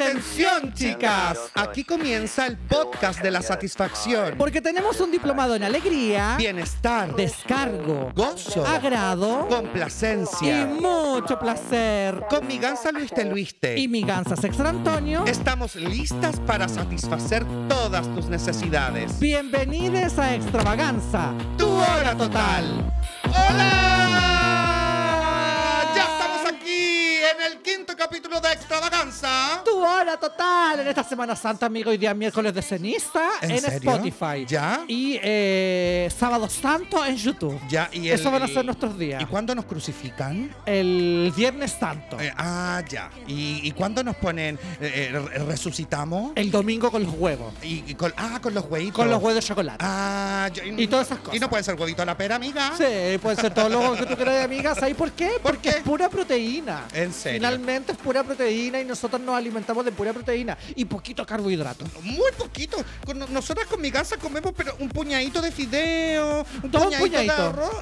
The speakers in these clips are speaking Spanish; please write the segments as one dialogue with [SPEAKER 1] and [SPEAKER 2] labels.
[SPEAKER 1] Atención chicas, aquí comienza el podcast de la satisfacción,
[SPEAKER 2] Porque tenemos un diplomado en alegría,
[SPEAKER 1] bienestar,
[SPEAKER 2] descargo,
[SPEAKER 1] gozo,
[SPEAKER 2] agrado y
[SPEAKER 1] complacencia.
[SPEAKER 2] mucho placer.
[SPEAKER 1] Con mi ganza Luis Teluiste.
[SPEAKER 2] Y mi ganza Sextra Antonio.
[SPEAKER 1] Estamos listas para satisfacer todas tus necesidades.
[SPEAKER 2] Bienvenidos a Extravaganza.
[SPEAKER 1] ¡Tu hora total! ¡Hola! Ah, Ya estamos aquí en el quinto capítulo de Extravaganza.
[SPEAKER 2] Tu hora total en esta Semana Santa, amigo, y día miércoles de ceniza
[SPEAKER 1] ¿En
[SPEAKER 2] en,
[SPEAKER 1] serio?
[SPEAKER 2] Spotify.
[SPEAKER 1] ¿Ya?
[SPEAKER 2] Y eh, sábado santo en YouTube.
[SPEAKER 1] Ya, y
[SPEAKER 2] Eso
[SPEAKER 1] el-
[SPEAKER 2] van a ser nuestros días.
[SPEAKER 1] ¿Y cuándo nos crucifican?
[SPEAKER 2] El viernes santo.
[SPEAKER 1] Eh, ah, ya. ¿Y, y cuándo nos ponen? eh, eh, re- ¿Resucitamos?
[SPEAKER 2] El domingo con los huevos.
[SPEAKER 1] Y, y con, ah, con los huevitos.
[SPEAKER 2] Con los huevos de chocolate.
[SPEAKER 1] Ah, yo-
[SPEAKER 2] Y todas esas cosas.
[SPEAKER 1] Y no puede ser huevito a la pera, amiga.
[SPEAKER 2] Sí, puede ser todo lo que tú quieras, amiga. ¿Sabes por qué?
[SPEAKER 1] ¿Por
[SPEAKER 2] Porque
[SPEAKER 1] qué?
[SPEAKER 2] es pura proteína.
[SPEAKER 1] En serio.
[SPEAKER 2] Finalmente es pura proteína y nosotros nos alimentamos de pura proteína y poquito carbohidrato.
[SPEAKER 1] Muy poquito. Con- no- nosotras con mi casa comemos pero un puñadito de fideo, un
[SPEAKER 2] Todo
[SPEAKER 1] puñadito, de
[SPEAKER 2] puñadito.
[SPEAKER 1] arroz.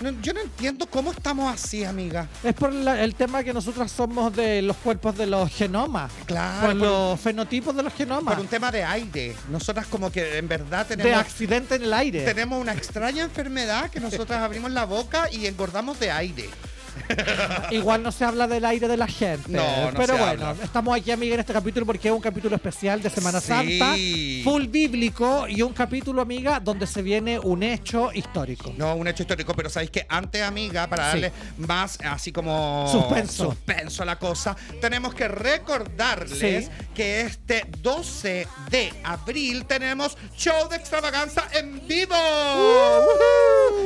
[SPEAKER 1] No, yo no entiendo cómo estamos así, amiga.
[SPEAKER 2] Es por la- el tema que nosotros somos de los cuerpos de los genomas.
[SPEAKER 1] Claro,
[SPEAKER 2] Por
[SPEAKER 1] por-
[SPEAKER 2] los fenotipos de los genomas.
[SPEAKER 1] Por un tema de aire. Nosotras como que en verdad
[SPEAKER 2] de
[SPEAKER 1] tenemos,
[SPEAKER 2] accidente en el aire.
[SPEAKER 1] tenemos una extraña enfermedad que nosotras abrimos la boca y engordamos de aire.
[SPEAKER 2] Igual no se habla del aire de la gente.
[SPEAKER 1] No, no
[SPEAKER 2] Pero
[SPEAKER 1] se
[SPEAKER 2] bueno,
[SPEAKER 1] habla.
[SPEAKER 2] estamos aquí, amiga, en este capítulo porque es un capítulo especial de Semana
[SPEAKER 1] Sí.
[SPEAKER 2] Santa, full bíblico y un capítulo, amiga, donde se viene un hecho histórico.
[SPEAKER 1] No, un hecho histórico, pero sabéis que antes, amiga, para
[SPEAKER 2] Sí.
[SPEAKER 1] darle más así como
[SPEAKER 2] Suspenso.
[SPEAKER 1] suspenso a la cosa, tenemos que recordarles
[SPEAKER 2] Sí.
[SPEAKER 1] que este 12 de abril tenemos show de extravaganza en vivo.
[SPEAKER 2] Uh,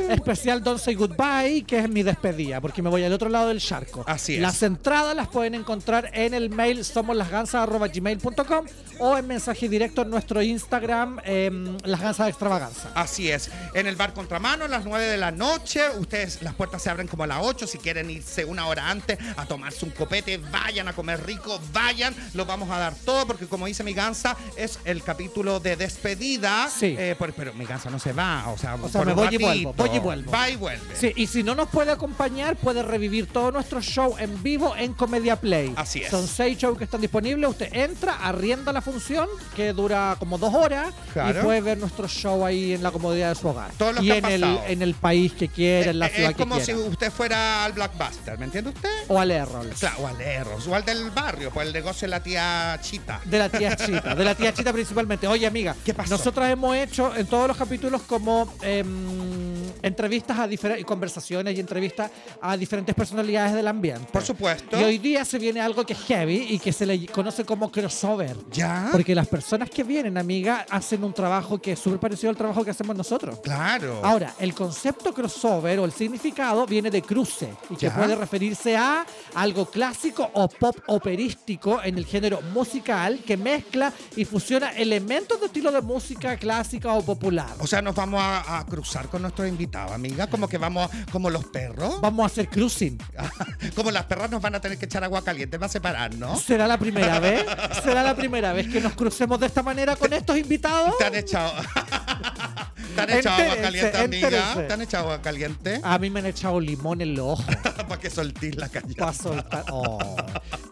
[SPEAKER 2] Especial Don't Say Goodbye, que es mi despedida, porque me voy al otro lado del charco.
[SPEAKER 1] Así es.
[SPEAKER 2] Las entradas las pueden encontrar en el mail somoslasgansas.gmail.com o en mensaje directo en nuestro Instagram, em, Las Gansas de Extravaganza.
[SPEAKER 1] Así es, en el bar Contramano a las 9 de la noche, ustedes las puertas se abren como a las 8, si quieren irse una hora antes a tomarse un copete, vayan a comer rico, vayan, lo vamos a dar todo porque como dice mi gansa, es el capítulo de despedida,
[SPEAKER 2] Sí.
[SPEAKER 1] Eh, por- pero mi gansa no se va, o sea,
[SPEAKER 2] O sea,
[SPEAKER 1] por
[SPEAKER 2] me
[SPEAKER 1] un
[SPEAKER 2] voy y
[SPEAKER 1] ratito.
[SPEAKER 2] vuelvo, voy y vuelvo.
[SPEAKER 1] Va y vuelve.
[SPEAKER 2] Sí, y si no nos puede acompañar, puede revivir todo nuestro show en vivo en Comedia Play.
[SPEAKER 1] Así es.
[SPEAKER 2] Son seis shows que están disponibles. Usted entra, arrienda la función, que dura como dos horas,
[SPEAKER 1] Claro.
[SPEAKER 2] y puede ver nuestro show ahí en la comodidad de su hogar.
[SPEAKER 1] Todos los
[SPEAKER 2] y
[SPEAKER 1] que
[SPEAKER 2] en
[SPEAKER 1] han
[SPEAKER 2] el,
[SPEAKER 1] pasado.
[SPEAKER 2] en el país que quiera, en la
[SPEAKER 1] Eh,
[SPEAKER 2] ciudad
[SPEAKER 1] es como
[SPEAKER 2] que
[SPEAKER 1] si
[SPEAKER 2] quiera.
[SPEAKER 1] usted fuera al Blackbuster, ¿me entiende usted?
[SPEAKER 2] O al Errols.
[SPEAKER 1] Claro, o al Erros, o al del barrio, pues el negocio de la tía Chita.
[SPEAKER 2] De la tía Chita, de la tía Chita principalmente. Oye, amiga,
[SPEAKER 1] ¿Qué pasó?
[SPEAKER 2] nosotras hemos hecho en todos los capítulos como em, entrevistas a diferentes conversaciones y entrevistas a diferentes personalidades del ambiente.
[SPEAKER 1] Por supuesto.
[SPEAKER 2] Y hoy día se viene algo que es heavy y que se le conoce como crossover.
[SPEAKER 1] ¿Ya?
[SPEAKER 2] Porque las personas que vienen, amiga, hacen un trabajo que es súper parecido al trabajo que hacemos nosotros.
[SPEAKER 1] Claro.
[SPEAKER 2] Ahora, el concepto crossover o el significado viene de cruce y que
[SPEAKER 1] Ya.
[SPEAKER 2] puede referirse a algo clásico o pop operístico en el género musical que mezcla y fusiona elementos de estilo de música clásica o popular.
[SPEAKER 1] O sea, nos vamos a, a cruzar con nuestros invitados, amiga. Como que vamos, como los perros.
[SPEAKER 2] Vamos a hacer cruising.
[SPEAKER 1] como las perras nos van a tener que echar agua caliente para separarnos.
[SPEAKER 2] ¿Será la primera vez? ¿Será la primera vez que nos crucemos de esta manera con estos invitados?
[SPEAKER 1] Te han echado. Te han echado agua
[SPEAKER 2] Entérese,
[SPEAKER 1] caliente, amiga.
[SPEAKER 2] entérese.
[SPEAKER 1] Te han echado agua caliente.
[SPEAKER 2] A mí me han echado limón en los ojos.
[SPEAKER 1] para que soltís la calle.
[SPEAKER 2] para soltar. Oh,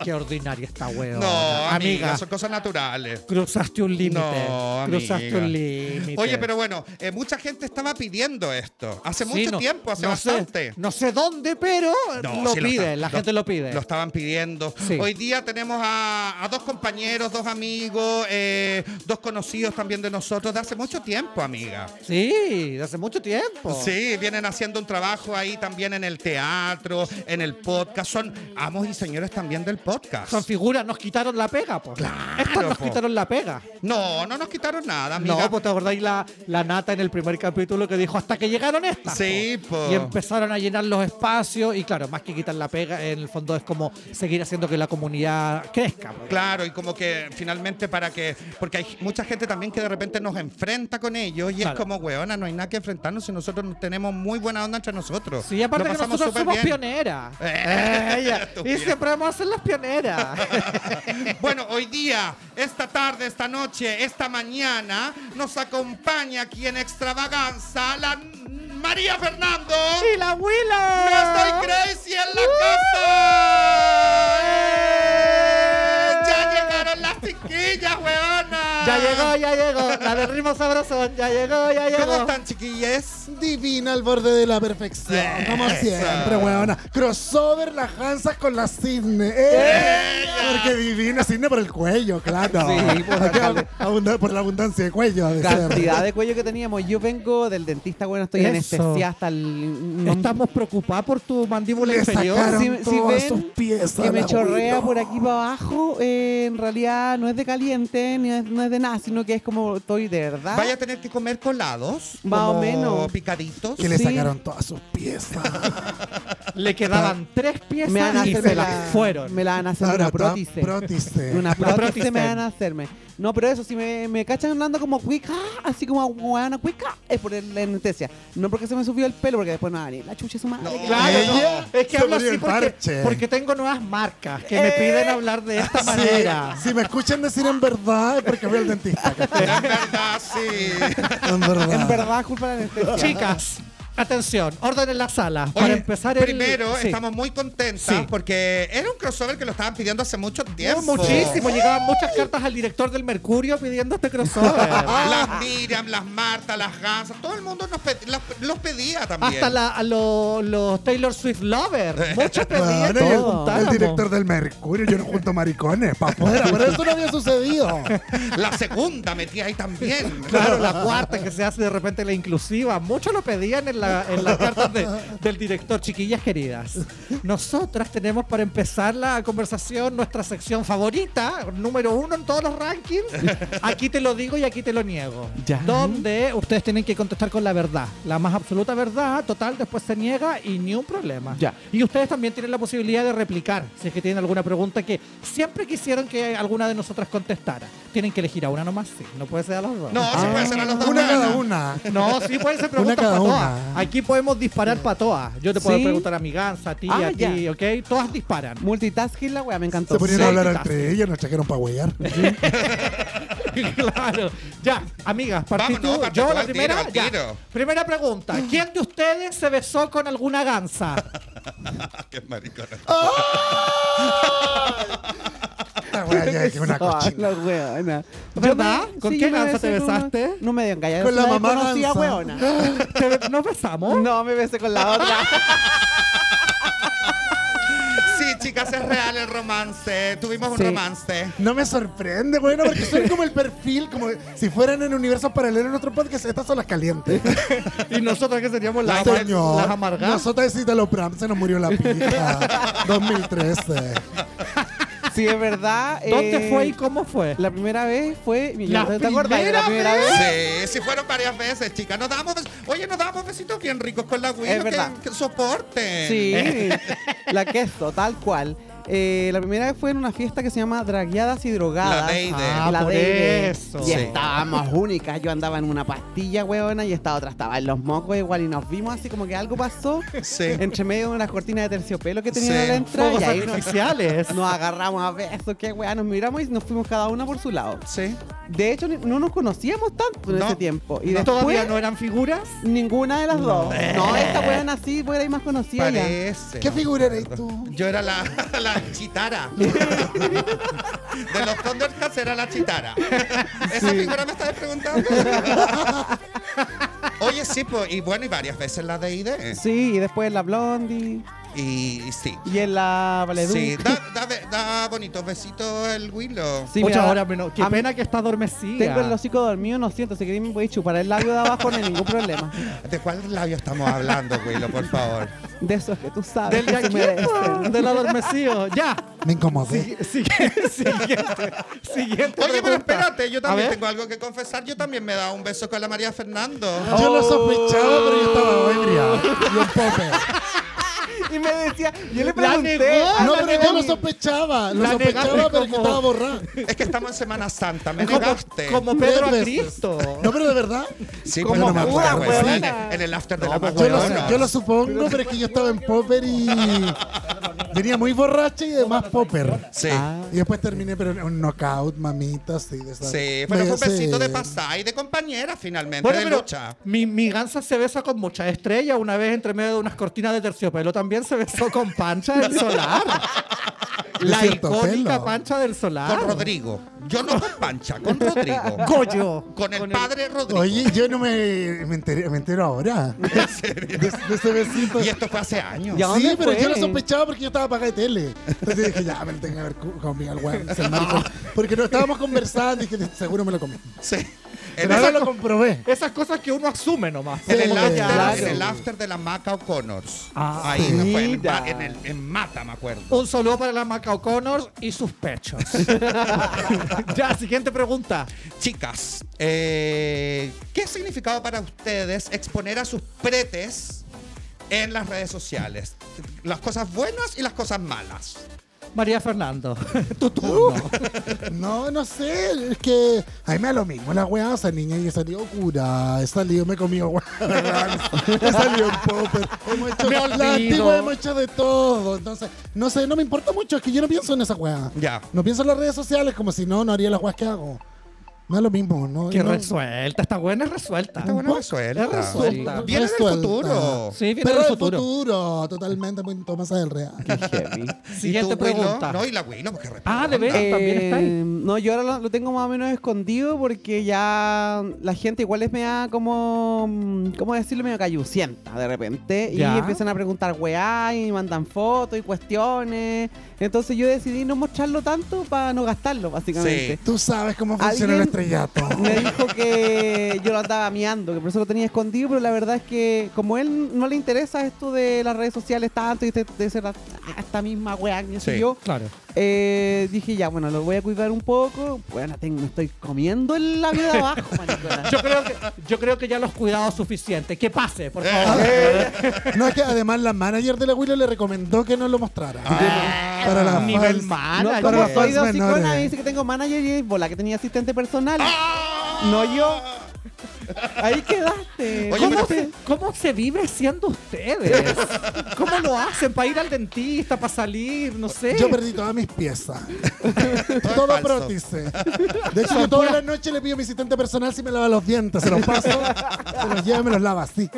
[SPEAKER 2] qué ordinaria esta weón.
[SPEAKER 1] No, amiga, son cosas naturales.
[SPEAKER 2] Cruzaste un límite.
[SPEAKER 1] No, amiga.
[SPEAKER 2] cruzaste un límite.
[SPEAKER 1] Oye, pero bueno, eh, mucha gente estaba pidiendo esto. Hace
[SPEAKER 2] Sí,
[SPEAKER 1] mucho
[SPEAKER 2] no-
[SPEAKER 1] tiempo, hace
[SPEAKER 2] no sé-
[SPEAKER 1] bastante.
[SPEAKER 2] no sé dónde, pero
[SPEAKER 1] No,
[SPEAKER 2] lo
[SPEAKER 1] sí
[SPEAKER 2] pide,
[SPEAKER 1] está-
[SPEAKER 2] la gente lo pide.
[SPEAKER 1] Lo estaban pidiendo.
[SPEAKER 2] Sí.
[SPEAKER 1] Hoy día tenemos a, a dos compañeros, dos amigos, eh, dos conocidos también de nosotros de hace mucho tiempo, amiga.
[SPEAKER 2] sí, de hace mucho tiempo.
[SPEAKER 1] Sí, vienen haciendo un trabajo ahí también en el teatro, en el podcast. Son amos y señores también del podcast.
[SPEAKER 2] Son figuras, nos quitaron la pega, pues.
[SPEAKER 1] Claro,
[SPEAKER 2] Estos nos
[SPEAKER 1] po.
[SPEAKER 2] quitaron la pega.
[SPEAKER 1] No, no nos quitaron nada, amiga.
[SPEAKER 2] No, pues te acordáis la, la nata en el primer capítulo que dijo hasta que llegaron estas.
[SPEAKER 1] Sí, po.
[SPEAKER 2] Y empezaron a llenar los espacios. Y claro, más que quitar la pega, en el fondo es como seguir haciendo que la comunidad crezca. po.
[SPEAKER 1] Claro, y como que finalmente para que. Porque hay mucha gente también que de repente nos enfrenta con ellos y es
[SPEAKER 2] Claro.
[SPEAKER 1] como, weona, no hay nada que enfrentarnos si nosotros nos tenemos muy buena onda entre nosotros.
[SPEAKER 2] Sí, aparte
[SPEAKER 1] Lo
[SPEAKER 2] que
[SPEAKER 1] pasamos
[SPEAKER 2] nosotros
[SPEAKER 1] súper
[SPEAKER 2] somos
[SPEAKER 1] bien.
[SPEAKER 2] pioneras.
[SPEAKER 1] Eh,
[SPEAKER 2] Ella.
[SPEAKER 1] estúpida.
[SPEAKER 2] y siempre vamos a ser las pioneras.
[SPEAKER 1] Bueno, hoy día, esta tarde, esta noche, esta mañana, nos acompaña aquí en Extravaganza la N- María Fernando.
[SPEAKER 2] ¡Y la
[SPEAKER 1] ¡No
[SPEAKER 2] Willow!
[SPEAKER 1] estoy
[SPEAKER 2] ¡Uh!
[SPEAKER 1] crazy en la casa! ¡Eh! ¡Ya llegaron chiquilla, huevona!
[SPEAKER 2] Ya llegó, ya llegó. La de ritmo sabrosón. Ya llegó, ya llegó.
[SPEAKER 1] ¿Cómo están, chiquillas?
[SPEAKER 3] Divina al borde de la perfección. Como
[SPEAKER 1] Eso.
[SPEAKER 3] siempre, weona. Crossover las Hansas con la Cisne. ¡Eh! Porque divina Cisne por el cuello, claro.
[SPEAKER 4] Sí, por la cal-
[SPEAKER 3] Abunda- por la abundancia de cuello. ha de ser.
[SPEAKER 4] Cantidad de cuello que teníamos. Yo vengo del dentista, bueno, estoy
[SPEAKER 2] Eso.
[SPEAKER 4] anestesiada hasta el. no-
[SPEAKER 2] Estamos preocupados por tu mandíbula
[SPEAKER 3] Le
[SPEAKER 2] inferior.
[SPEAKER 3] sacaron
[SPEAKER 4] Si- si
[SPEAKER 3] todas
[SPEAKER 4] ven
[SPEAKER 3] sus piezas.
[SPEAKER 4] que
[SPEAKER 3] a
[SPEAKER 4] me
[SPEAKER 3] la
[SPEAKER 4] chorrea
[SPEAKER 3] abuela.
[SPEAKER 4] por aquí para abajo, eh, en realidad no es de caliente, ni es, no es de nada, sino que es como estoy de verdad.
[SPEAKER 1] Vaya a tener que comer colados.
[SPEAKER 4] Más o
[SPEAKER 1] como
[SPEAKER 4] menos.
[SPEAKER 1] Picaditos.
[SPEAKER 3] Que le
[SPEAKER 4] Sí.
[SPEAKER 3] sacaron todas sus piezas.
[SPEAKER 2] Le quedaban tres piezas
[SPEAKER 4] me van a
[SPEAKER 2] y
[SPEAKER 4] hacer
[SPEAKER 2] se
[SPEAKER 4] la-
[SPEAKER 2] las fueron.
[SPEAKER 4] Me la van a hacer
[SPEAKER 3] Claro,
[SPEAKER 4] una
[SPEAKER 3] tan
[SPEAKER 4] prótesis.
[SPEAKER 3] prótice.
[SPEAKER 4] Una prótesis
[SPEAKER 2] prótesis.
[SPEAKER 4] me van a hacerme. No, pero eso, si me, me cachan hablando como cuica, así como una cuica, es por el- la anestesia. No porque se me subió el pelo, porque después no, ni la chucha su madre.
[SPEAKER 1] No.
[SPEAKER 4] que-
[SPEAKER 2] Claro,
[SPEAKER 3] Ella
[SPEAKER 2] no. es que
[SPEAKER 3] se
[SPEAKER 2] hablo
[SPEAKER 3] murió
[SPEAKER 2] así
[SPEAKER 3] el
[SPEAKER 2] porque,
[SPEAKER 3] parche.
[SPEAKER 2] porque tengo nuevas marcas que me
[SPEAKER 4] Eh.
[SPEAKER 2] piden hablar de esta
[SPEAKER 3] Sí,
[SPEAKER 2] manera.
[SPEAKER 3] si me escuchan decir en verdad es porque fui al dentista. ¿cachai?
[SPEAKER 1] Es verdad, sí.
[SPEAKER 3] En verdad.
[SPEAKER 4] En verdad, culpa de la anestesia.
[SPEAKER 2] Chicas, atención, orden en la sala. para
[SPEAKER 1] Oye,
[SPEAKER 2] empezar el.
[SPEAKER 1] primero,
[SPEAKER 2] sí.
[SPEAKER 1] estamos muy contentas
[SPEAKER 2] Sí.
[SPEAKER 1] porque era un crossover que lo estaban pidiendo hace mucho tiempo.
[SPEAKER 2] No, muchísimo. Llegaban muchas cartas al director del Mercurio pidiendo este crossover.
[SPEAKER 1] Las Miriam, las Marta, las Gansas, todo el mundo nos pe- las- los pedía también.
[SPEAKER 2] Hasta la- a lo- los Taylor Swift Lover. Muchos pedían
[SPEAKER 3] Bueno,
[SPEAKER 2] que
[SPEAKER 3] y el- Ah, el,
[SPEAKER 2] juntáramos.
[SPEAKER 3] director del Mercurio, yo no junto maricones, pa' fuera, pero eso no había sucedido.
[SPEAKER 4] Ah.
[SPEAKER 1] La segunda metía ahí también.
[SPEAKER 2] Claro, la cuarta que se hace de repente la inclusiva. Muchos lo pedían en, la, en las cartas de- del director. Chiquillas queridas, nosotras tenemos para empezar la conversación nuestra sección favorita, número uno en todos los rankings. Aquí te lo digo y aquí te lo niego.
[SPEAKER 4] Ya.
[SPEAKER 2] Donde ustedes tienen que contestar con la verdad. La más absoluta verdad, total, después se niega y ni un problema.
[SPEAKER 4] Ya.
[SPEAKER 2] Y ustedes también tienen la posibilidad de replicar, si es que tienen alguna pregunta que siempre quisieron que alguna de nosotras contestara. Tienen que elegir a una nomás, sí. No puede ser a las dos.
[SPEAKER 1] No, se
[SPEAKER 4] Ah.
[SPEAKER 1] puede ser a los dos.
[SPEAKER 3] Una cada
[SPEAKER 1] buenas.
[SPEAKER 3] una.
[SPEAKER 2] No, sí pueden ser
[SPEAKER 3] Una
[SPEAKER 2] preguntas
[SPEAKER 3] cada
[SPEAKER 2] patoas.
[SPEAKER 3] una.
[SPEAKER 2] Aquí podemos disparar patoas. Yo te puedo
[SPEAKER 4] ¿Sí?
[SPEAKER 2] preguntar a mi gansa, a ti,
[SPEAKER 4] Ah,
[SPEAKER 2] a
[SPEAKER 4] ya.
[SPEAKER 2] ti, ¿ok? Todas disparan.
[SPEAKER 4] Multitasking la weá, me
[SPEAKER 3] Se
[SPEAKER 4] encantó.
[SPEAKER 3] ponían a
[SPEAKER 2] sí,
[SPEAKER 3] hablar
[SPEAKER 2] quizás.
[SPEAKER 3] entre ellos, nos sacaron para huear.
[SPEAKER 2] claro. Ya, amigas, partí
[SPEAKER 1] Vámonos,
[SPEAKER 2] tú.
[SPEAKER 1] parte
[SPEAKER 2] Yo
[SPEAKER 1] tú
[SPEAKER 2] la
[SPEAKER 1] al tiro,
[SPEAKER 2] primera.
[SPEAKER 1] al
[SPEAKER 2] ya.
[SPEAKER 1] tiro.
[SPEAKER 2] Primera pregunta. ¿Quién de ustedes se besó con alguna gansa?
[SPEAKER 1] Qué maricona.
[SPEAKER 2] Oh.
[SPEAKER 3] Esta wea ya es una
[SPEAKER 4] Ah,
[SPEAKER 3] cochina.
[SPEAKER 4] la weona.
[SPEAKER 2] ¿Verdad?
[SPEAKER 4] Yo me-
[SPEAKER 2] ¿Con
[SPEAKER 4] sí,
[SPEAKER 2] qué
[SPEAKER 4] yo me
[SPEAKER 2] ganso
[SPEAKER 4] besé
[SPEAKER 2] te
[SPEAKER 4] con una-
[SPEAKER 2] besaste?
[SPEAKER 4] No me dio engañar.
[SPEAKER 3] Con la mamá
[SPEAKER 4] conocía
[SPEAKER 3] gansa.
[SPEAKER 4] weona.
[SPEAKER 2] ¿Te- ¿Nos besamos?
[SPEAKER 4] No, me besé con
[SPEAKER 3] ¿Ah?
[SPEAKER 4] la otra.
[SPEAKER 1] Sí, chicas, es real el romance. Tuvimos un
[SPEAKER 4] Sí.
[SPEAKER 1] romance.
[SPEAKER 3] No me sorprende, bueno, porque son como el perfil, como si fueran en universos paralelos en otro podcast, estas son las calientes.
[SPEAKER 2] Y nosotras que seríamos las,
[SPEAKER 3] Señor,
[SPEAKER 2] las amargadas.
[SPEAKER 3] Nosotras de Citalopram se nos murió la pija. 2013.
[SPEAKER 4] Sí, es verdad.
[SPEAKER 2] ¿Dónde
[SPEAKER 4] eh,
[SPEAKER 2] fue y cómo fue?
[SPEAKER 4] La primera vez fue. mi-
[SPEAKER 2] ¿La
[SPEAKER 4] ¿Te acordás de
[SPEAKER 2] primera
[SPEAKER 4] la primera vez?
[SPEAKER 1] Sí, sí fueron varias veces, chicas. Nos damos, oye, nos damos besitos bien ricos con la Willow.
[SPEAKER 4] Es verdad.
[SPEAKER 1] Que, que soporte.
[SPEAKER 4] Sí, la queso, tal cual. Eh, la primera vez fue en una fiesta que se llama Dragueadas y Drogadas.
[SPEAKER 1] La Day Day.
[SPEAKER 2] Ah,
[SPEAKER 4] la
[SPEAKER 2] por
[SPEAKER 4] Day Day.
[SPEAKER 2] eso.
[SPEAKER 4] Y
[SPEAKER 1] Sí.
[SPEAKER 4] estábamos únicas. Yo andaba en una pastilla, huevona, y esta otra estaba en los mocos igual. Y nos vimos así como que algo pasó
[SPEAKER 1] Sí.
[SPEAKER 4] entre medio de unas cortinas de terciopelo que tenían
[SPEAKER 1] Sí.
[SPEAKER 4] a la
[SPEAKER 2] Fuegos
[SPEAKER 4] entrada. Y ahí nos,
[SPEAKER 2] artificiales.
[SPEAKER 4] nos agarramos a besos, qué hueá. Nos miramos y nos fuimos cada una por su lado.
[SPEAKER 1] Sí.
[SPEAKER 4] De hecho, ni- no nos conocíamos tanto en
[SPEAKER 1] No.
[SPEAKER 4] ese tiempo. Y
[SPEAKER 2] ¿Todavía
[SPEAKER 4] después,
[SPEAKER 2] no eran figuras?
[SPEAKER 4] ninguna de las dos. No, esta hueá así, hueá ahí más conocida ya.
[SPEAKER 1] Parece.
[SPEAKER 3] ¿Qué
[SPEAKER 1] no
[SPEAKER 3] figura
[SPEAKER 1] me
[SPEAKER 3] eres
[SPEAKER 1] acuerdo.
[SPEAKER 3] tú?
[SPEAKER 1] Yo era la, la chitara. De los Thundercats era la chitara. ¿Esa figura me estabas preguntando? Oye, sí, pues, y bueno, y varias veces la de ID.
[SPEAKER 4] Sí, y después en la Blondie
[SPEAKER 1] Y, y sí.
[SPEAKER 4] y en la Valeduc.
[SPEAKER 1] Sí, da, da, da bonitos besitos el Willow.
[SPEAKER 4] Sí,
[SPEAKER 2] Muchas
[SPEAKER 4] mira,
[SPEAKER 2] horas menos. Qué
[SPEAKER 4] a mí-
[SPEAKER 2] pena que está adormecida.
[SPEAKER 4] Tengo el hocico dormido, no siento, si queréis me podéis chupar el labio de abajo, no hay ningún problema.
[SPEAKER 1] ¿De cuál labio estamos hablando, Willow, por favor?
[SPEAKER 4] De eso es que tú sabes
[SPEAKER 2] Del
[SPEAKER 4] que
[SPEAKER 2] de
[SPEAKER 4] se
[SPEAKER 2] aquí,
[SPEAKER 4] merecen.
[SPEAKER 2] del adormecido. Ya.
[SPEAKER 3] Me incomodé.
[SPEAKER 2] Sigue- sigue- siguiente. Siguiente.
[SPEAKER 1] Oye, pero
[SPEAKER 2] pregunta.
[SPEAKER 1] espérate, yo
[SPEAKER 2] A
[SPEAKER 1] también
[SPEAKER 2] ver.
[SPEAKER 1] tengo algo que confesar. Yo también me he dado un beso con la María Fernando.
[SPEAKER 3] Yo lo sospechaba, pero yo
[SPEAKER 2] Oh.
[SPEAKER 3] estaba ebria. Y un pope.
[SPEAKER 4] Y me decía, yo le
[SPEAKER 2] Ah, La
[SPEAKER 4] pregunté.
[SPEAKER 2] negó.
[SPEAKER 4] a
[SPEAKER 3] No,
[SPEAKER 4] la
[SPEAKER 3] pero yo lo
[SPEAKER 4] Melanie,
[SPEAKER 3] sospechaba. Lo
[SPEAKER 2] La
[SPEAKER 3] sospechaba,
[SPEAKER 2] negaste
[SPEAKER 3] pero yo
[SPEAKER 2] como-
[SPEAKER 3] estaba borrado.
[SPEAKER 1] Es que estamos en Semana Santa, me
[SPEAKER 2] Como,
[SPEAKER 1] negaste.
[SPEAKER 2] como Pedro a
[SPEAKER 3] Tres veces.
[SPEAKER 2] Cristo.
[SPEAKER 3] No, pero de verdad.
[SPEAKER 1] Sí,
[SPEAKER 3] Como
[SPEAKER 1] pero no me
[SPEAKER 3] pura
[SPEAKER 1] acuerdo, güey, sí, en,
[SPEAKER 4] huevona.
[SPEAKER 1] el- en el after de
[SPEAKER 2] No,
[SPEAKER 1] la
[SPEAKER 2] pues,
[SPEAKER 3] Yo lo,
[SPEAKER 2] Bueno,
[SPEAKER 3] yo lo supongo, pero es que yo estaba en Popper y venía muy borracha y además Popper.
[SPEAKER 1] Sí.
[SPEAKER 4] Ah.
[SPEAKER 3] Y después terminé, pero en un knockout, mamita, así de esa-
[SPEAKER 1] Sí, pero fue un
[SPEAKER 3] ese-
[SPEAKER 1] besito de pasada y de compañera finalmente,
[SPEAKER 2] Bueno,
[SPEAKER 1] de
[SPEAKER 2] pero
[SPEAKER 1] lucha.
[SPEAKER 2] mi, mi gansa se besa con muchas estrellas. Una vez entre medio de unas cortinas de terciopelo también se besó con Pancha del Solar. La
[SPEAKER 3] cierto,
[SPEAKER 2] icónica
[SPEAKER 3] pelo.
[SPEAKER 2] pancha del solar.
[SPEAKER 1] Con Rodrigo. Yo no con Pancha, con Rodrigo.
[SPEAKER 2] Goyo.
[SPEAKER 1] Con el padre Rodrigo.
[SPEAKER 3] Oye, yo no me, me, enteré- me entero ahora. ¿En serio? De, de ese besito.
[SPEAKER 1] Y esto fue hace años.
[SPEAKER 4] ¿Y a
[SPEAKER 3] sí,
[SPEAKER 4] dónde
[SPEAKER 3] pero
[SPEAKER 4] fue?
[SPEAKER 3] yo lo sospechaba porque yo estaba apagada de tele. Entonces dije, ya, me lo tengo que ver cu- conmigo el weón. se marcó. Porque no estábamos conversando y dije, seguro me lo comí.
[SPEAKER 1] Sí. En
[SPEAKER 3] Pero ahora
[SPEAKER 1] esa-
[SPEAKER 3] lo comprobé.
[SPEAKER 2] Esas cosas que uno asume nomás.
[SPEAKER 1] en el,
[SPEAKER 3] Sí,
[SPEAKER 1] after,
[SPEAKER 3] claro.
[SPEAKER 1] en el after de la Maca O'Connors.
[SPEAKER 2] Ah,
[SPEAKER 1] Ahí no fue, en, el
[SPEAKER 4] mira.
[SPEAKER 1] ba- en, el- en Mata, me acuerdo.
[SPEAKER 2] Un saludo para la Maca O'Connor y sus pechos. ya, siguiente pregunta.
[SPEAKER 1] Chicas, eh, ¿qué ha significado para ustedes exponer a sus pretes en las redes sociales? Las cosas buenas y las cosas malas.
[SPEAKER 2] María Fernando, tu turno.
[SPEAKER 3] No, no sé, es que a mí me da lo mismo la weá, esa niña y he salido cura, he salido, me he comido weá, he salido en popper, hemos hecho
[SPEAKER 2] Me
[SPEAKER 3] plástico,
[SPEAKER 2] olvido.
[SPEAKER 3] hemos hecho de todo, entonces, no sé, no me importa mucho, es que yo no pienso en esa weá.
[SPEAKER 1] Ya.
[SPEAKER 3] No pienso en las redes sociales como si no, no haría las weas que hago. Me da lo mismo, ¿no?
[SPEAKER 2] Qué
[SPEAKER 3] no-
[SPEAKER 2] resuelta. Esta buena es resuelta.
[SPEAKER 1] Está buena resuelta.
[SPEAKER 2] Ah. Es resuelta.
[SPEAKER 1] Viene del
[SPEAKER 3] Resuelta.
[SPEAKER 1] futuro.
[SPEAKER 2] Sí, viene
[SPEAKER 3] Pero
[SPEAKER 2] del
[SPEAKER 3] el
[SPEAKER 2] futuro.
[SPEAKER 3] futuro. totalmente, muy Tomasa del Real.
[SPEAKER 2] Siguiente
[SPEAKER 1] ¿Y tú, Willow?
[SPEAKER 2] pregunta.
[SPEAKER 1] No, y la Willow, porque responda.
[SPEAKER 2] Ah, de veras. Pero también está ahí.
[SPEAKER 4] Eh, No, yo ahora lo, lo tengo más o menos escondido porque ya la gente igual es media como, mm, ¿cómo decirlo? Medio callucienta de repente.
[SPEAKER 2] Ya.
[SPEAKER 4] Y empiezan a preguntar weá y mandan fotos y cuestiones. Entonces yo decidí no mostrarlo tanto para no gastarlo, básicamente.
[SPEAKER 3] Tú sabes cómo funciona el
[SPEAKER 4] Alguien-
[SPEAKER 3] estrellato.
[SPEAKER 4] Me dijo que yo lo andaba miando, que por eso lo tenía escondido, pero la verdad es que como él no le interesa esto de las redes sociales tanto y de, de ser a- a esta misma weá, que
[SPEAKER 1] Sí.
[SPEAKER 4] sé yo,
[SPEAKER 2] Claro.
[SPEAKER 4] eh, dije ya, bueno, lo voy a cuidar un poco. Bueno, tengo, me estoy comiendo el labio de abajo, maricona.
[SPEAKER 2] Yo creo, que, yo creo que ya los cuidados suficientes. Que pase,
[SPEAKER 1] Eh,
[SPEAKER 2] por favor.
[SPEAKER 3] No, es que además la manager de la Willow le recomendó que no lo mostrara.
[SPEAKER 1] Ah,
[SPEAKER 3] para la
[SPEAKER 2] Nivel
[SPEAKER 3] fans-
[SPEAKER 4] Ah, No,
[SPEAKER 2] manager.
[SPEAKER 4] como
[SPEAKER 3] para
[SPEAKER 4] soy de
[SPEAKER 3] fans
[SPEAKER 4] hocicona,
[SPEAKER 3] menores.
[SPEAKER 4] dice que tengo manager y es bola, que tenía asistente personal. No yo. Ahí quedaste.
[SPEAKER 1] Oye,
[SPEAKER 2] ¿Cómo,
[SPEAKER 1] pero-
[SPEAKER 2] se, ¿Cómo se vive siendo ustedes? ¿Cómo lo hacen? ¿Para ir al dentista? ¿Para salir? No sé.
[SPEAKER 3] Yo perdí todas mis piezas.
[SPEAKER 1] Todo
[SPEAKER 3] todo
[SPEAKER 1] es falso.
[SPEAKER 3] prótice. De hecho, yo toda la noche le pido a mi asistente personal si me lava los dientes. Se los paso, se los lleva y me los lava así.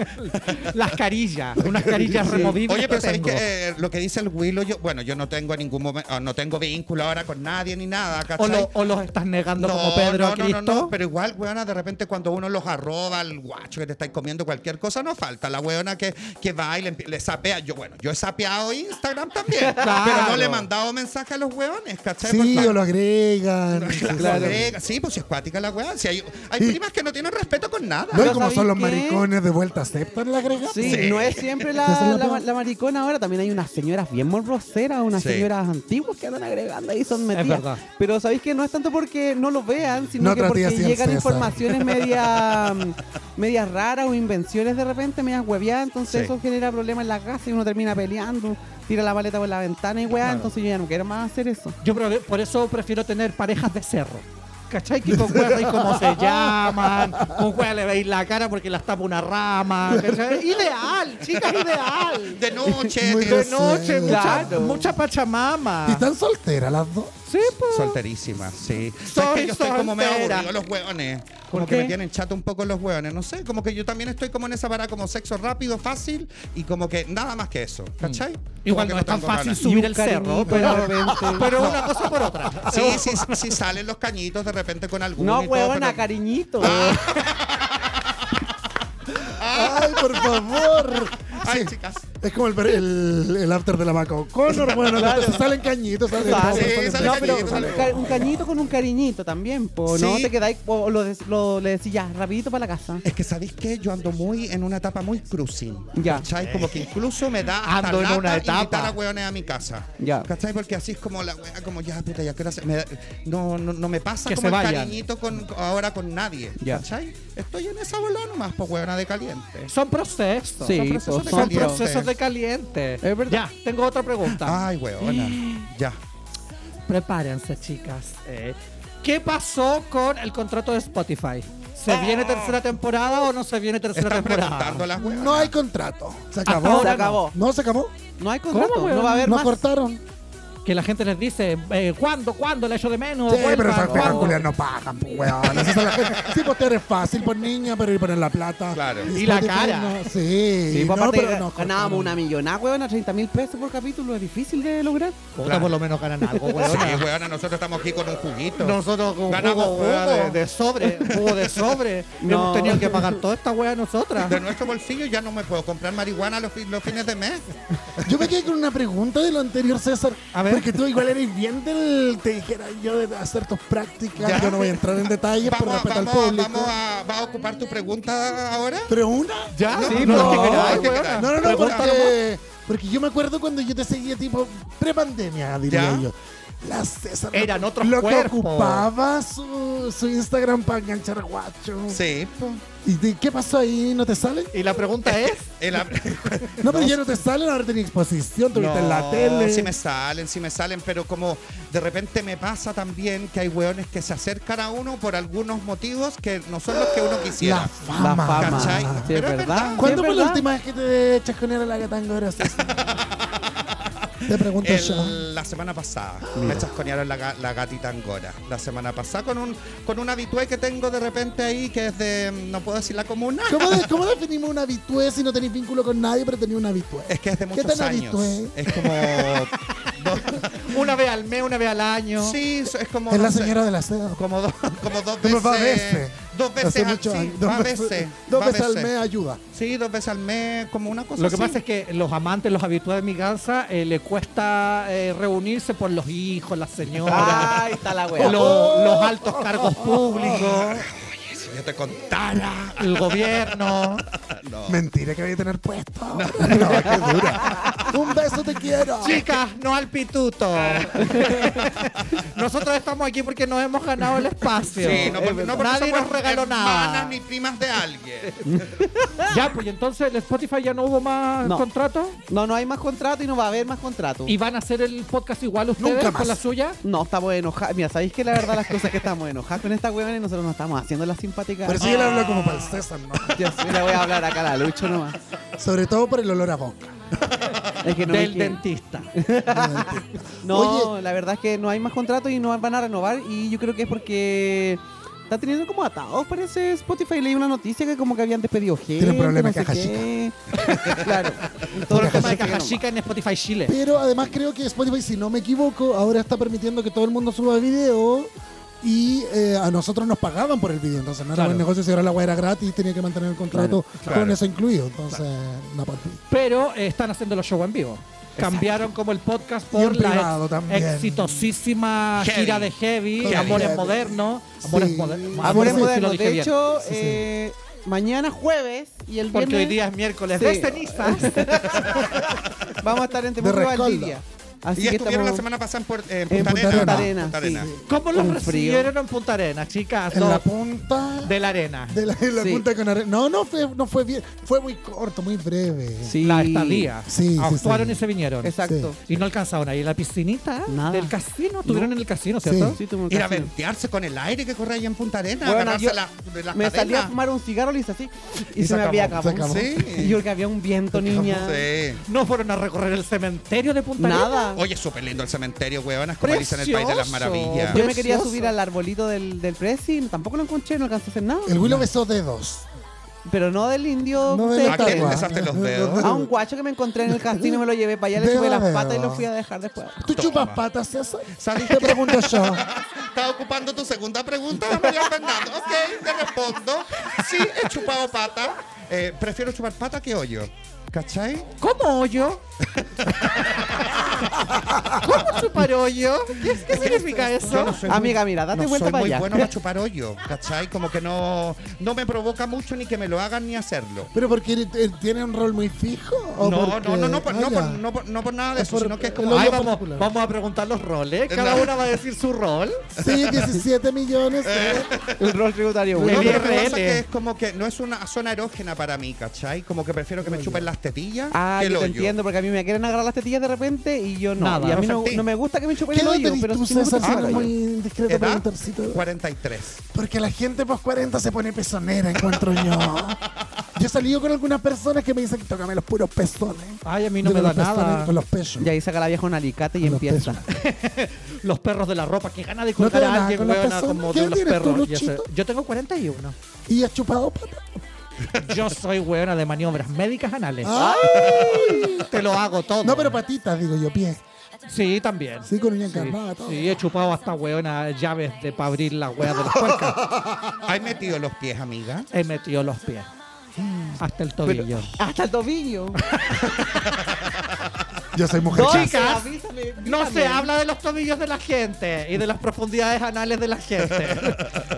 [SPEAKER 2] Las carillas. Unas carillas
[SPEAKER 4] Sí.
[SPEAKER 2] removibles.
[SPEAKER 1] Oye, pero
[SPEAKER 2] que
[SPEAKER 1] sabes
[SPEAKER 2] tengo.
[SPEAKER 1] que eh, lo que dice el Willow, yo, bueno, yo no tengo en ningún momento, ah, no tengo vínculo ahora con nadie ni nada,
[SPEAKER 2] o,
[SPEAKER 1] ¿cachai?
[SPEAKER 2] lo- o los estás negando como Pedro a
[SPEAKER 1] no,
[SPEAKER 2] Cristo.
[SPEAKER 1] No, no, pero igual, weona, de repente cuando uno los arroba al guacho que te estáis comiendo cualquier cosa, no falta la weona que, que va y le, empie- le sapea. Yo, bueno, yo he sapeado Instagram también,
[SPEAKER 2] Claro.
[SPEAKER 1] pero no le he mandado mensaje a los weones, ¿cachai?
[SPEAKER 3] Sí,
[SPEAKER 1] Porque-
[SPEAKER 3] o lo agregan.
[SPEAKER 1] Claro,
[SPEAKER 3] Sí,
[SPEAKER 1] lo
[SPEAKER 3] sí.
[SPEAKER 1] agrega. Sí, pues si es cuática la weona. Si hay hay
[SPEAKER 3] Y-
[SPEAKER 1] primas que no tienen respeto con nada.
[SPEAKER 3] No, y
[SPEAKER 4] Pero
[SPEAKER 3] como son los
[SPEAKER 4] ¿sabéis qué?
[SPEAKER 3] maricones de vuelta, aceptan la agregación.
[SPEAKER 4] Sí,
[SPEAKER 1] Sí.
[SPEAKER 4] no es siempre
[SPEAKER 3] Esa es
[SPEAKER 4] la,
[SPEAKER 3] la
[SPEAKER 4] la,
[SPEAKER 3] peor.
[SPEAKER 4] la maricona ahora. También hay unas señoras bien morroseras, unas
[SPEAKER 1] Sí.
[SPEAKER 4] señoras antiguas que andan agregando ahí, son metidas.
[SPEAKER 2] verdad.
[SPEAKER 4] Pero sabéis que no es tanto porque no los vean, sino
[SPEAKER 3] No
[SPEAKER 4] que
[SPEAKER 3] traté
[SPEAKER 4] porque
[SPEAKER 3] así al
[SPEAKER 4] llegan
[SPEAKER 3] César.
[SPEAKER 4] informaciones media, mm, media raras o invenciones de repente, medias hueviadas. Entonces
[SPEAKER 1] Sí.
[SPEAKER 4] eso genera problemas en la casa y uno termina peleando, tira la maleta por la ventana y weá. Entonces yo ya no quiero más hacer eso.
[SPEAKER 2] Yo probe- por eso prefiero tener parejas de cerro. ¿Cachai? Que con hueá y cómo se llaman, con hueá le veis la cara porque las tapa una rama. ¿cachai? Ideal, chicas, ideal.
[SPEAKER 1] De noche,
[SPEAKER 3] Muy
[SPEAKER 1] tío.
[SPEAKER 2] De noche, mucha,
[SPEAKER 4] Claro.
[SPEAKER 2] mucha pachamama.
[SPEAKER 3] Y están solteras las dos.
[SPEAKER 2] Sí, po.
[SPEAKER 1] Solterísima, sí. ¿Sabes que yo estoy como medio
[SPEAKER 2] soltera.
[SPEAKER 1] aburrido los hueones. Como
[SPEAKER 2] ¿Por
[SPEAKER 1] que me
[SPEAKER 2] qué?
[SPEAKER 1] tienen chato un poco los hueones. No sé, como que yo también estoy como en esa vara como sexo rápido, fácil y como que nada más que eso. ¿Cachai?
[SPEAKER 2] Mm. Igual
[SPEAKER 1] Como
[SPEAKER 2] no,
[SPEAKER 1] que
[SPEAKER 2] es tan
[SPEAKER 1] tengo
[SPEAKER 2] fácil
[SPEAKER 1] ganas.
[SPEAKER 2] subir
[SPEAKER 4] Y un
[SPEAKER 2] el cerro,
[SPEAKER 4] cariñito
[SPEAKER 2] pero,
[SPEAKER 4] de repente.
[SPEAKER 2] pero una cosa por otra.
[SPEAKER 1] Sí, sí, sí, sí salen los cañitos de repente con alguno.
[SPEAKER 4] No,
[SPEAKER 1] y todo,
[SPEAKER 4] huevona,
[SPEAKER 1] pero-
[SPEAKER 4] cariñito.
[SPEAKER 1] Ah.
[SPEAKER 3] Ay, por favor.
[SPEAKER 1] Ay,
[SPEAKER 3] Sí.
[SPEAKER 1] chicas.
[SPEAKER 3] Es como el, el, el after de la Maca O'Connor. Bueno, se salen cañitos, salen
[SPEAKER 4] Claro.
[SPEAKER 3] cosas,
[SPEAKER 1] Sí,
[SPEAKER 3] salen
[SPEAKER 1] sale
[SPEAKER 4] Pues No,
[SPEAKER 1] cañito,
[SPEAKER 4] pero
[SPEAKER 1] sale-
[SPEAKER 4] ca- un cañito con un cariñito también, po, ¿no?
[SPEAKER 1] Sí.
[SPEAKER 4] Te quedáis, o lo, des- lo- le decís ya, rapidito para la casa.
[SPEAKER 1] Es que sabéis que yo ando muy en una etapa muy cruising.
[SPEAKER 4] Ya.
[SPEAKER 1] ¿Cachai? Como que incluso me da hasta
[SPEAKER 2] Ando en
[SPEAKER 1] lata
[SPEAKER 2] una etapa.
[SPEAKER 1] invitar a hueones a mi casa.
[SPEAKER 4] Ya.
[SPEAKER 1] ¿Cachai? Porque así es como la hueá, como ya puta, ya quiero hacer. Me da- no, no, no me pasa
[SPEAKER 2] Que
[SPEAKER 1] como
[SPEAKER 2] se
[SPEAKER 1] el
[SPEAKER 2] vayan.
[SPEAKER 1] cariñito con, ahora con nadie.
[SPEAKER 4] Ya.
[SPEAKER 1] ¿Cachai? Estoy en esa bola nomás, pues hueona de caliente.
[SPEAKER 2] Son procesos.
[SPEAKER 4] Sí,
[SPEAKER 2] son
[SPEAKER 4] pues,
[SPEAKER 2] procesos, de,
[SPEAKER 4] son
[SPEAKER 2] caliente. procesos
[SPEAKER 1] procesos.
[SPEAKER 2] de caliente.
[SPEAKER 4] Es verdad.
[SPEAKER 2] Ya, tengo otra pregunta.
[SPEAKER 1] Ay, hueona. ya.
[SPEAKER 2] Prepárense, chicas. Eh, ¿Qué pasó con el contrato de Spotify? ¿Se
[SPEAKER 1] Ah.
[SPEAKER 2] viene tercera temporada o no se viene tercera
[SPEAKER 1] Están preguntando
[SPEAKER 2] temporada?
[SPEAKER 1] las
[SPEAKER 3] cañitos.
[SPEAKER 1] hueonas.
[SPEAKER 3] No hay contrato. Se acabó.
[SPEAKER 2] ahora
[SPEAKER 4] se
[SPEAKER 2] no.
[SPEAKER 4] acabó.
[SPEAKER 3] No se acabó.
[SPEAKER 4] No hay contrato,
[SPEAKER 2] weón?
[SPEAKER 4] no va a haber
[SPEAKER 3] Nos
[SPEAKER 4] más.
[SPEAKER 3] cortaron.
[SPEAKER 2] que la gente les dice, eh, ¿cuándo, cuándo le echo de menos?
[SPEAKER 3] Sí, pero
[SPEAKER 2] Vuelvan,
[SPEAKER 3] esas viejas
[SPEAKER 2] ¿cuándo?".
[SPEAKER 3] culias no pagan, pues, weón. Esa es la gente. Sí, pues tú eres fácil, pues niña, pero y poner la plata.
[SPEAKER 1] Claro.
[SPEAKER 2] Y la
[SPEAKER 3] Spotify
[SPEAKER 2] cara.
[SPEAKER 3] no- sí,
[SPEAKER 4] Sí, pues,
[SPEAKER 3] no,
[SPEAKER 4] aparte
[SPEAKER 3] pero
[SPEAKER 4] que
[SPEAKER 3] nos cortaron.
[SPEAKER 4] ganábamos una millonada, weón, a 30 mil pesos por capítulo. Es difícil de lograr.
[SPEAKER 2] Puta,
[SPEAKER 1] Claro.
[SPEAKER 2] por lo menos ganan algo,
[SPEAKER 1] Sí,
[SPEAKER 2] weón.
[SPEAKER 1] weona, nosotros estamos aquí con un juguito.
[SPEAKER 2] Nosotros con
[SPEAKER 1] Ganamos
[SPEAKER 2] jugo, weá,
[SPEAKER 1] jugo.
[SPEAKER 2] De, de sobre, jugo de sobre.
[SPEAKER 4] No.
[SPEAKER 2] Hemos tenido que pagar toda esta weá nosotras.
[SPEAKER 1] De nuestro bolsillo ya no me puedo comprar marihuana los, fi- los fines de mes.
[SPEAKER 3] Yo me quedé con una pregunta de lo anterior, César.
[SPEAKER 2] A ver.
[SPEAKER 3] Porque tú igual eres bien del. Te dijera yo de hacer tus prácticas.
[SPEAKER 1] Ya.
[SPEAKER 3] Yo no voy a entrar en detalles por
[SPEAKER 1] Vamos,
[SPEAKER 3] respeto al
[SPEAKER 1] vamos,
[SPEAKER 3] público.
[SPEAKER 1] vamos a, ¿Va a ocupar tu pregunta ahora?
[SPEAKER 3] Pero una.
[SPEAKER 2] Ya,
[SPEAKER 1] No,
[SPEAKER 2] sí,
[SPEAKER 1] no,
[SPEAKER 2] pero
[SPEAKER 1] no,
[SPEAKER 2] que queráis,
[SPEAKER 1] hay que
[SPEAKER 2] weona.
[SPEAKER 1] quedar.
[SPEAKER 3] No, no, no,
[SPEAKER 2] Pregúntalo
[SPEAKER 3] porque, porque yo me acuerdo cuando yo te seguía, tipo, prepandemia, diría
[SPEAKER 1] Ya.
[SPEAKER 3] yo. La César.
[SPEAKER 2] Eran otros
[SPEAKER 3] Lo que
[SPEAKER 2] cuerpos.
[SPEAKER 3] ocupaba su, su Instagram para enganchar guacho.
[SPEAKER 1] Sí. po.
[SPEAKER 3] ¿Y de qué pasó ahí? ¿No te salen?
[SPEAKER 2] Y la pregunta es,
[SPEAKER 1] El ab-
[SPEAKER 3] No, pero ya no te salen, ahora tenés exposición, tuviste en la
[SPEAKER 1] No,
[SPEAKER 3] tele.
[SPEAKER 1] Sí me salen, sí me salen, pero como de repente me pasa también que hay weones que se acercan a uno por algunos motivos que no son los que uno
[SPEAKER 3] La
[SPEAKER 1] quisiera.
[SPEAKER 3] fama.
[SPEAKER 4] La fama.
[SPEAKER 1] ¿Cachai?
[SPEAKER 4] Sí, es
[SPEAKER 1] Pero es
[SPEAKER 4] verdad.
[SPEAKER 1] verdad.
[SPEAKER 3] ¿Cuándo
[SPEAKER 4] Sí, es
[SPEAKER 3] fue la
[SPEAKER 4] verdad.
[SPEAKER 3] última vez que te chasconearon la gatangora? César? te pregunto
[SPEAKER 1] El-
[SPEAKER 3] yo.
[SPEAKER 1] la semana pasada me chasconearon la, ga- la gatita angora. La semana pasada con un con un habitué que tengo de repente ahí que es de no puedo decir la comuna.
[SPEAKER 3] ¿Cómo, de- cómo definimos una habitué si no tenéis vínculo con nadie, pero tenéis una habitué?
[SPEAKER 1] Es que es de
[SPEAKER 3] ¿Qué
[SPEAKER 1] muchos
[SPEAKER 3] tan
[SPEAKER 1] años.
[SPEAKER 3] habitué?
[SPEAKER 1] Es como dos-
[SPEAKER 2] una vez al mes, una vez al año.
[SPEAKER 1] sí, es como
[SPEAKER 3] Es la
[SPEAKER 1] no sé,
[SPEAKER 3] señora de la seda.
[SPEAKER 1] como dos como dos
[SPEAKER 3] Pero
[SPEAKER 1] veces,
[SPEAKER 3] va a veces.
[SPEAKER 1] dos veces
[SPEAKER 3] Hace
[SPEAKER 1] al-
[SPEAKER 3] muchos
[SPEAKER 1] sí,
[SPEAKER 3] años.
[SPEAKER 1] va
[SPEAKER 3] Dos
[SPEAKER 1] a veces,
[SPEAKER 3] veces, dos
[SPEAKER 1] va a
[SPEAKER 3] veces al
[SPEAKER 1] veces.
[SPEAKER 3] mes ayuda.
[SPEAKER 1] Sí, dos veces al mes, como una cosa
[SPEAKER 2] Lo que
[SPEAKER 1] así.
[SPEAKER 2] pasa es que los amantes, los habituales de mi casa, eh, le cuesta eh, reunirse por los hijos, las señoras,
[SPEAKER 4] Ahí está la
[SPEAKER 2] los,
[SPEAKER 4] weá.
[SPEAKER 2] los altos cargos públicos,
[SPEAKER 1] Si yo te contara.
[SPEAKER 2] el gobierno.
[SPEAKER 3] Mentira que voy a tener puesto. No, qué dura. Un beso te quiero.
[SPEAKER 2] Chicas, no al pituto. Nosotros estamos aquí porque nos hemos ganado el espacio.
[SPEAKER 1] Sí, no porque, no porque
[SPEAKER 2] Nadie
[SPEAKER 1] somos
[SPEAKER 2] nos regaló
[SPEAKER 1] hermanas
[SPEAKER 2] nada.
[SPEAKER 1] ni primas de alguien.
[SPEAKER 2] Ya, pues y entonces el Spotify ya no hubo más
[SPEAKER 4] No.
[SPEAKER 2] contrato.
[SPEAKER 4] No, no hay más contrato y no va a haber más contrato.
[SPEAKER 2] ¿Y van a hacer el podcast igual ustedes
[SPEAKER 3] Nunca más.
[SPEAKER 2] con la suya?
[SPEAKER 4] No, estamos enojados. Mira, ¿sabéis que la verdad las cosas que estamos enojados con esta weón y nosotros no estamos haciendo la simpática?
[SPEAKER 3] Por eso yo le hablo como para el César, ¿no?
[SPEAKER 4] Yo sí le voy a hablar acá a la Lucho nomás.
[SPEAKER 3] Sobre todo por el olor a boca.
[SPEAKER 4] Es que no me
[SPEAKER 2] Del
[SPEAKER 4] quiere.
[SPEAKER 2] dentista.
[SPEAKER 4] No,
[SPEAKER 3] Oye.
[SPEAKER 4] la verdad es que no hay más contratos y no van a renovar y yo creo que es porque está teniendo como atados parece Spotify. Leí una noticia que como que habían despedido gente.
[SPEAKER 3] problemas
[SPEAKER 4] no
[SPEAKER 3] en
[SPEAKER 4] sé qué. claro.
[SPEAKER 2] Por
[SPEAKER 4] Entonces,
[SPEAKER 2] el tema de
[SPEAKER 4] parece que no.
[SPEAKER 2] caja chica en Spotify Chile.
[SPEAKER 3] Pero además creo que Spotify, si no me equivoco, ahora está permitiendo que todo el mundo suba video y eh, a nosotros nos pagaban por el video. Entonces no era
[SPEAKER 2] Claro.
[SPEAKER 3] buen negocio si ahora la wea era gratis, tenía que mantener el contrato
[SPEAKER 1] Claro.
[SPEAKER 3] con eso incluido. Entonces, pues, una partida.
[SPEAKER 2] Pero eh, están haciendo los shows en vivo. Cambiaron como el podcast
[SPEAKER 3] Y en
[SPEAKER 2] por la
[SPEAKER 3] privado
[SPEAKER 2] ex-
[SPEAKER 3] también.
[SPEAKER 2] exitosísima
[SPEAKER 1] Heavy.
[SPEAKER 2] gira de Heavy,
[SPEAKER 1] Heavy.
[SPEAKER 2] Amores
[SPEAKER 3] Heavy.
[SPEAKER 2] Modernos.
[SPEAKER 3] Sí.
[SPEAKER 2] Amores, moder-
[SPEAKER 3] Amores
[SPEAKER 4] Amores
[SPEAKER 2] no sé si lo
[SPEAKER 4] modernos.
[SPEAKER 2] dije
[SPEAKER 4] De
[SPEAKER 2] bien.
[SPEAKER 4] hecho,
[SPEAKER 3] Sí, sí.
[SPEAKER 4] eh, mañana jueves y el
[SPEAKER 2] porque hoy
[SPEAKER 4] viernes
[SPEAKER 2] día es miércoles
[SPEAKER 4] Sí.
[SPEAKER 2] de cenizas.
[SPEAKER 4] vamos a estar en
[SPEAKER 3] De
[SPEAKER 4] Temuco y
[SPEAKER 3] rescoldo.
[SPEAKER 4] Valdivia. Así
[SPEAKER 1] y
[SPEAKER 4] que
[SPEAKER 1] estuvieron
[SPEAKER 4] estamos
[SPEAKER 1] la semana pasada en, Puer- en
[SPEAKER 3] En
[SPEAKER 1] Punta
[SPEAKER 3] Punta
[SPEAKER 1] Arenas. ¿no?
[SPEAKER 3] Arenas.
[SPEAKER 4] Arena,
[SPEAKER 1] Punta
[SPEAKER 4] sí.
[SPEAKER 1] Arenas.
[SPEAKER 2] ¿Cómo los
[SPEAKER 4] Con frío.
[SPEAKER 2] recibieron en Punta Arenas, chicas?
[SPEAKER 3] En
[SPEAKER 2] No,
[SPEAKER 3] la punta.
[SPEAKER 2] de la arena.
[SPEAKER 3] De la, de la
[SPEAKER 4] Sí.
[SPEAKER 3] punta con arena. No, no fue, no fue bien. Fue muy corto, muy breve.
[SPEAKER 4] Sí.
[SPEAKER 2] La estadía.
[SPEAKER 3] Sí, sí,
[SPEAKER 2] Ah, Actuaron
[SPEAKER 3] sí.
[SPEAKER 2] y se vinieron.
[SPEAKER 4] Exacto.
[SPEAKER 2] Y no alcanzaron ahí en la piscinita
[SPEAKER 4] Nada.
[SPEAKER 2] del casino. Estuvieron
[SPEAKER 4] No.
[SPEAKER 2] en el casino,
[SPEAKER 3] Sí.
[SPEAKER 2] ¿cierto?
[SPEAKER 4] Sí, tuvimos
[SPEAKER 1] Ir a
[SPEAKER 4] ocasión.
[SPEAKER 1] ventearse con el aire que corre allá en Punta Arenas.
[SPEAKER 4] Bueno,
[SPEAKER 1] agarrarse
[SPEAKER 4] yo-
[SPEAKER 1] la- de las
[SPEAKER 4] Me salí a
[SPEAKER 1] cadenas.
[SPEAKER 4] fumar un cigarro y le hice así. Y,
[SPEAKER 3] Y
[SPEAKER 4] se,
[SPEAKER 3] se
[SPEAKER 4] me había
[SPEAKER 3] acabó,
[SPEAKER 4] acabado.
[SPEAKER 3] se acabó.
[SPEAKER 1] Sí.
[SPEAKER 4] Y yo creo que había un viento, niña.
[SPEAKER 1] Sí.
[SPEAKER 2] No fueron a recorrer el cementerio de Punta Arenas.
[SPEAKER 4] Nada.
[SPEAKER 1] Oye, súper lindo el cementerio, weonas, como dicen en el país de las
[SPEAKER 2] Precioso.
[SPEAKER 1] maravillas.
[SPEAKER 4] Yo me quería
[SPEAKER 2] Precioso.
[SPEAKER 4] subir al arbolito del, del Prezi, tampoco lo encontré, no alcancé a hacer nada.
[SPEAKER 3] El Willow besó dedos.
[SPEAKER 4] Pero no del indio.
[SPEAKER 3] No de
[SPEAKER 4] ustedes
[SPEAKER 3] la
[SPEAKER 1] ¿A quién
[SPEAKER 4] creen.
[SPEAKER 3] tagua.
[SPEAKER 1] Ah, besaste los dedos?
[SPEAKER 4] a un guacho que me encontré en el castillo me lo llevé para allá, le
[SPEAKER 3] Dedo
[SPEAKER 4] subí
[SPEAKER 3] a
[SPEAKER 4] las
[SPEAKER 3] dedo.
[SPEAKER 4] patas y lo fui a dejar después.
[SPEAKER 3] ¿Tú chupas
[SPEAKER 1] Toma.
[SPEAKER 3] patas, César?
[SPEAKER 1] ¿Sabes
[SPEAKER 3] Te
[SPEAKER 1] qué?
[SPEAKER 3] pregunto yo.
[SPEAKER 1] Estaba ocupando tu segunda pregunta, María Fernando. Ok, te respondo. Sí, he chupado pata. Eh, prefiero chupar pata que hoyo. ¿Cachai?
[SPEAKER 2] ¿Cómo hoyo? ¿Cómo chupar hoyo? ¿Qué, qué significa
[SPEAKER 1] Yo
[SPEAKER 2] eso?
[SPEAKER 1] no soy
[SPEAKER 4] Amiga,
[SPEAKER 1] muy-
[SPEAKER 4] mira, date
[SPEAKER 1] no
[SPEAKER 4] vuelta
[SPEAKER 1] soy
[SPEAKER 4] para
[SPEAKER 1] muy
[SPEAKER 4] allá.
[SPEAKER 1] bueno para chupar hoyo, ¿cachai? Como que no, no me provoca mucho ni que me lo hagan ni hacerlo.
[SPEAKER 3] ¿Pero porque él- él tiene un rol muy fijo?
[SPEAKER 1] No,
[SPEAKER 3] ¿O
[SPEAKER 1] no,
[SPEAKER 3] porque-
[SPEAKER 1] no, no, por-
[SPEAKER 3] Ah,
[SPEAKER 1] no,
[SPEAKER 3] ya.
[SPEAKER 1] por, no, por, no por nada de
[SPEAKER 3] Es
[SPEAKER 1] eso,
[SPEAKER 3] por-
[SPEAKER 1] sino que es
[SPEAKER 3] el
[SPEAKER 1] como...
[SPEAKER 3] hoyo
[SPEAKER 2] Ay,
[SPEAKER 1] Ay,
[SPEAKER 2] vamos,
[SPEAKER 3] particular.
[SPEAKER 2] vamos a preguntar los roles. Cada una va a decir su rol.
[SPEAKER 3] Sí, 17 millones.
[SPEAKER 1] Eh.
[SPEAKER 4] El rol tributario,
[SPEAKER 1] no,
[SPEAKER 2] el
[SPEAKER 1] pero lo que pasa
[SPEAKER 2] IRL.
[SPEAKER 1] es que es como que no es una zona erógena para mí, ¿cachai? Como que prefiero que me chupen las tetillas
[SPEAKER 4] Oh, Ah,
[SPEAKER 1] que el
[SPEAKER 4] yo te
[SPEAKER 1] hoyo.
[SPEAKER 4] entiendo, porque a mí me quieren agarrar las tetillas de repente y yo no.
[SPEAKER 2] Nada,
[SPEAKER 4] y a mí
[SPEAKER 1] no
[SPEAKER 4] no,
[SPEAKER 1] sentí.
[SPEAKER 4] no me gusta que me chupen
[SPEAKER 3] ¿Qué
[SPEAKER 4] el
[SPEAKER 3] edad
[SPEAKER 4] hoyo,
[SPEAKER 3] tenés
[SPEAKER 4] pero
[SPEAKER 3] tú,
[SPEAKER 4] sí me gusta
[SPEAKER 3] César?
[SPEAKER 4] que
[SPEAKER 3] Si no es
[SPEAKER 4] me chupen el
[SPEAKER 3] muy
[SPEAKER 4] hoyo.
[SPEAKER 3] indiscreto
[SPEAKER 1] ¿Edad?
[SPEAKER 3] preguntarcito.
[SPEAKER 1] 43.
[SPEAKER 3] Porque la gente post 40 se pone pezonera, encuentro yo. Yo he salido con algunas personas que me dicen que tócame los puros pezones.
[SPEAKER 2] Ay, a mí no me
[SPEAKER 3] Digo,
[SPEAKER 2] da
[SPEAKER 3] los pezones,
[SPEAKER 2] nada.
[SPEAKER 3] Con los pechos.
[SPEAKER 4] Y ahí saca la vieja un alicate y
[SPEAKER 3] Con los
[SPEAKER 4] empieza.
[SPEAKER 2] Los perros de la ropa, qué gana de
[SPEAKER 3] te
[SPEAKER 2] contar
[SPEAKER 3] da
[SPEAKER 2] a
[SPEAKER 3] nada
[SPEAKER 2] alguien,
[SPEAKER 3] con las
[SPEAKER 2] weona,
[SPEAKER 3] personas?
[SPEAKER 2] como
[SPEAKER 3] ¿Qué
[SPEAKER 2] de los
[SPEAKER 3] tienes tú,
[SPEAKER 2] perros. Ya sé.
[SPEAKER 3] Luchito?
[SPEAKER 2] Yo tengo 41.
[SPEAKER 3] Y has chupado pata.
[SPEAKER 2] Yo soy weona de maniobras médicas anales.
[SPEAKER 3] ¡Ay!
[SPEAKER 2] Te lo hago todo.
[SPEAKER 3] No, pero patitas, digo yo, pie.
[SPEAKER 2] Sí, también.
[SPEAKER 3] Sí, con uña
[SPEAKER 2] Sí,
[SPEAKER 3] encarnada, todo.
[SPEAKER 2] sí, he chupado hasta weona llaves de para abrir las weas de las puercas.
[SPEAKER 1] ¿Has metido los pies, amiga?
[SPEAKER 2] He metido los pies.
[SPEAKER 3] Mm.
[SPEAKER 2] Hasta el tobillo.
[SPEAKER 4] Hasta el tobillo.
[SPEAKER 3] Yo soy mujer.
[SPEAKER 2] No,
[SPEAKER 3] chas.
[SPEAKER 2] Chicas,
[SPEAKER 4] avísame,
[SPEAKER 2] No se
[SPEAKER 4] avísame.
[SPEAKER 2] habla de los tobillos de la gente y de las profundidades anales de la gente.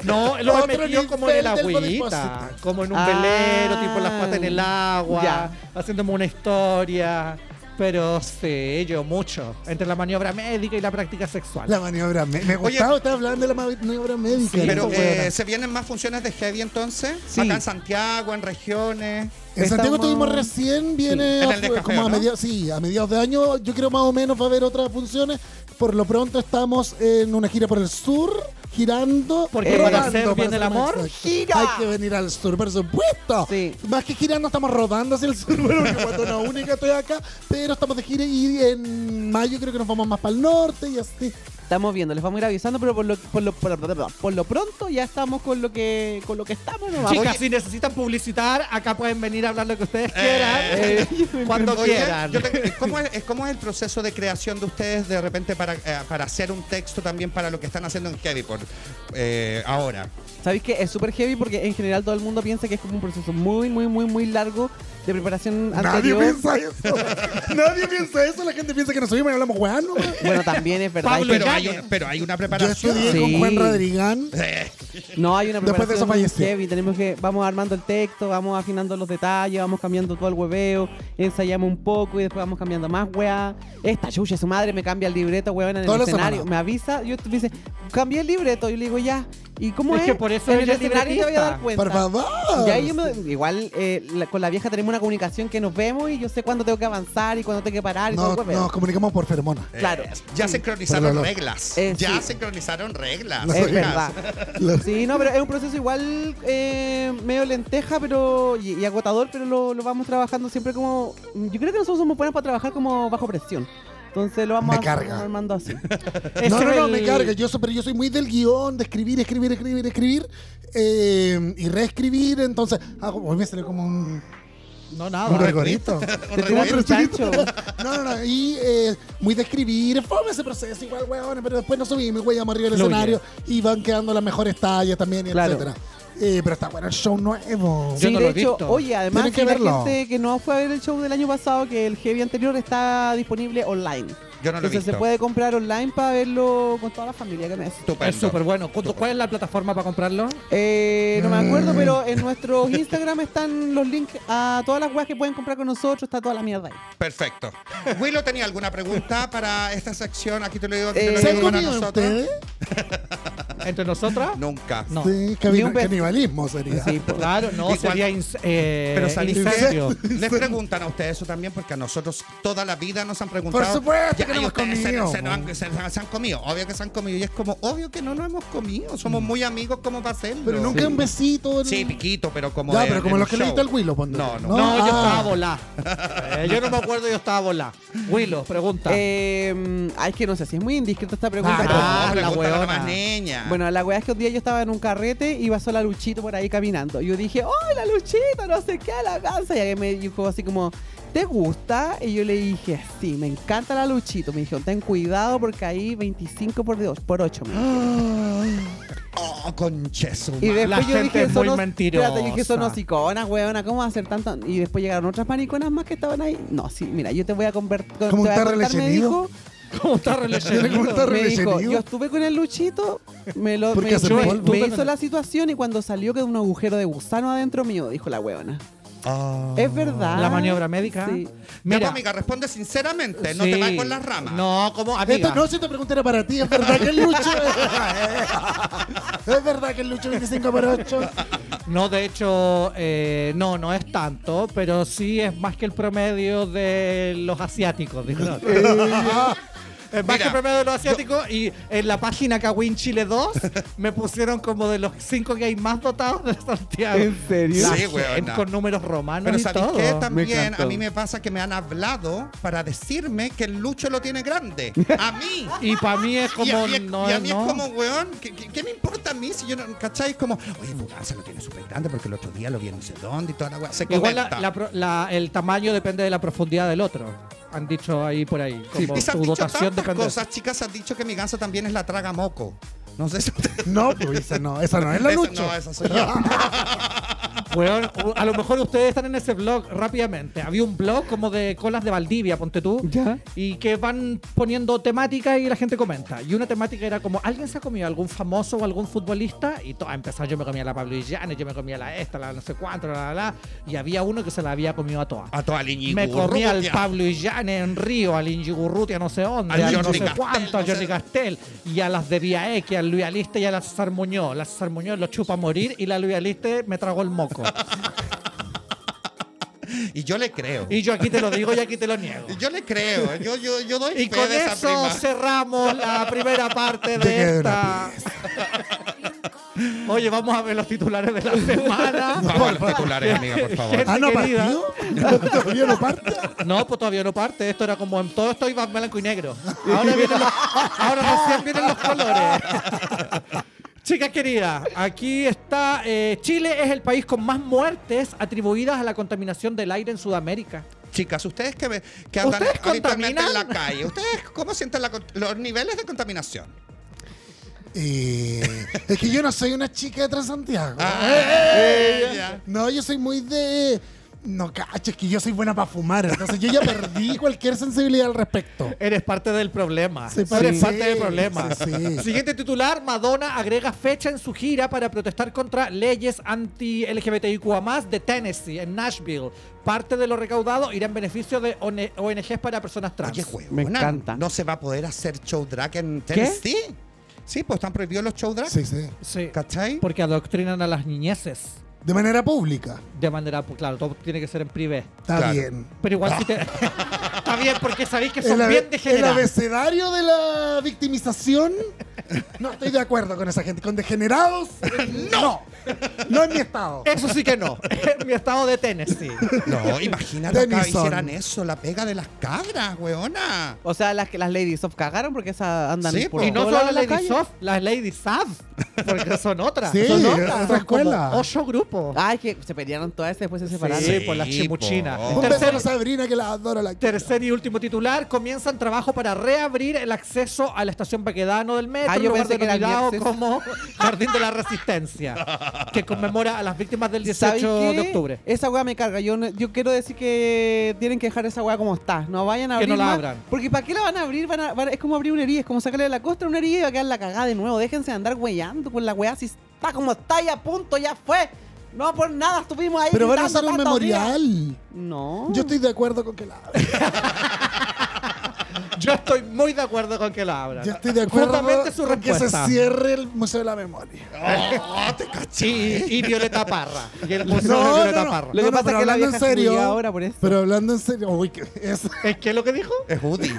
[SPEAKER 2] No, lo he
[SPEAKER 3] Otro
[SPEAKER 2] metido
[SPEAKER 3] nivel
[SPEAKER 2] como en el
[SPEAKER 3] del body
[SPEAKER 2] agüita,
[SPEAKER 3] positive.
[SPEAKER 2] como en un
[SPEAKER 4] Ah,
[SPEAKER 2] velero, tipo las patas en el agua,
[SPEAKER 4] ya.
[SPEAKER 2] haciéndome una historia. Pero sí, yo mucho, entre la maniobra médica y la práctica sexual.
[SPEAKER 3] La maniobra médica. Me
[SPEAKER 1] Oye.
[SPEAKER 3] gustaba, estaba hablando de la maniobra médica.
[SPEAKER 2] Sí,
[SPEAKER 1] Pero
[SPEAKER 2] pues,
[SPEAKER 1] eh,
[SPEAKER 2] bueno.
[SPEAKER 1] se vienen más funciones de Heavy entonces.
[SPEAKER 4] Sí.
[SPEAKER 1] Acá en Santiago, en regiones.
[SPEAKER 3] En Santiago
[SPEAKER 4] Estamos-
[SPEAKER 3] tuvimos recién, viene
[SPEAKER 1] En
[SPEAKER 3] a-
[SPEAKER 1] el descafeo,
[SPEAKER 3] como a
[SPEAKER 1] ¿no?
[SPEAKER 3] mediados, sí, a mediados de año, yo creo más o menos va a haber otras funciones. Por lo pronto estamos en una gira por el sur, girando.
[SPEAKER 2] Porque
[SPEAKER 4] para
[SPEAKER 3] rodando,
[SPEAKER 2] hacer bien el
[SPEAKER 3] más
[SPEAKER 2] amor,
[SPEAKER 3] exacto.
[SPEAKER 4] gira.
[SPEAKER 3] Hay que venir al sur, por supuesto.
[SPEAKER 4] Sí.
[SPEAKER 3] Más que girando, estamos rodando hacia el sur, bueno, porque cuando una única estoy acá, pero estamos de gira y en mayo creo que nos vamos más para el norte y así.
[SPEAKER 4] Estamos viendo, les vamos a ir avisando, pero por lo, por lo, por lo, por lo pronto ya estamos con lo que, con lo que estamos nomás.
[SPEAKER 2] Chicas, si necesitan publicitar, acá pueden venir a hablar lo que ustedes quieran.
[SPEAKER 4] Eh,
[SPEAKER 2] cuando
[SPEAKER 1] Oye,
[SPEAKER 2] quieran.
[SPEAKER 1] yo te- ¿cómo, es, eh, ¿Cómo es el proceso de creación de ustedes de repente para, eh, para hacer un texto también para lo que están haciendo en Heavy por eh, ahora?
[SPEAKER 4] Sabéis que es súper heavy porque en general todo el mundo piensa que es como un proceso muy, muy, muy, muy largo de preparación
[SPEAKER 3] Nadie
[SPEAKER 4] anterior.
[SPEAKER 3] piensa eso. Nadie piensa eso. La gente piensa que nos subimos y hablamos weá nomás.
[SPEAKER 4] Bueno, también es verdad.
[SPEAKER 2] Pablo,
[SPEAKER 4] hay
[SPEAKER 1] Pero
[SPEAKER 4] que-
[SPEAKER 1] hay, una, pero hay una
[SPEAKER 3] Yo
[SPEAKER 1] preparación.
[SPEAKER 3] estudié
[SPEAKER 4] Sí.
[SPEAKER 3] con Juan Rodrigán.
[SPEAKER 4] no hay una
[SPEAKER 3] Después
[SPEAKER 4] preparación
[SPEAKER 3] de eso falleció.
[SPEAKER 4] heavy. Tenemos que, vamos armando el texto, vamos afinando los detalles, vamos cambiando todo el hueveo, ensayamos un poco y después vamos cambiando más, weá. Esta chucha, su madre me cambia el libreto, weón, en
[SPEAKER 3] Toda
[SPEAKER 4] el
[SPEAKER 3] la
[SPEAKER 4] escenario.
[SPEAKER 3] semana.
[SPEAKER 4] Me avisa, yo me dice, cambié el libreto. Yo le digo, ya. ¿Y cómo es?
[SPEAKER 2] Es que por eso
[SPEAKER 4] en el
[SPEAKER 2] ella es
[SPEAKER 4] escenario te voy a dar
[SPEAKER 2] libretista.
[SPEAKER 4] cuenta.
[SPEAKER 3] Por favor.
[SPEAKER 4] Ya yo me- igual eh, la- con la vieja tenemos una comunicación que nos vemos y yo sé cuándo tengo que avanzar y cuándo tengo que parar y todo
[SPEAKER 3] No,
[SPEAKER 4] el hueveo.
[SPEAKER 3] nos comunicamos por fermona.
[SPEAKER 4] Claro.
[SPEAKER 1] Ya
[SPEAKER 3] Pero
[SPEAKER 1] sincronizaron
[SPEAKER 3] Mm. no.
[SPEAKER 1] reglas.
[SPEAKER 4] Eh,
[SPEAKER 1] ya
[SPEAKER 4] sí.
[SPEAKER 1] sincronizaron reglas.
[SPEAKER 3] No,
[SPEAKER 4] Es
[SPEAKER 1] Oigan,
[SPEAKER 4] verdad. Sí, no, pero es un proceso igual eh, medio lenteja pero y, y agotador, pero lo, lo vamos trabajando siempre como... Yo creo que nosotros somos buenos para trabajar como bajo presión. Entonces lo vamos
[SPEAKER 3] Me
[SPEAKER 4] a-
[SPEAKER 3] carga.
[SPEAKER 4] armando así.
[SPEAKER 2] Ese
[SPEAKER 3] no, no,
[SPEAKER 2] es
[SPEAKER 3] no,
[SPEAKER 2] el-
[SPEAKER 3] me carga. Yo, so- pero yo soy muy del guión, de escribir, escribir, escribir, escribir eh, y reescribir. Entonces, hago, hoy me salió como un,
[SPEAKER 2] No, nada.
[SPEAKER 3] un regorito.
[SPEAKER 4] Te tiras Ah, un chancho.
[SPEAKER 3] No, no, no. Y eh, muy de escribir. Fome ese proceso, igual, weón. Pero después nos subimos, weón, arriba del
[SPEAKER 2] Fluye.
[SPEAKER 3] escenario y van quedando las mejores tallas también, y
[SPEAKER 4] Claro.
[SPEAKER 3] etcétera. Eh, pero está bueno el show nuevo.
[SPEAKER 2] Yo
[SPEAKER 4] sí,
[SPEAKER 2] no
[SPEAKER 4] de
[SPEAKER 2] lo he
[SPEAKER 4] hecho,
[SPEAKER 2] visto.
[SPEAKER 4] oye, además
[SPEAKER 3] Tienen que
[SPEAKER 4] si la
[SPEAKER 3] verlo.
[SPEAKER 4] gente que no fue a ver el show del año pasado, que el heavy anterior está disponible online.
[SPEAKER 1] Yo no lo he
[SPEAKER 4] Entonces
[SPEAKER 1] visto.
[SPEAKER 4] se puede comprar online para verlo con toda la familia que me hace.
[SPEAKER 1] Estupendo.
[SPEAKER 2] Es súper bueno. ¿Cu- ¿Cuál es la plataforma para comprarlo?
[SPEAKER 4] Eh, no me acuerdo, pero en nuestro Instagram están los links a todas las weas que pueden comprar con nosotros, está toda la mierda ahí.
[SPEAKER 1] Perfecto. Willow, ¿tenía alguna pregunta para esta sección? Aquí te lo digo. aquí te
[SPEAKER 4] Eh,
[SPEAKER 1] lo
[SPEAKER 3] ¿Se han
[SPEAKER 1] digo para
[SPEAKER 3] comido
[SPEAKER 1] nosotros.
[SPEAKER 3] ustedes?
[SPEAKER 2] ¿Entre nosotras?
[SPEAKER 1] Nunca.
[SPEAKER 2] No.
[SPEAKER 3] Sí,
[SPEAKER 4] Ni un
[SPEAKER 3] cabina,
[SPEAKER 4] beso.
[SPEAKER 3] canibalismo sería.
[SPEAKER 4] Sí, po.
[SPEAKER 2] Claro, no,
[SPEAKER 1] Igual-
[SPEAKER 2] sería ins- eh,
[SPEAKER 1] Pero salí
[SPEAKER 2] incendio.
[SPEAKER 1] Les preguntan a ustedes eso también porque a nosotros toda la vida nos han preguntado.
[SPEAKER 3] Por supuesto que no
[SPEAKER 1] y
[SPEAKER 3] hemos
[SPEAKER 1] ustedes se-
[SPEAKER 3] comido,
[SPEAKER 1] Se, nos han, se nos han comido, obvio que se han comido. Y es como, obvio que no nos hemos comido.
[SPEAKER 2] Mm.
[SPEAKER 1] Somos muy amigos como para hacerlo.
[SPEAKER 3] Pero nunca un besito.
[SPEAKER 1] Sí, piquito, pero como.
[SPEAKER 3] Ya,
[SPEAKER 1] de-
[SPEAKER 3] pero como
[SPEAKER 1] en
[SPEAKER 3] los
[SPEAKER 1] un
[SPEAKER 3] que le
[SPEAKER 1] show.
[SPEAKER 3] diste al Willow, ponte.
[SPEAKER 1] No, no.
[SPEAKER 2] No,
[SPEAKER 1] no.
[SPEAKER 2] yo
[SPEAKER 3] Ah.
[SPEAKER 2] estaba volá. Eh, yo no me acuerdo, yo estaba volá. Willow, pregunta.
[SPEAKER 4] Eh, ay, es que no sé si es muy indiscreta esta pregunta.
[SPEAKER 3] Ah,
[SPEAKER 4] pero-
[SPEAKER 2] Ah, la
[SPEAKER 1] pregúntale a
[SPEAKER 2] hueona.
[SPEAKER 1] más niña.
[SPEAKER 4] Bueno, la wea es que un día yo estaba en un carrete y pasó la Luchito por ahí caminando. Y yo dije, ¡ay, la Luchito! No sé qué, la danza. Y alguien me dijo así como, ¿te gusta? Y yo le dije, sí, me encanta la Luchito. Me dijo, ten cuidado porque ahí 25 por, dos- por 8.
[SPEAKER 1] Oh, concheso.
[SPEAKER 4] Y después
[SPEAKER 2] La
[SPEAKER 4] yo
[SPEAKER 2] gente
[SPEAKER 4] dije,
[SPEAKER 2] es
[SPEAKER 4] son
[SPEAKER 2] muy
[SPEAKER 4] os-
[SPEAKER 2] mentirosa.
[SPEAKER 4] espérate, yo dije, son hociconas, weona, ¿cómo va a hacer tanto? Y después llegaron otras mariconas más que estaban ahí. No, sí, mira, yo te voy a convertir.
[SPEAKER 3] Como un tarro
[SPEAKER 4] me
[SPEAKER 3] lechenido.
[SPEAKER 4] dijo,
[SPEAKER 2] ¿Cómo está
[SPEAKER 3] Yo le
[SPEAKER 2] relacionado?
[SPEAKER 3] gusta- tarro
[SPEAKER 4] me dijo,
[SPEAKER 3] lechenido.
[SPEAKER 4] yo estuve con el Luchito, me lo
[SPEAKER 3] ¿Por
[SPEAKER 4] me,
[SPEAKER 3] qué hace
[SPEAKER 4] me-
[SPEAKER 2] polvo?
[SPEAKER 4] me hizo la situación y cuando salió quedó un agujero de gusano adentro mío, dijo la weona.
[SPEAKER 1] Ah.
[SPEAKER 4] Es verdad.
[SPEAKER 2] La maniobra médica.
[SPEAKER 4] Sí.
[SPEAKER 1] Ya, pues,
[SPEAKER 2] Mira,
[SPEAKER 1] amiga, responde sinceramente. No
[SPEAKER 2] sí.
[SPEAKER 1] te vayas por las ramas.
[SPEAKER 2] No, Ah, como
[SPEAKER 3] Esto
[SPEAKER 2] amiga.
[SPEAKER 3] no, si te pregunta era para ti, es verdad que el Lucho. es verdad que el Lucho 25 por 8.
[SPEAKER 2] No, de hecho, eh, no, no es tanto, pero sí es más que el promedio de los asiáticos. dijo. Es más
[SPEAKER 1] Eh, Mira,
[SPEAKER 2] que premio de los asiáticos. Y en la página Kawin Chile 2 me pusieron como de los cinco gays más dotados de Santiago.
[SPEAKER 4] ¿En serio?
[SPEAKER 2] La
[SPEAKER 1] Sí, weona.
[SPEAKER 2] gente con números romanos
[SPEAKER 1] Pero
[SPEAKER 2] y
[SPEAKER 1] ¿sabes
[SPEAKER 2] todo.
[SPEAKER 1] qué? También
[SPEAKER 4] encantó.
[SPEAKER 1] a mí me pasa que me han hablado para decirme que el Lucho lo tiene grande. A mí.
[SPEAKER 2] Y para mí es como.
[SPEAKER 1] y a mí, es-
[SPEAKER 2] no,
[SPEAKER 1] y a mí
[SPEAKER 2] no.
[SPEAKER 1] es como, weón, ¿qué, qué, qué me importa a mí si yo no, ¿cachai? Es como, oye, Buganza lo tiene súper grande porque el otro día lo vi en no sé dónde y toda la weá. Se
[SPEAKER 2] Igual la-
[SPEAKER 1] comenta.
[SPEAKER 2] la pro- la- el tamaño depende de la profundidad del otro. Han dicho ahí por ahí. Como
[SPEAKER 1] y se han
[SPEAKER 2] tu
[SPEAKER 1] dicho
[SPEAKER 2] dotación
[SPEAKER 1] tantas
[SPEAKER 2] depende.
[SPEAKER 1] cosas, chicas, se han dicho que mi ganso también es la traga moco. No sé si ustedes-
[SPEAKER 3] No, pues esa no, esa
[SPEAKER 2] Ah,
[SPEAKER 3] no es la
[SPEAKER 1] Esa-
[SPEAKER 3] lucha.
[SPEAKER 1] No, esa soy yo.
[SPEAKER 2] Weón, u- a lo mejor ustedes están en ese blog rápidamente. Había un blog como de colas de Valdivia, ponte tú.
[SPEAKER 4] Ya.
[SPEAKER 2] Y que van poniendo temática y la gente comenta. Y una temática era como, ¿alguien se ha comido algún famoso o algún futbolista? Y to- ha empezado, yo me comía la Pablo Illanes, yo me comía la esta, la no sé cuánto, la, la, la. Y había uno que se la había comido a todas.
[SPEAKER 1] A toda Liñi
[SPEAKER 2] Me comía al Pablo Illanes en Río, al Ingigurrutia no sé dónde,
[SPEAKER 1] Al
[SPEAKER 2] al no
[SPEAKER 1] Jordi
[SPEAKER 2] sé
[SPEAKER 1] Castel,
[SPEAKER 2] cuánto,
[SPEAKER 1] no
[SPEAKER 2] a
[SPEAKER 1] sé
[SPEAKER 2] Jordi
[SPEAKER 1] dónde.
[SPEAKER 2] Castel, y a las de Vía X, al Luis Aliste y a la César Muñoz. La César Muñoz lo chupa a morir y la Luis Aliste me tragó el moco.
[SPEAKER 1] Y yo le creo.
[SPEAKER 2] Y yo aquí te lo digo y aquí te lo niego.
[SPEAKER 1] Y yo le creo. Yo, yo, yo doy
[SPEAKER 2] Y
[SPEAKER 1] fe
[SPEAKER 2] con
[SPEAKER 1] de esa
[SPEAKER 2] eso
[SPEAKER 1] prima.
[SPEAKER 2] cerramos la primera parte
[SPEAKER 3] Llegué de
[SPEAKER 2] de
[SPEAKER 3] una
[SPEAKER 2] esta. Oye, vamos a ver los titulares de la semana.
[SPEAKER 1] Vamos a los titulares, amiga, por favor.
[SPEAKER 3] Ah, no
[SPEAKER 2] querida.
[SPEAKER 3] partió. Todavía no parte.
[SPEAKER 2] No, pues todavía no parte. Esto era como en todo esto iba en blanco y negro. Ahora, vienen los- ahora recién vienen los colores. Chicas queridas, aquí está. eh, Chile es el país con más muertes atribuidas a la contaminación del aire en Sudamérica.
[SPEAKER 1] Chicas, ustedes que, ve- que andan
[SPEAKER 2] ¿Ustedes
[SPEAKER 1] habitualmente en la
[SPEAKER 2] contaminan?
[SPEAKER 1] calle, ¿ustedes cómo sienten la con- los niveles de contaminación?
[SPEAKER 3] Eh, es que yo no soy una chica de Transantiago.
[SPEAKER 1] Ah.
[SPEAKER 2] Eh,
[SPEAKER 1] ya.
[SPEAKER 3] No, yo soy muy de. No, cacho, es que yo soy buena para fumar. Entonces yo ya perdí cualquier sensibilidad al respecto.
[SPEAKER 2] Eres parte del problema.
[SPEAKER 3] Sí,
[SPEAKER 2] Eres
[SPEAKER 3] sí.
[SPEAKER 2] parte del problema.
[SPEAKER 3] Sí, sí.
[SPEAKER 2] Siguiente titular: Madonna agrega fecha en su gira para protestar contra leyes anti-LGBTIQA de Tennessee, en Nashville. Parte de lo recaudado irá en beneficio de one- ONGs para personas trans.
[SPEAKER 1] Oye, huevona,
[SPEAKER 4] Me encanta.
[SPEAKER 1] ¿No se va a poder hacer show drag en Tennessee? Sí, pues están prohibidos los show drag.
[SPEAKER 3] Sí, sí.
[SPEAKER 2] Sí.
[SPEAKER 1] ¿Cachai?
[SPEAKER 2] Porque adoctrinan a las niñeces
[SPEAKER 3] De manera pública.
[SPEAKER 2] de manera. pues, Claro, todo tiene que ser en privé.
[SPEAKER 3] Está
[SPEAKER 1] Claro.
[SPEAKER 3] bien.
[SPEAKER 2] Pero igual si te. Está bien, porque sabéis que son
[SPEAKER 3] El, abe-
[SPEAKER 2] bien
[SPEAKER 3] el
[SPEAKER 2] degenerados.
[SPEAKER 3] abecedario de la victimización. No estoy de acuerdo con esa gente. Con degenerados. eh, No. No es mi estado.
[SPEAKER 2] Eso sí que no. En mi estado de Tennessee.
[SPEAKER 1] No, imagínate acá
[SPEAKER 3] Tennyson.
[SPEAKER 1] hicieran eso, la pega de las cabras, weona.
[SPEAKER 4] O sea, las, que- las Lady Soft cagaron porque esas andan
[SPEAKER 1] Sí,
[SPEAKER 4] por
[SPEAKER 1] po.
[SPEAKER 2] Y no
[SPEAKER 4] todo
[SPEAKER 2] solo
[SPEAKER 4] lado
[SPEAKER 2] las
[SPEAKER 4] en la
[SPEAKER 2] Lady
[SPEAKER 4] calle.
[SPEAKER 2] Soft, las Lady Sav, porque son otras.
[SPEAKER 3] Sí,
[SPEAKER 2] son otras.
[SPEAKER 3] otra
[SPEAKER 2] son
[SPEAKER 3] escuela.
[SPEAKER 2] como Ocho grupos.
[SPEAKER 4] Ay, que se pelearon todas y después se separaron.
[SPEAKER 1] sí,
[SPEAKER 2] sí, por las
[SPEAKER 1] po.
[SPEAKER 2] chimuchinas.
[SPEAKER 1] Un
[SPEAKER 3] Un beso a
[SPEAKER 2] Tercer,
[SPEAKER 3] la Sabrina que la adoro. La
[SPEAKER 2] tercer y último titular, comienzan trabajo para reabrir el acceso a la estación Baquedano del metro,
[SPEAKER 4] Ah, yo
[SPEAKER 2] lugar
[SPEAKER 4] pensé que era
[SPEAKER 2] denominado
[SPEAKER 4] mi acceso.
[SPEAKER 2] como Jardín de la Resistencia, que conmemora a las víctimas del
[SPEAKER 4] ¿Sabes
[SPEAKER 2] 18
[SPEAKER 4] qué?
[SPEAKER 2] de octubre.
[SPEAKER 4] Esa weá me carga. Yo, no- yo quiero decir que tienen que dejar esa weá como está. No vayan a
[SPEAKER 2] Que
[SPEAKER 4] abrir.
[SPEAKER 2] no la
[SPEAKER 4] más,
[SPEAKER 2] abran.
[SPEAKER 4] Porque ¿para qué la van a abrir? Van a- van- es como abrir una herida. Es como sacarle de la costra una herida y va a quedar la cagada de nuevo. Déjense de andar weyando con la weá. Si está como está y a punto, ya fue. No por nada estuvimos ahí.
[SPEAKER 3] Pero van a
[SPEAKER 4] gritando
[SPEAKER 3] hacer un
[SPEAKER 4] tantos días.
[SPEAKER 3] memorial.
[SPEAKER 4] No.
[SPEAKER 3] Yo estoy de acuerdo con que la
[SPEAKER 2] Yo estoy muy de acuerdo con que la abran.
[SPEAKER 3] Yo estoy de acuerdo
[SPEAKER 2] Justamente su
[SPEAKER 3] con que se
[SPEAKER 2] respuesta.
[SPEAKER 3] cierre el Museo de la Memoria.
[SPEAKER 1] Oh, te caché.
[SPEAKER 2] Y, y Violeta Parra. Y el museo de
[SPEAKER 3] No, no,
[SPEAKER 2] Violeta
[SPEAKER 3] no.
[SPEAKER 2] Parra.
[SPEAKER 4] Lo que
[SPEAKER 3] No, no,
[SPEAKER 4] pasa
[SPEAKER 3] pero
[SPEAKER 4] es que la
[SPEAKER 3] hablando
[SPEAKER 4] vieja
[SPEAKER 3] en
[SPEAKER 4] se murió
[SPEAKER 3] serio.
[SPEAKER 4] ahora por eso.
[SPEAKER 3] Pero hablando en serio, uy, que es,
[SPEAKER 2] ¿Es que lo que dijo?
[SPEAKER 1] Es Woody.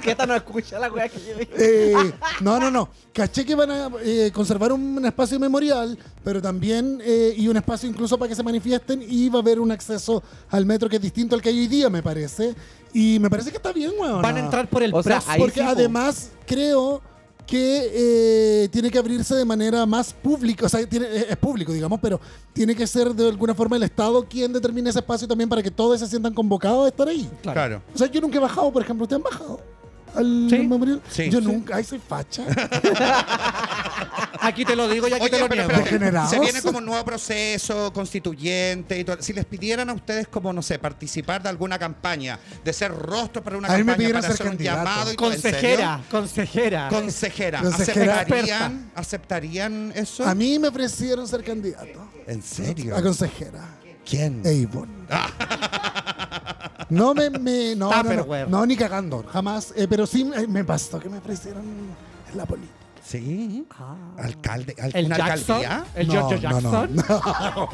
[SPEAKER 4] que esta no escucha la weá que yo dije.
[SPEAKER 3] eh, no, no, no. Caché que van a eh, conservar un, un espacio memorial, pero también eh, y un espacio incluso para que se manifiesten y va a haber un acceso al metro que es distinto al que hay hoy día, me parece. Y me parece que está bien, weón.
[SPEAKER 2] Van a entrar por el
[SPEAKER 4] O sea,
[SPEAKER 2] brazo.
[SPEAKER 4] ahí
[SPEAKER 3] Porque
[SPEAKER 4] sí, po.
[SPEAKER 3] además creo que eh, tiene que abrirse de manera más pública, o sea, tiene- eh, es es público, digamos, pero tiene que ser de alguna forma el Estado quien determine ese espacio también para que todos se sientan convocados a estar ahí.
[SPEAKER 2] Claro.
[SPEAKER 1] Claro.
[SPEAKER 3] O sea, yo nunca he bajado, por ejemplo, ¿ustedes han bajado? Al
[SPEAKER 2] Sí.
[SPEAKER 3] memorial.
[SPEAKER 1] Sí.
[SPEAKER 3] yo
[SPEAKER 1] Sí.
[SPEAKER 3] nunca, ay, soy facha.
[SPEAKER 2] Aquí te lo digo y aquí
[SPEAKER 1] Oye,
[SPEAKER 2] te lo
[SPEAKER 1] pero
[SPEAKER 2] niego.
[SPEAKER 1] espérate,
[SPEAKER 3] Degenerados.
[SPEAKER 1] se viene como un nuevo proceso constituyente y todo. Si les pidieran a ustedes como, no sé, participar de alguna campaña, de ser rostro para una
[SPEAKER 3] A mí me
[SPEAKER 1] campaña,
[SPEAKER 3] pidieron
[SPEAKER 1] para
[SPEAKER 3] ser
[SPEAKER 1] hacer un
[SPEAKER 3] candidato.
[SPEAKER 1] llamado y todo, ¿en
[SPEAKER 2] Consejera, consejera.
[SPEAKER 1] serio? Consejera.
[SPEAKER 3] Consejera.
[SPEAKER 1] ¿Aceptarían, ¿Aceptarían eso?
[SPEAKER 3] a mí me ofrecieron ser candidato
[SPEAKER 1] ¿En serio?
[SPEAKER 3] a Eh, consejera.
[SPEAKER 1] ¿Quién?
[SPEAKER 2] Mm.
[SPEAKER 3] Avon. No me, me- no, no, no,
[SPEAKER 2] Tupperware.
[SPEAKER 3] no, ni cagando, jamás. Eh, pero sí eh, me pasó que me ofrecieron en la política.
[SPEAKER 1] Sí. Alcalde, al-
[SPEAKER 2] El
[SPEAKER 1] una
[SPEAKER 2] Jackson,
[SPEAKER 1] alcaldía.
[SPEAKER 2] el
[SPEAKER 3] No,
[SPEAKER 2] Giorgio
[SPEAKER 3] no, no.
[SPEAKER 2] Jackson,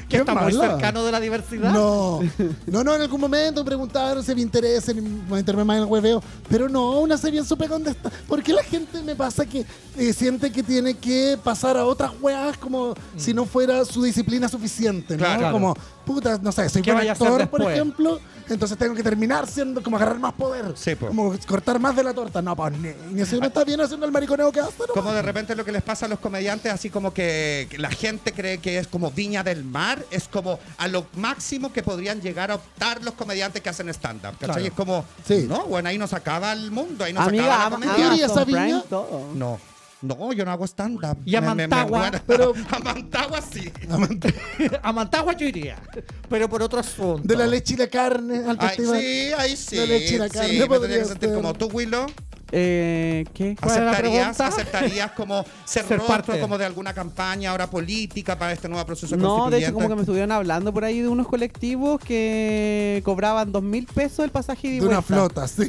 [SPEAKER 2] que
[SPEAKER 3] Qué
[SPEAKER 2] está muy
[SPEAKER 3] mala.
[SPEAKER 2] cercano de la diversidad.
[SPEAKER 3] No, no, no, en algún momento preguntaron si me interesa en meterme más en el hueveo, pero no, una serie supe dónde está. ¿Por qué la gente me pasa que eh, siente que tiene que pasar a otras weas como si no fuera su disciplina suficiente? ¿no?
[SPEAKER 2] Mm. Claro.
[SPEAKER 3] Como, puta, no sé, soy
[SPEAKER 2] ¿Qué
[SPEAKER 3] buen
[SPEAKER 2] vaya a hacer
[SPEAKER 3] actor, por
[SPEAKER 2] después?
[SPEAKER 3] ejemplo, entonces tengo que terminar siendo como agarrar más poder,
[SPEAKER 1] Sí, po.
[SPEAKER 3] como cortar más de la torta. No, pues, ni, ni si uno está bien haciendo el mariconeo que hace, no.
[SPEAKER 1] Como de repente lo que les pasa a los comediantes, así como que que la gente cree que es como Viña del Mar, es como a lo máximo que podrían llegar a optar los comediantes que hacen stand-up. ¿Cachai?
[SPEAKER 2] Claro.
[SPEAKER 1] Es como,
[SPEAKER 3] Sí.
[SPEAKER 1] no, bueno, ahí nos acaba el mundo, ahí nos acaba
[SPEAKER 4] Amiga,
[SPEAKER 1] la
[SPEAKER 4] ama-
[SPEAKER 1] comedia.
[SPEAKER 3] ¿Qué haría esa
[SPEAKER 4] Amazon
[SPEAKER 3] viña?
[SPEAKER 4] Prime, todo.
[SPEAKER 1] No, no, yo no hago stand-up.
[SPEAKER 2] Y a Mantagua,
[SPEAKER 1] pero... A Mantagua sí.
[SPEAKER 2] a Mantagua yo iría, pero por otro asunto.
[SPEAKER 3] De la leche y la carne al
[SPEAKER 1] Ay,
[SPEAKER 3] festival.
[SPEAKER 1] sí, ahí sí.
[SPEAKER 3] La leche y la
[SPEAKER 1] sí,
[SPEAKER 3] carne
[SPEAKER 1] me tendría
[SPEAKER 3] podría
[SPEAKER 1] que sentir
[SPEAKER 3] ser.
[SPEAKER 1] como tú, Willow.
[SPEAKER 4] Eh, ¿Qué?
[SPEAKER 2] ¿Cuál era la
[SPEAKER 1] ¿Aceptarías,
[SPEAKER 2] pregunta?
[SPEAKER 1] aceptarías como ser,
[SPEAKER 2] Ser
[SPEAKER 1] rostro
[SPEAKER 2] parte.
[SPEAKER 1] como de alguna campaña ahora política para este nuevo proceso
[SPEAKER 4] No, de
[SPEAKER 1] constituyente?
[SPEAKER 4] hecho, como que me estuvieron hablando por ahí de unos colectivos que cobraban dos mil pesos el pasaje y
[SPEAKER 3] De
[SPEAKER 2] pues
[SPEAKER 4] vuelta.
[SPEAKER 3] una flota, sí.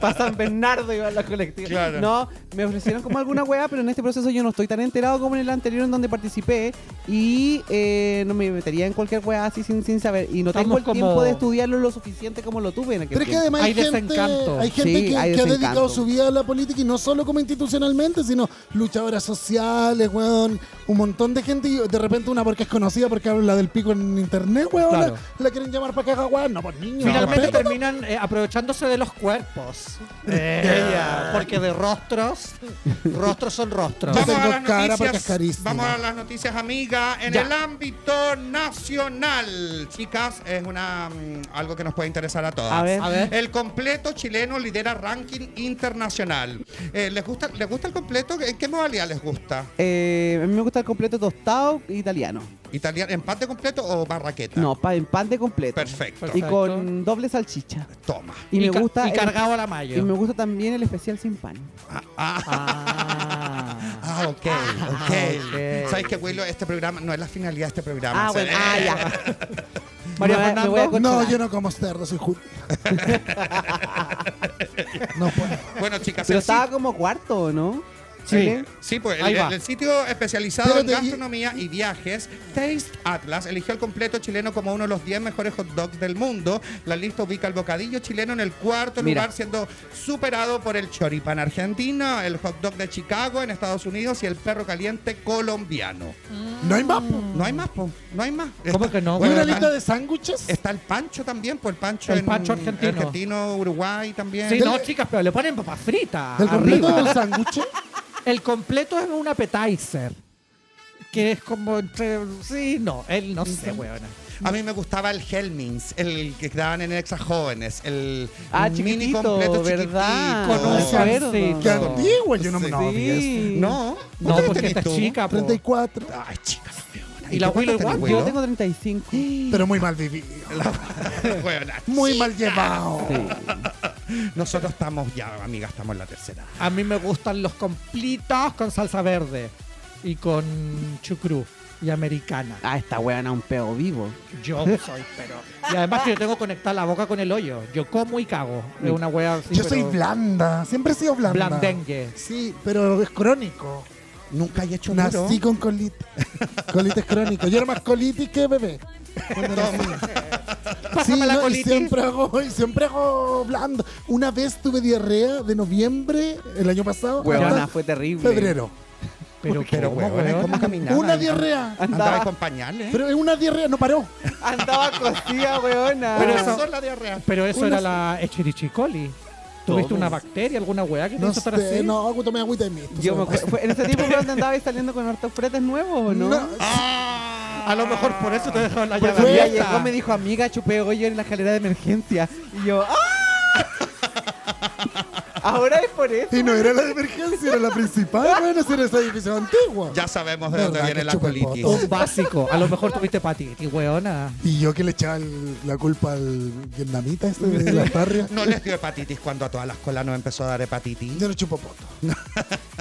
[SPEAKER 4] Para San Bernardo iban los colectivos.
[SPEAKER 1] Claro.
[SPEAKER 4] No, me ofrecieron como alguna weá, pero en este proceso yo no estoy tan enterado como en el anterior en donde participé. Y eh, no me metería en cualquier weá así sin, sin saber. Y no tengo
[SPEAKER 2] Estamos
[SPEAKER 4] el
[SPEAKER 2] como-
[SPEAKER 4] tiempo de estudiarlo lo suficiente como lo tuve en aquel
[SPEAKER 3] Pero es que
[SPEAKER 4] tiempo.
[SPEAKER 3] además hay,
[SPEAKER 2] Hay
[SPEAKER 3] gente,
[SPEAKER 2] desencanto.
[SPEAKER 3] hay gente
[SPEAKER 4] Sí,
[SPEAKER 3] que,
[SPEAKER 4] hay
[SPEAKER 3] que ha
[SPEAKER 4] desencanto.
[SPEAKER 3] dedicado su vida a la política y no solo como institucionalmente, sino luchadoras sociales, weón. Un montón de gente y de repente una porque es conocida porque habla del pico en internet, weón.
[SPEAKER 2] Claro.
[SPEAKER 3] La, la quieren llamar para que haga weón. No, por niño.
[SPEAKER 2] Finalmente
[SPEAKER 3] respeto.
[SPEAKER 2] terminan eh, aprovechándose de los cuerpos. Eh, porque de rostros, rostros son rostros.
[SPEAKER 3] Yo
[SPEAKER 1] Vamos
[SPEAKER 3] tengo
[SPEAKER 1] a, las
[SPEAKER 3] cara porque es
[SPEAKER 1] noticias,
[SPEAKER 3] carísima.
[SPEAKER 1] vamos a las noticias, amiga. En
[SPEAKER 2] Ya.
[SPEAKER 1] el ámbito nacional, chicas, es una mm, algo que nos puede interesar a todas.
[SPEAKER 4] A ver.
[SPEAKER 2] A ver.
[SPEAKER 1] El completo chileno lidera ranking internacional. Eh, ¿les, gusta, ¿Les gusta el completo? ¿En qué modalidad les gusta?
[SPEAKER 4] Eh, a mí me gusta el completo tostado italiano.
[SPEAKER 1] ¿Italiano, ¿Empate completo o barraqueta?
[SPEAKER 4] No, pa- en pan de completo.
[SPEAKER 1] Perfecto.
[SPEAKER 4] Y
[SPEAKER 2] Perfecto.
[SPEAKER 4] con doble salchicha.
[SPEAKER 1] Toma.
[SPEAKER 4] Y, me
[SPEAKER 2] ca-
[SPEAKER 4] gusta.
[SPEAKER 2] y
[SPEAKER 4] el-
[SPEAKER 2] cargado a la malla.
[SPEAKER 4] y me gusta también el especial sin pan.
[SPEAKER 1] Ah, ah.
[SPEAKER 2] Ah.
[SPEAKER 1] Ah, ok, ok.
[SPEAKER 2] ok.
[SPEAKER 1] ¿Sabes qué, Willow? Este programa no es la finalidad de este programa.
[SPEAKER 4] Ah,
[SPEAKER 1] o sea,
[SPEAKER 4] bueno, ah,
[SPEAKER 1] eh,
[SPEAKER 4] ya.
[SPEAKER 2] María
[SPEAKER 4] Me voy a- me
[SPEAKER 2] Fernando.
[SPEAKER 4] voy a cortar.
[SPEAKER 3] No, yo no como cerdo, soy judío. no puedo.
[SPEAKER 1] Bueno, chicas,
[SPEAKER 4] Pero
[SPEAKER 1] el
[SPEAKER 4] estaba como cuarto, ¿no?
[SPEAKER 2] Sí.
[SPEAKER 1] Sí, pues el,
[SPEAKER 2] Ahí va.
[SPEAKER 1] el- el sitio especializado en
[SPEAKER 3] Espérate, y-
[SPEAKER 1] gastronomía y, viajes, Taste Atlas, eligió al completo chileno como uno de los 10 mejores hot dogs del mundo. La lista ubica al bocadillo chileno en el cuarto
[SPEAKER 4] Mira.
[SPEAKER 1] lugar, siendo superado por el choripán argentino, el hot dog de Chicago en Estados Unidos y el perro caliente colombiano.
[SPEAKER 3] No hay más. po.
[SPEAKER 1] No hay más, po, no hay más.
[SPEAKER 2] ¿Cómo
[SPEAKER 1] Está-
[SPEAKER 2] que no?
[SPEAKER 3] Hay
[SPEAKER 1] Bueno,
[SPEAKER 3] una
[SPEAKER 1] está-
[SPEAKER 3] lista de sándwiches.
[SPEAKER 1] Está el pancho también, por el pancho
[SPEAKER 2] El
[SPEAKER 1] en-
[SPEAKER 2] pancho argentino.
[SPEAKER 1] argentino, Uruguay también.
[SPEAKER 2] Sí,
[SPEAKER 3] Del-
[SPEAKER 2] no, chicas, pero le ponen papa frita.
[SPEAKER 3] El completo
[SPEAKER 2] arriba.
[SPEAKER 3] de un sándwich.
[SPEAKER 2] El completo es un appetizer. Que es como entre. Sí, no, él no sé, weona.
[SPEAKER 1] A mí me gustaba el Helmings, el que daban en Extra Jóvenes, el
[SPEAKER 4] Ah,
[SPEAKER 1] mini
[SPEAKER 4] chiquitito,
[SPEAKER 1] completo
[SPEAKER 4] ¿verdad?
[SPEAKER 1] chiquitito.
[SPEAKER 2] Con un
[SPEAKER 3] Ah,
[SPEAKER 2] suercito.
[SPEAKER 4] verde.
[SPEAKER 3] Qué
[SPEAKER 4] No.
[SPEAKER 3] antiguo, yo no me
[SPEAKER 1] Sí.
[SPEAKER 3] no, diez.
[SPEAKER 1] No,
[SPEAKER 2] No,
[SPEAKER 1] ¿cuántos
[SPEAKER 2] porque
[SPEAKER 1] tenés
[SPEAKER 2] esta es
[SPEAKER 1] tú?
[SPEAKER 2] chica. po.
[SPEAKER 3] 34.
[SPEAKER 1] Ay, chicas.
[SPEAKER 2] Y la Willow igual.
[SPEAKER 1] igual.
[SPEAKER 4] Yo tengo 35.
[SPEAKER 3] Pero muy mal vivido. Muy mal llevado.
[SPEAKER 1] ah, Nosotros estamos ya, amiga, estamos en la tercera.
[SPEAKER 2] A mí me gustan los complitos con salsa verde y con chucrú y americana.
[SPEAKER 4] Ah, esta weona un peo vivo.
[SPEAKER 2] Yo soy, pero. Y además que yo tengo conectada la boca con el hoyo. Yo como y cago. Es una wea así.
[SPEAKER 3] Yo
[SPEAKER 2] pero
[SPEAKER 3] soy blanda, siempre he sido blanda.
[SPEAKER 2] Blandengue.
[SPEAKER 3] Sí, pero es crónico.
[SPEAKER 1] Nunca he hecho nada.
[SPEAKER 3] Nací con colitis. colitis es crónico. Yo era más colitis que bebé. Cuando nací. Sí,
[SPEAKER 2] Pásame la
[SPEAKER 3] no, y
[SPEAKER 2] colitis.
[SPEAKER 3] siempre hago, y siempre hago blando. Una vez tuve diarrea de noviembre el año pasado.
[SPEAKER 4] Weona,
[SPEAKER 3] hasta
[SPEAKER 4] fue terrible.
[SPEAKER 3] Febrero.
[SPEAKER 2] Pero,
[SPEAKER 1] Pero,
[SPEAKER 2] ¿cómo,
[SPEAKER 1] huevona,
[SPEAKER 2] weón?
[SPEAKER 1] ¿cómo caminaba?
[SPEAKER 3] Una diarrea.
[SPEAKER 1] Andaba con
[SPEAKER 4] ¿Eh?
[SPEAKER 1] pañales.
[SPEAKER 3] Pero es una diarrea, no paró.
[SPEAKER 4] Andaba cosida, weona.
[SPEAKER 2] Pero
[SPEAKER 1] Una
[SPEAKER 2] eso-
[SPEAKER 1] sola diarrea.
[SPEAKER 2] Pero eso
[SPEAKER 3] Una
[SPEAKER 2] era
[SPEAKER 3] so-
[SPEAKER 2] la Echerichicoli. ¿Tuviste
[SPEAKER 4] Todo.
[SPEAKER 2] una bacteria, alguna weá que te
[SPEAKER 3] No
[SPEAKER 2] hizo estar así?
[SPEAKER 3] sé, no, hago tomé agüita de mí. Esto
[SPEAKER 4] Yo
[SPEAKER 3] se
[SPEAKER 4] me
[SPEAKER 3] me
[SPEAKER 4] acuerdo- fue- en ese tiempo fue donde andaba saliendo con hartos fretes nuevos, ¿o no? Ah,
[SPEAKER 3] No,
[SPEAKER 2] A lo mejor por eso te dejaron la
[SPEAKER 3] Pues
[SPEAKER 4] Porque
[SPEAKER 2] llave
[SPEAKER 4] un día
[SPEAKER 2] abierta.
[SPEAKER 4] llegó, me dijo, amiga, chupé hoyo en la escalera de emergencia. Y yo, ¡ah! Ahora es por eso.
[SPEAKER 3] Y no era la de emergencia, era la principal. Bueno, si era esa edificio antigua.
[SPEAKER 1] Ya sabemos de dónde
[SPEAKER 3] Verdad,
[SPEAKER 1] viene
[SPEAKER 3] que
[SPEAKER 1] la
[SPEAKER 3] chupa el
[SPEAKER 1] colitis.
[SPEAKER 3] poto.
[SPEAKER 2] Un básico. A lo mejor tuviste hepatitis, weona.
[SPEAKER 3] Y yo que le echaba el- la culpa al vietnamita este de la parria.
[SPEAKER 1] No les dio hepatitis cuando a todas las colas nos empezó a dar hepatitis.
[SPEAKER 3] Yo no chupo poto.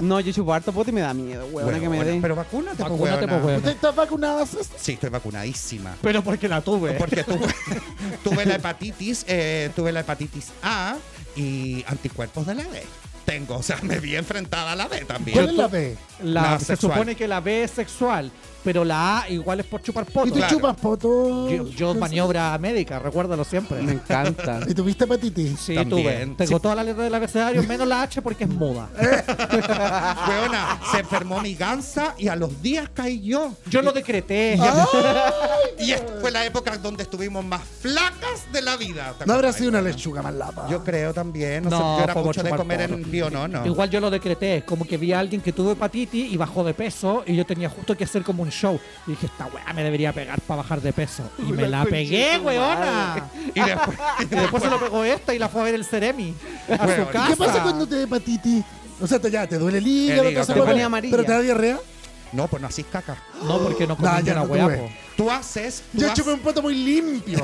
[SPEAKER 4] No, yo chupo harto pote y me da miedo, weona, que me
[SPEAKER 1] Huevona,
[SPEAKER 4] den.
[SPEAKER 1] Pero vacúnate, pues,
[SPEAKER 2] Vacúnate,
[SPEAKER 1] huevona.
[SPEAKER 2] pues, weona.
[SPEAKER 3] ¿Usted está vacunada?
[SPEAKER 1] Sí, estoy vacunadísima.
[SPEAKER 2] Pero porque la tuve.
[SPEAKER 1] Porque tuve, tuve la hepatitis, eh, tuve la hepatitis A y anticuerpos de la B. tengo. O sea, me vi enfrentada a la B también.
[SPEAKER 3] ¿Cuál es la
[SPEAKER 2] tú-
[SPEAKER 3] B?
[SPEAKER 2] La-
[SPEAKER 1] La
[SPEAKER 2] se
[SPEAKER 1] sexual.
[SPEAKER 2] supone que la B es sexual, pero la A igual es por chupar
[SPEAKER 3] ¿Y
[SPEAKER 2] poto.
[SPEAKER 3] tú
[SPEAKER 1] Claro.
[SPEAKER 3] chupas poto?
[SPEAKER 2] Yo, yo maniobra médica, recuérdalo siempre.
[SPEAKER 4] Me encanta.
[SPEAKER 3] ¿Y tuviste hepatitis?
[SPEAKER 2] Sí,
[SPEAKER 1] También.
[SPEAKER 2] tuve. Tengo toda la letra del abecedario, menos la H porque es muda.
[SPEAKER 1] Weona, se enfermó mi gansa y a los días caí yo.
[SPEAKER 2] Yo lo decreté.
[SPEAKER 1] Y esta fue la época donde estuvimos más flacas de la vida. ¿te
[SPEAKER 3] No habrá
[SPEAKER 1] acuerdas?
[SPEAKER 3] sido una lechuga más lapa.
[SPEAKER 1] Yo creo también. No, sé,
[SPEAKER 2] No,
[SPEAKER 1] yo era
[SPEAKER 2] fue
[SPEAKER 1] mucho de
[SPEAKER 2] mucho
[SPEAKER 1] comer
[SPEAKER 2] más
[SPEAKER 1] en bio, no, no.
[SPEAKER 2] Igual yo lo decreté, como que vi a alguien que tuvo hepatitis y bajó de peso y yo tenía justo que hacer como un show. Y dije, esta weá me debería pegar para bajar de peso. Y me la pegué, weona.
[SPEAKER 1] Y después,
[SPEAKER 2] Y después se lo pegó esta y la fue a ver el Ceremi a
[SPEAKER 1] Weona. ¿Y
[SPEAKER 2] su
[SPEAKER 1] qué
[SPEAKER 2] casa.
[SPEAKER 3] ¿Qué pasa cuando te da hepatitis? O sea, te, ya, te duele el hígado,
[SPEAKER 1] hígado,
[SPEAKER 3] toda esa
[SPEAKER 1] te
[SPEAKER 3] hueá,
[SPEAKER 4] pone amarilla.
[SPEAKER 3] ¿Pero te da diarrea?
[SPEAKER 1] no, pues no hacís caca.
[SPEAKER 2] No, porque no comí
[SPEAKER 3] Nah,
[SPEAKER 2] una
[SPEAKER 3] ya no
[SPEAKER 2] weá,
[SPEAKER 3] tuve.
[SPEAKER 2] po.
[SPEAKER 1] Tú haces, tú,
[SPEAKER 3] Yo
[SPEAKER 1] haces-
[SPEAKER 3] chupé un poto muy limpio.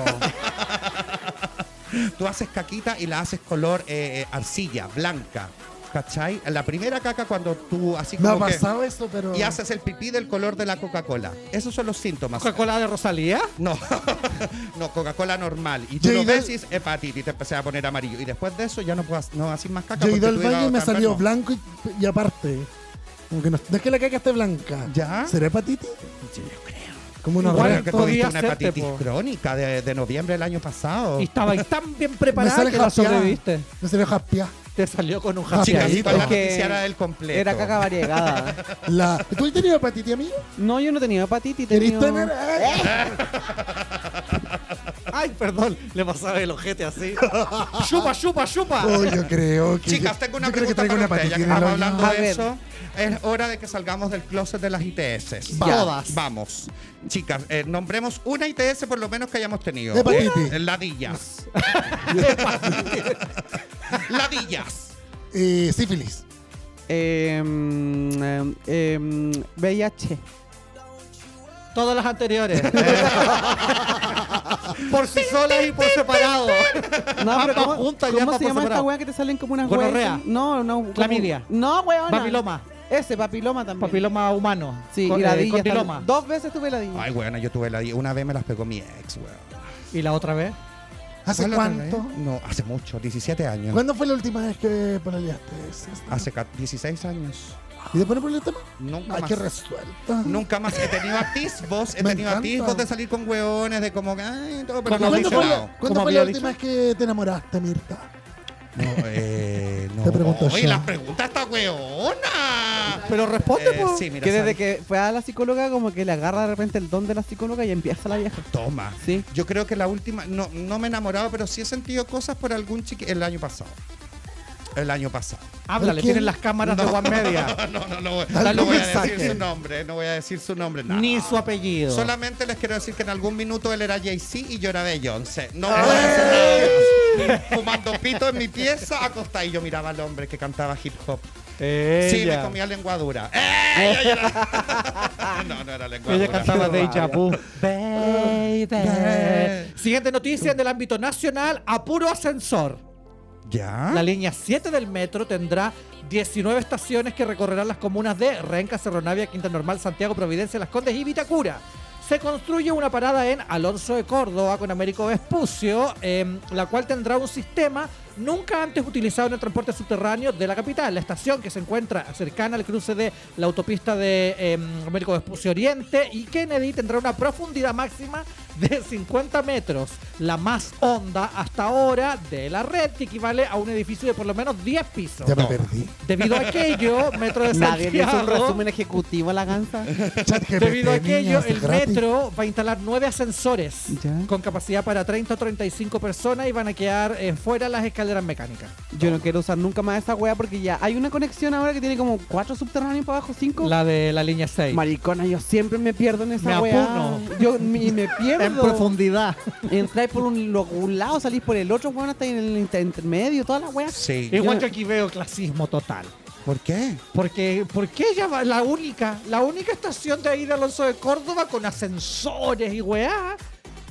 [SPEAKER 1] tú haces caquita y la haces color eh, eh, arcilla, blanca. ¿Cachai? La primera caca cuando tú así
[SPEAKER 3] Me
[SPEAKER 1] como
[SPEAKER 3] ha
[SPEAKER 1] que-
[SPEAKER 3] pasado eso, pero.
[SPEAKER 1] y haces el pipí del color de la Coca-Cola. Esos son los síntomas.
[SPEAKER 2] Coca-Cola de Rosalía.
[SPEAKER 1] No, no, Coca-Cola normal. Y tú
[SPEAKER 3] Yo he
[SPEAKER 1] lo
[SPEAKER 3] ido
[SPEAKER 1] ves
[SPEAKER 3] al-
[SPEAKER 1] y es hepatitis, te empecé a poner amarillo. Y después de eso ya no puedas, no haces más caca.
[SPEAKER 3] Yo he
[SPEAKER 1] porque
[SPEAKER 3] ido al
[SPEAKER 1] tú ibas
[SPEAKER 3] baño y me
[SPEAKER 1] otra
[SPEAKER 3] salió
[SPEAKER 1] enfermo.
[SPEAKER 3] blanco y, y aparte. Como que no, no es que la caca esté blanca.
[SPEAKER 1] ¿Ya?
[SPEAKER 3] ¿Será hepatitis?
[SPEAKER 1] Sí, yo creo.
[SPEAKER 3] Como una
[SPEAKER 2] Igual
[SPEAKER 1] Bueno,
[SPEAKER 3] wea.
[SPEAKER 1] que
[SPEAKER 2] podía
[SPEAKER 1] tuviste una
[SPEAKER 2] hacerte,
[SPEAKER 1] hepatitis
[SPEAKER 2] po.
[SPEAKER 1] crónica de, de noviembre del año pasado.
[SPEAKER 2] Y estaba ahí tan bien
[SPEAKER 3] Me
[SPEAKER 2] preparada
[SPEAKER 3] sale
[SPEAKER 2] que la
[SPEAKER 3] jaspeada.
[SPEAKER 2] sobreviviste.
[SPEAKER 3] Me salió jaspeada.
[SPEAKER 2] Te salió con un
[SPEAKER 1] Chicas,
[SPEAKER 2] happy
[SPEAKER 1] sí,
[SPEAKER 2] ahí.
[SPEAKER 1] con la
[SPEAKER 4] Es que
[SPEAKER 1] noticiara del completo.
[SPEAKER 4] Era caca variegada.
[SPEAKER 3] La... ¿Tú has tenido hepatitis, amigo?
[SPEAKER 4] No, yo no tenía hepatitis.
[SPEAKER 3] ¿Querís
[SPEAKER 4] Tenía...
[SPEAKER 3] tener? ¡Eh!
[SPEAKER 2] Ay, perdón, le pasaba el ojete así. ¡Chupa, chupa, chupa!
[SPEAKER 3] Oh, yo creo que.
[SPEAKER 1] Chicas, tengo una pregunta
[SPEAKER 3] tengo
[SPEAKER 1] para ustedes, ya que
[SPEAKER 3] en Ah, el
[SPEAKER 1] estamos
[SPEAKER 3] hoyo.
[SPEAKER 1] hablando
[SPEAKER 4] A
[SPEAKER 1] de
[SPEAKER 4] ver.
[SPEAKER 1] eso. Es hora de que salgamos del closet de las ITS.
[SPEAKER 2] Va.
[SPEAKER 1] Ya.
[SPEAKER 2] Todas.
[SPEAKER 1] Vamos. Chicas, eh, nombremos una ITS por lo menos que hayamos tenido.
[SPEAKER 3] Hepatitis.
[SPEAKER 1] Eh, ladillas. ladillas.
[SPEAKER 3] Eh, sífilis.
[SPEAKER 4] Eh, mm, eh, eh, mm, VIH.
[SPEAKER 2] Todas las anteriores. por sí solas y por separado.
[SPEAKER 4] No,
[SPEAKER 2] Ambas
[SPEAKER 4] pero ¿cómo,
[SPEAKER 2] juntas, ya
[SPEAKER 4] ¿cómo
[SPEAKER 2] ambas
[SPEAKER 4] se
[SPEAKER 2] por
[SPEAKER 4] llama esta
[SPEAKER 2] separado.
[SPEAKER 4] weá que te salen como unas
[SPEAKER 2] Gonorrea.
[SPEAKER 4] weas? No, no. como-
[SPEAKER 2] Clamidia.
[SPEAKER 4] No, weón.
[SPEAKER 2] Papiloma.
[SPEAKER 4] Ese, papiloma también.
[SPEAKER 2] Papiloma humano.
[SPEAKER 4] Sí,
[SPEAKER 2] Con-
[SPEAKER 4] y
[SPEAKER 2] eh,
[SPEAKER 4] ladilla.
[SPEAKER 2] condiloma.
[SPEAKER 4] también. Dos veces tuve ladilla.
[SPEAKER 1] Ay, bueno, yo tuve ladillas. Una vez me las pegó mi ex, weón.
[SPEAKER 2] ¿Y la otra vez?
[SPEAKER 3] ¿Hace
[SPEAKER 1] ¿Cuál otra
[SPEAKER 3] cuánto?
[SPEAKER 1] vez? No, hace mucho, 17 años.
[SPEAKER 3] ¿Cuándo fue la última vez que pololeaste?
[SPEAKER 1] Hace ca- 16 años.
[SPEAKER 2] Ah.
[SPEAKER 3] ¿Y después no pololeaste más?
[SPEAKER 1] Nunca
[SPEAKER 3] Ay,
[SPEAKER 1] más.
[SPEAKER 3] qué resuelta.
[SPEAKER 1] Nunca más he tenido atisbos, he
[SPEAKER 3] Me
[SPEAKER 1] tenido
[SPEAKER 3] encanta.
[SPEAKER 1] atisbos de salir con hueones, de como, ay, todo, pero no
[SPEAKER 2] Como
[SPEAKER 3] ¿Cuándo
[SPEAKER 2] dice-
[SPEAKER 1] hice
[SPEAKER 3] fue,
[SPEAKER 1] nada.
[SPEAKER 3] la,
[SPEAKER 2] Como
[SPEAKER 3] cuándo fue
[SPEAKER 2] había
[SPEAKER 3] la
[SPEAKER 2] dicho.
[SPEAKER 3] última vez que te enamoraste, Mirta?
[SPEAKER 1] No, eh, no.
[SPEAKER 3] Te pregunto
[SPEAKER 1] Oye,
[SPEAKER 3] yo.
[SPEAKER 1] la pregunta está hueona.
[SPEAKER 2] Pero responde,
[SPEAKER 1] Eh,
[SPEAKER 3] pues.
[SPEAKER 2] po.
[SPEAKER 1] sí, mira,
[SPEAKER 4] pues. que desde
[SPEAKER 1] ¿sabes?
[SPEAKER 4] que fue a la psicóloga, como que le agarra de repente el don de la psicóloga y empieza la vieja.
[SPEAKER 1] Toma.
[SPEAKER 4] Sí.
[SPEAKER 1] Yo creo que la última, no, no me he enamorado, pero sí he sentido cosas por algún chiqui el año pasado. El año pasado.
[SPEAKER 2] Háblale,
[SPEAKER 3] ¿Quién?
[SPEAKER 2] tienen las cámaras de One Media.
[SPEAKER 1] No, no, no,
[SPEAKER 3] Dale
[SPEAKER 1] no
[SPEAKER 3] un
[SPEAKER 1] voy a
[SPEAKER 3] mensaje.
[SPEAKER 1] decir su nombre, no voy a decir su nombre, nada.
[SPEAKER 2] Ni su apellido.
[SPEAKER 1] Solamente les quiero decir que en algún minuto él era Jay-Z y yo era Beyoncé. No
[SPEAKER 3] ¡Ay!
[SPEAKER 1] puedo hacer nada. Fumando pito en mi pieza, acostada. Y yo miraba al hombre que cantaba hip hop. Sí, me
[SPEAKER 2] Ella.
[SPEAKER 1] comía lengua dura. ¡Eh! Yo- yo era- no, no era lengua
[SPEAKER 2] Ella
[SPEAKER 1] dura.
[SPEAKER 2] cantaba
[SPEAKER 4] Qué
[SPEAKER 2] Deja
[SPEAKER 4] rabia.
[SPEAKER 2] Vu. Baby. Siguiente noticia del ámbito nacional. Apuro ascensor.
[SPEAKER 1] ¿Ya?
[SPEAKER 2] La línea 7 del metro tendrá 19 estaciones que recorrerán las comunas de Renca, Cerronavia, Quinta Normal, Santiago, Providencia, Las Condes y Vitacura. Se construye una parada en Alonso de Córdoba con Américo Vespucio, em, la cual tendrá un sistema nunca antes utilizado en el transporte subterráneo de la capital. La estación que se encuentra cercana al cruce de la autopista de em, Américo Vespucio Oriente y Kennedy tendrá una profundidad máxima de 50 metros, la más honda hasta ahora de la red, que equivale a un edificio de por lo menos 10 pisos.
[SPEAKER 3] Ya me
[SPEAKER 1] No.
[SPEAKER 3] perdí.
[SPEAKER 2] Debido a aquello, Metro de
[SPEAKER 4] Nadie le hizo un
[SPEAKER 2] Santiago.
[SPEAKER 4] resumen ejecutivo a la ganza.
[SPEAKER 3] Chat GPT,
[SPEAKER 2] Debido a aquello,
[SPEAKER 3] niñas,
[SPEAKER 2] el
[SPEAKER 3] gratis.
[SPEAKER 2] metro va a instalar nueve ascensores
[SPEAKER 4] Ya.
[SPEAKER 2] con capacidad para 30 o 35 personas y van a quedar eh, fuera las escaleras mecánicas.
[SPEAKER 4] Yo no quiero usar nunca más esa wea porque ya hay una conexión ahora que tiene como cuatro subterráneos para abajo, cinco.
[SPEAKER 2] La de la línea 6.
[SPEAKER 4] Maricona, yo siempre me pierdo en esa
[SPEAKER 2] Me
[SPEAKER 4] wea.
[SPEAKER 2] apuro.
[SPEAKER 4] Yo me, y me
[SPEAKER 2] En
[SPEAKER 4] pierdo.
[SPEAKER 2] profundidad.
[SPEAKER 4] Entráis por un, lo- un lado, salís por el otro, weón, hasta en el inter- intermedio, toda la wea.
[SPEAKER 1] Sí.
[SPEAKER 2] Igual
[SPEAKER 4] no-
[SPEAKER 2] yo aquí veo clasismo total.
[SPEAKER 1] ¿Por qué?
[SPEAKER 2] Porque, porque ella va, la única, la única estación de ahí de Alonso de Córdoba con ascensores y weá.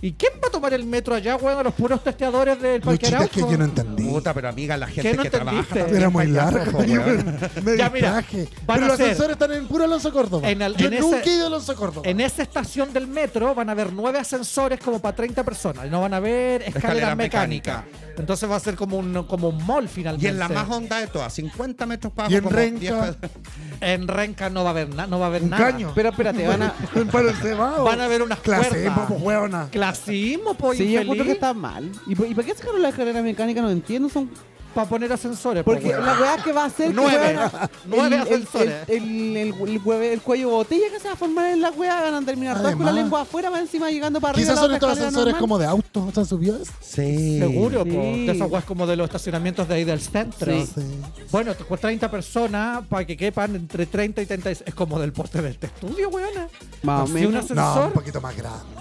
[SPEAKER 2] ¿Y quién va a tomar el metro allá, weón? A los puros testeadores del Parque
[SPEAKER 3] Luchita, es
[SPEAKER 2] Arauco.
[SPEAKER 3] que yo no entendí.
[SPEAKER 1] Puta, pero amiga, la gente
[SPEAKER 2] ¿Qué no
[SPEAKER 1] que trabaja.
[SPEAKER 2] entendiste?
[SPEAKER 3] Era muy
[SPEAKER 1] payaso,
[SPEAKER 3] largo.
[SPEAKER 1] po, Eh, weón.
[SPEAKER 3] Me
[SPEAKER 2] Ya, mira,
[SPEAKER 3] distraje.
[SPEAKER 2] van
[SPEAKER 3] Pero
[SPEAKER 2] a
[SPEAKER 3] los
[SPEAKER 2] ser-
[SPEAKER 3] ascensores están en puro Alonso Córdoba.
[SPEAKER 2] En al-
[SPEAKER 3] Yo
[SPEAKER 2] en ese-
[SPEAKER 3] nunca he ido a Alonso Córdoba.
[SPEAKER 2] En esa estación del metro van a haber nueve ascensores como para 30 personas. No van a haber escaleras
[SPEAKER 1] Escalera
[SPEAKER 2] mecánicas.
[SPEAKER 1] mecánica.
[SPEAKER 2] Entonces va a ser como un, como un mall finalmente.
[SPEAKER 1] Y en la más honda de todas, 50 metros para
[SPEAKER 3] Y
[SPEAKER 1] abajo.
[SPEAKER 3] en
[SPEAKER 1] como 10
[SPEAKER 3] Renca,
[SPEAKER 1] pa-
[SPEAKER 2] En Renca no va a haber, nada no va a haber
[SPEAKER 3] Un
[SPEAKER 2] nada.
[SPEAKER 3] caño.
[SPEAKER 4] Pero espérate, van a.
[SPEAKER 3] Para el cebado.
[SPEAKER 2] Van a ver unas
[SPEAKER 3] clases,
[SPEAKER 2] cuerdas.
[SPEAKER 3] pues, hueona.
[SPEAKER 2] Clasismo, po,
[SPEAKER 4] Sí, yo encuentro
[SPEAKER 2] infeliz.
[SPEAKER 4] que está mal. ¿Y, por- y para qué sacaron la carrera mecánica? No entiendo. Son
[SPEAKER 2] Para poner ascensores. po,
[SPEAKER 4] Porque
[SPEAKER 2] weón.
[SPEAKER 4] la weá que va a hacer que
[SPEAKER 2] Nueve.
[SPEAKER 4] weón, a-
[SPEAKER 2] Nueve
[SPEAKER 4] el- el-
[SPEAKER 2] ascensores.
[SPEAKER 4] El, el, el, el hue- el cuello botella que se va a formar en la weá van a terminar todas con la
[SPEAKER 3] Además.
[SPEAKER 4] lengua afuera, va encima llegando para arriba.
[SPEAKER 3] Quizás
[SPEAKER 4] la
[SPEAKER 3] son
[SPEAKER 4] otra
[SPEAKER 3] estos
[SPEAKER 4] escalera
[SPEAKER 3] ascensores
[SPEAKER 4] normal.
[SPEAKER 3] como de autos, ¿se subió este, eso?
[SPEAKER 1] Sí.
[SPEAKER 2] Seguro, po.
[SPEAKER 4] Sí.
[SPEAKER 2] De esas weas como de los estacionamientos de ahí del centro.
[SPEAKER 4] Sí.
[SPEAKER 3] Sí.
[SPEAKER 2] Bueno, te cuesta 30 personas para que quepan entre 30 y 30. Es como del porte de este estudio, weona.
[SPEAKER 4] Más o
[SPEAKER 1] Pues,
[SPEAKER 2] Así
[SPEAKER 4] menos.
[SPEAKER 2] un
[SPEAKER 3] No,
[SPEAKER 2] ascensor.
[SPEAKER 3] un poquito más grande.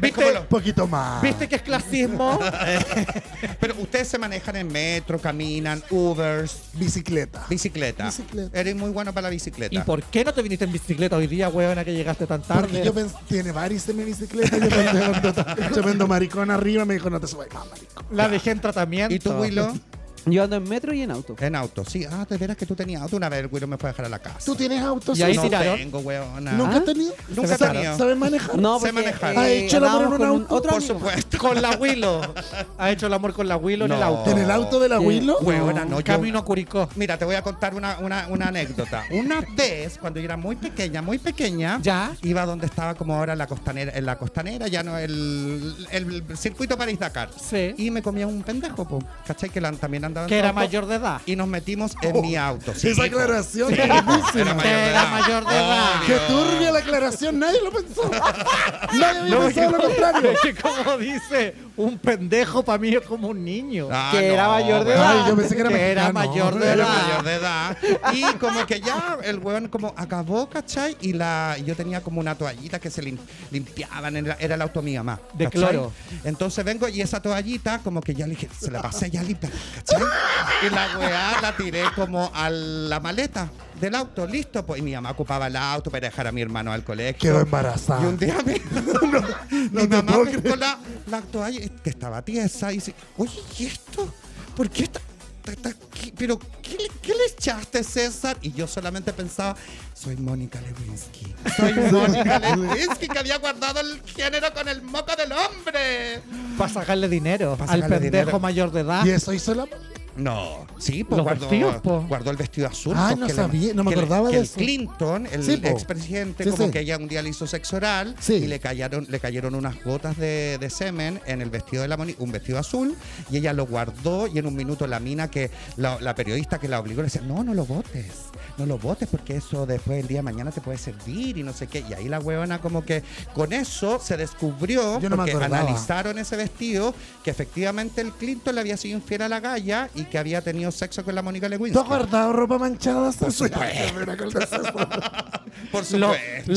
[SPEAKER 1] ¿Viste?
[SPEAKER 3] Un poquito más.
[SPEAKER 2] ¿Viste que es clasismo?
[SPEAKER 1] Pero ustedes se manejan en metro, caminan, Ubers,
[SPEAKER 3] Bicicleta.
[SPEAKER 1] bicicleta.
[SPEAKER 3] Bicicleta.
[SPEAKER 1] Eres muy bueno para la bicicleta.
[SPEAKER 2] ¿Y por qué no te viniste en bicicleta hoy día, weona, que llegaste tan tarde?
[SPEAKER 3] Porque yo pensé, tiene varices mi bicicleta. Yo pensé, tremendo maricón arriba. Me dijo, no te subas más, maricón.
[SPEAKER 2] La dejé en tratamiento.
[SPEAKER 1] ¿Y tú, Willow?
[SPEAKER 4] Yo ando en metro y en auto.
[SPEAKER 1] En auto. Sí, ah, de veras que tú tenías auto. Una vez el Willow me fue a dejar a la casa.
[SPEAKER 3] ¿Tú tienes autos?
[SPEAKER 2] Y ahí
[SPEAKER 1] no
[SPEAKER 2] tiraron.
[SPEAKER 1] tengo, weona.
[SPEAKER 3] ¿Nunca
[SPEAKER 4] ¿Ah?
[SPEAKER 3] has tenido?
[SPEAKER 1] Nunca he
[SPEAKER 3] ¿Sabes-
[SPEAKER 1] tenido.
[SPEAKER 3] ¿Sabes manejar?
[SPEAKER 4] No,
[SPEAKER 1] Sé
[SPEAKER 4] porque,
[SPEAKER 1] manejar.
[SPEAKER 4] eh,
[SPEAKER 3] Ha hecho el amor en
[SPEAKER 4] andábamos
[SPEAKER 3] un auto.
[SPEAKER 4] con otro
[SPEAKER 1] Por
[SPEAKER 4] amigo.
[SPEAKER 1] supuesto.
[SPEAKER 2] Con la Willow. Ha hecho el amor con la Willow en el
[SPEAKER 1] No.
[SPEAKER 2] auto.
[SPEAKER 3] ¿En el auto del abuelo?
[SPEAKER 4] Bueno.
[SPEAKER 1] Weona, no, yo-
[SPEAKER 2] Camino a Curicó.
[SPEAKER 1] Mira, te voy a contar una, una, una anécdota. Una vez, cuando yo era muy pequeña, muy pequeña,
[SPEAKER 2] Ya.
[SPEAKER 1] iba donde estaba como ahora la costanera, en la costanera, ya no el, el, circuito París Dakar.
[SPEAKER 2] Sí.
[SPEAKER 1] Y me comía un pendejo, po, ¿cachai? Que la- también andaba en
[SPEAKER 2] Que era
[SPEAKER 1] auto.
[SPEAKER 2] mayor de edad.
[SPEAKER 1] Y nos metimos en mi auto. sí, po.
[SPEAKER 3] Esa aclaración
[SPEAKER 1] Sí,
[SPEAKER 3] es
[SPEAKER 1] era
[SPEAKER 3] buenísima.
[SPEAKER 1] mayor de
[SPEAKER 2] Era
[SPEAKER 1] edad.
[SPEAKER 2] mayor de edad.
[SPEAKER 1] Oh,
[SPEAKER 3] Qué
[SPEAKER 1] Dios.
[SPEAKER 3] turbia la aclaración, nadie lo pensó. Nadie había
[SPEAKER 2] No,
[SPEAKER 3] pensado lo
[SPEAKER 2] porque-
[SPEAKER 3] contrario.
[SPEAKER 2] es que como dice, un pendejo para mí es como un niño.
[SPEAKER 1] Ah,
[SPEAKER 4] Que era mayor de
[SPEAKER 1] weón.
[SPEAKER 4] edad.
[SPEAKER 3] Ay, yo pensé que era,
[SPEAKER 2] Que era
[SPEAKER 3] mexicano.
[SPEAKER 2] mayor de
[SPEAKER 1] Era
[SPEAKER 2] edad.
[SPEAKER 1] mayor de edad. Y como que ya el weón como acabó, ¿cachai? Y la, yo tenía como una toallita que se lim- limpiaban, en la- era el auto de mi mamá.
[SPEAKER 2] De
[SPEAKER 1] ¿cachai?
[SPEAKER 2] cloro.
[SPEAKER 1] Entonces vengo y esa toallita como que ya le dije, se la pasé ya limpia, ¿cachai? Y la weá la tiré como a la maleta del auto, listo. Pues y mi mamá ocupaba el auto para dejar a mi hermano al colegio.
[SPEAKER 3] Quedó embarazada.
[SPEAKER 1] Y un día mi, mi
[SPEAKER 3] te
[SPEAKER 1] mamá
[SPEAKER 3] puedo
[SPEAKER 1] pescó la, la toalla eh, que estaba tiesa y dice, oye, ¿y esto? ¿Por qué está...? está- está- qué- ¿Pero ¿qué le, qué le echaste, César? Y yo solamente pensaba, soy Mónica Lewinsky. Soy Mónica Lewinsky que había guardado el género con el moco del hombre.
[SPEAKER 2] Para sacarle dinero
[SPEAKER 1] Pa'
[SPEAKER 2] al
[SPEAKER 1] sacarle
[SPEAKER 2] pendejo
[SPEAKER 1] dinero.
[SPEAKER 2] mayor de edad.
[SPEAKER 3] Y eso hizo la.
[SPEAKER 1] No, sí, pues
[SPEAKER 2] Los
[SPEAKER 1] guardó,
[SPEAKER 2] vestidos, po.
[SPEAKER 1] guardó el vestido azul.
[SPEAKER 3] Ah,
[SPEAKER 1] pues,
[SPEAKER 3] no
[SPEAKER 1] que le-
[SPEAKER 3] sabía, no me
[SPEAKER 1] que le-
[SPEAKER 3] acordaba
[SPEAKER 1] que
[SPEAKER 3] de
[SPEAKER 1] el
[SPEAKER 3] eso.
[SPEAKER 1] Clinton, el
[SPEAKER 3] Sí, po.
[SPEAKER 1] expresidente,
[SPEAKER 3] Sí,
[SPEAKER 1] como
[SPEAKER 3] sí.
[SPEAKER 1] que ella un día le hizo sexo oral
[SPEAKER 3] Sí.
[SPEAKER 1] y le cayeron, le cayeron unas gotas de, de semen en el vestido de la Moni, un vestido azul, y ella lo guardó y en un minuto la mina que, la, la periodista que la obligó le decía, no, no lo botes, no lo botes porque eso después el día de mañana te puede servir y no sé qué. Y ahí la huevona como que con eso se descubrió,
[SPEAKER 3] Yo no me
[SPEAKER 1] porque
[SPEAKER 3] acordaba.
[SPEAKER 1] analizaron usaron ese vestido que efectivamente el Clinton le había sido infiel a la galla y que había tenido sexo con la Mónica
[SPEAKER 3] ¿Tú has
[SPEAKER 1] Lewinsky.
[SPEAKER 3] guardado ropa manchada hasta su Yo
[SPEAKER 1] Por
[SPEAKER 2] Lo-
[SPEAKER 1] supuesto.
[SPEAKER 2] los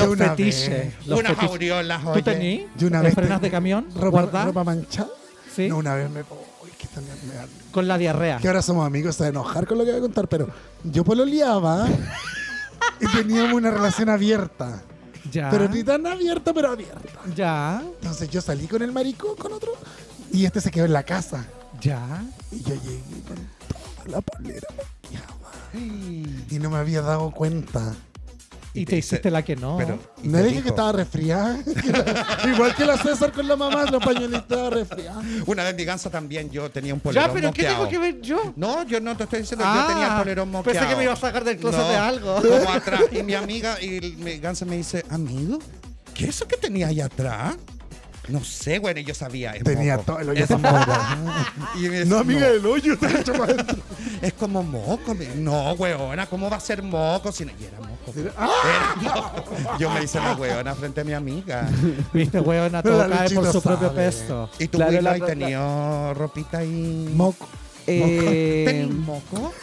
[SPEAKER 3] Yo una
[SPEAKER 2] fetiches.
[SPEAKER 3] vez.
[SPEAKER 2] Los
[SPEAKER 1] Unas
[SPEAKER 2] fetiches.
[SPEAKER 1] aureolas,
[SPEAKER 2] ¿Tú
[SPEAKER 1] oye.
[SPEAKER 2] tení?
[SPEAKER 3] una
[SPEAKER 2] ¿De
[SPEAKER 3] vez.
[SPEAKER 2] frenas
[SPEAKER 3] tengo-
[SPEAKER 2] de camión?
[SPEAKER 3] ¿Ropa,
[SPEAKER 2] ¿Guardá?
[SPEAKER 3] ropa manchada?
[SPEAKER 2] Sí.
[SPEAKER 3] No, una vez me. Uy, que también me da-
[SPEAKER 2] Con la diarrea.
[SPEAKER 3] Que ahora somos amigos, se va a enojar con lo que voy a contar, pero yo pololeaba y teníamos una relación abierta.
[SPEAKER 2] Ya.
[SPEAKER 3] Pero ni tan abierta, pero abierta.
[SPEAKER 2] Ya.
[SPEAKER 3] Entonces yo salí con el maricón, con otro, y este se quedó en la casa.
[SPEAKER 2] Ya.
[SPEAKER 3] Y yo llegué con toda la polera maquillada. Y no me había dado cuenta.
[SPEAKER 2] Y,
[SPEAKER 1] Y
[SPEAKER 2] te,
[SPEAKER 1] te hice-
[SPEAKER 2] hiciste la que no.
[SPEAKER 1] Pero, y
[SPEAKER 3] No
[SPEAKER 1] te
[SPEAKER 3] dije que
[SPEAKER 1] dijo,
[SPEAKER 3] estaba resfriada. Igual que la César con la mamá, la pañuelita estaba resfriada.
[SPEAKER 1] Una vez mi ganso también yo tenía un polerón
[SPEAKER 2] ya, pero ¿qué
[SPEAKER 1] moqueado.
[SPEAKER 2] tengo que ver yo?
[SPEAKER 1] No, yo no te estoy diciendo
[SPEAKER 2] Ah,
[SPEAKER 1] yo tenía el polerón moqueado.
[SPEAKER 2] pensé que me iba a sacar del closet de algo.
[SPEAKER 1] Como atrás. Y mi amiga, y el- mi ganso me dice, amigo, ¿qué es eso que tenía ahí atrás? No sé, bueno, y yo sabía. es
[SPEAKER 3] Tenía
[SPEAKER 1] moco.
[SPEAKER 3] todo el hoyo
[SPEAKER 1] Es-
[SPEAKER 3] zamora.
[SPEAKER 1] y me dice,
[SPEAKER 3] No, amiga del hoyo, está hecho para adentro.
[SPEAKER 1] Es como moco. me- No, weona, ¿cómo va a ser moco? Si no- Y era moco. Era moco. Yo me hice la weona frente a mi amiga.
[SPEAKER 2] Viste, weona,
[SPEAKER 3] Pero
[SPEAKER 2] todo
[SPEAKER 3] la
[SPEAKER 2] cae por
[SPEAKER 3] Luchito
[SPEAKER 2] su propio
[SPEAKER 3] sabe.
[SPEAKER 2] peso.
[SPEAKER 1] ¿Y tú,
[SPEAKER 4] Claro,
[SPEAKER 1] Willow,
[SPEAKER 4] la-
[SPEAKER 1] has
[SPEAKER 4] la-
[SPEAKER 1] tenido ropita y
[SPEAKER 3] Moco.
[SPEAKER 4] Eh,
[SPEAKER 1] ¿Tenís moco?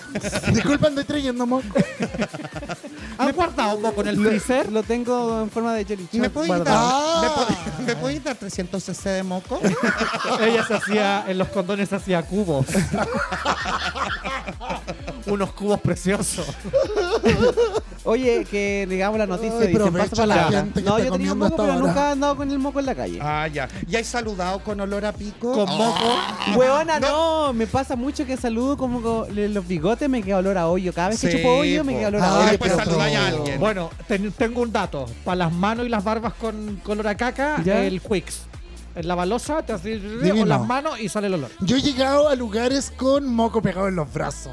[SPEAKER 3] Disculpa, estoy trayendo moco.
[SPEAKER 2] ¿Has guardado moco en el freezer?
[SPEAKER 4] lo tengo en forma de jelly
[SPEAKER 1] ¿Me
[SPEAKER 4] shot
[SPEAKER 1] puedes dar,
[SPEAKER 4] guardado.
[SPEAKER 1] ¿me po- ¿me podéis dar 300 cc de moco?
[SPEAKER 2] Ella se hacía, en los condones se hacía cubos. Unos cubos preciosos.
[SPEAKER 4] Oye, que digamos la noticia
[SPEAKER 3] Ay,
[SPEAKER 4] y dicen
[SPEAKER 3] aprovecha
[SPEAKER 4] paso para
[SPEAKER 3] la
[SPEAKER 4] la
[SPEAKER 3] gente que
[SPEAKER 4] No,
[SPEAKER 3] está
[SPEAKER 4] yo tenía un
[SPEAKER 3] comiendo
[SPEAKER 4] moco, pero
[SPEAKER 3] hasta ahora.
[SPEAKER 4] nunca he andado con el moco en la calle.
[SPEAKER 1] Ah, ya. ¿Y has saludado con olor a pico?
[SPEAKER 2] Con
[SPEAKER 3] Oh.
[SPEAKER 1] Ah,
[SPEAKER 2] moco.
[SPEAKER 4] Huevona, no. me pasa mucho que saludo como con le- los bigotes me queda olor a hoyo. Cada vez que
[SPEAKER 1] Sí,
[SPEAKER 4] chupo hoyo me
[SPEAKER 1] po.
[SPEAKER 4] queda olor
[SPEAKER 1] Ah,
[SPEAKER 4] a
[SPEAKER 3] Ay,
[SPEAKER 4] hoyo.
[SPEAKER 1] después
[SPEAKER 3] pero-
[SPEAKER 1] saludáis a alguien.
[SPEAKER 2] Bueno, ten- tengo un dato. Para las manos y las barbas con color a caca,
[SPEAKER 4] ¿Ya?
[SPEAKER 2] el Quicks. en la balosa, te haces
[SPEAKER 3] Divino.
[SPEAKER 2] con las manos y sale el olor.
[SPEAKER 3] Yo he llegado a lugares con moco pegado en los brazos.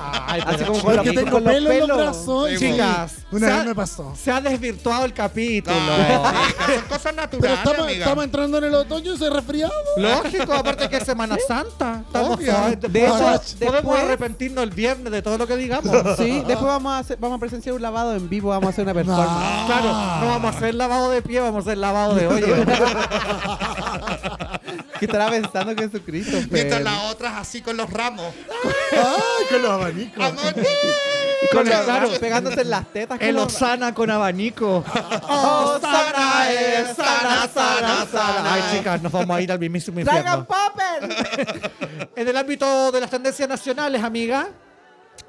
[SPEAKER 2] Ay,
[SPEAKER 4] Así
[SPEAKER 2] pero
[SPEAKER 4] como con la-
[SPEAKER 3] Porque tengo
[SPEAKER 4] con los
[SPEAKER 3] pelo en los
[SPEAKER 4] pelos.
[SPEAKER 3] brazos.
[SPEAKER 1] Sí,
[SPEAKER 3] sí.
[SPEAKER 2] Chicas,
[SPEAKER 3] Una
[SPEAKER 2] se ha-
[SPEAKER 3] vez me pasó.
[SPEAKER 2] se ha desvirtuado el capítulo.
[SPEAKER 1] Ay, chicas, Ah, son cosas
[SPEAKER 3] Pero
[SPEAKER 1] naturales,
[SPEAKER 3] estamos,
[SPEAKER 1] amiga.
[SPEAKER 3] estamos entrando en el otoño y soy resfriado.
[SPEAKER 2] Lógico, aparte que es Semana Santa. Estamos
[SPEAKER 3] Obvio.
[SPEAKER 2] ah,
[SPEAKER 3] De
[SPEAKER 2] de
[SPEAKER 3] hecho,
[SPEAKER 2] podemos
[SPEAKER 4] después-
[SPEAKER 2] arrepentirnos el viernes de todo lo que digamos.
[SPEAKER 4] Sí, después vamos a, hacer- vamos a presenciar un lavado en vivo, vamos a hacer una performance.
[SPEAKER 3] Ah.
[SPEAKER 2] Claro, no vamos a hacer lavado de pie, vamos a hacer lavado de hoyo.
[SPEAKER 4] ¿Qué estará pensando que Jesucristo?
[SPEAKER 1] Mientras
[SPEAKER 4] Fer?
[SPEAKER 1] las otras así con los ramos.
[SPEAKER 3] Ay, con los abanicos.
[SPEAKER 1] Amor,
[SPEAKER 4] Con los-
[SPEAKER 2] Claro.
[SPEAKER 4] pegándose en las tetas.
[SPEAKER 2] El
[SPEAKER 4] como-
[SPEAKER 2] Osana con abanico.
[SPEAKER 4] Oh, sana, eh, sana, sana, sana.
[SPEAKER 2] Ay, chicas, nos vamos a ir al mismísimo
[SPEAKER 4] ¡Dragon
[SPEAKER 2] infierno.
[SPEAKER 4] Popper!
[SPEAKER 2] En el ámbito de las tendencias nacionales, amiga.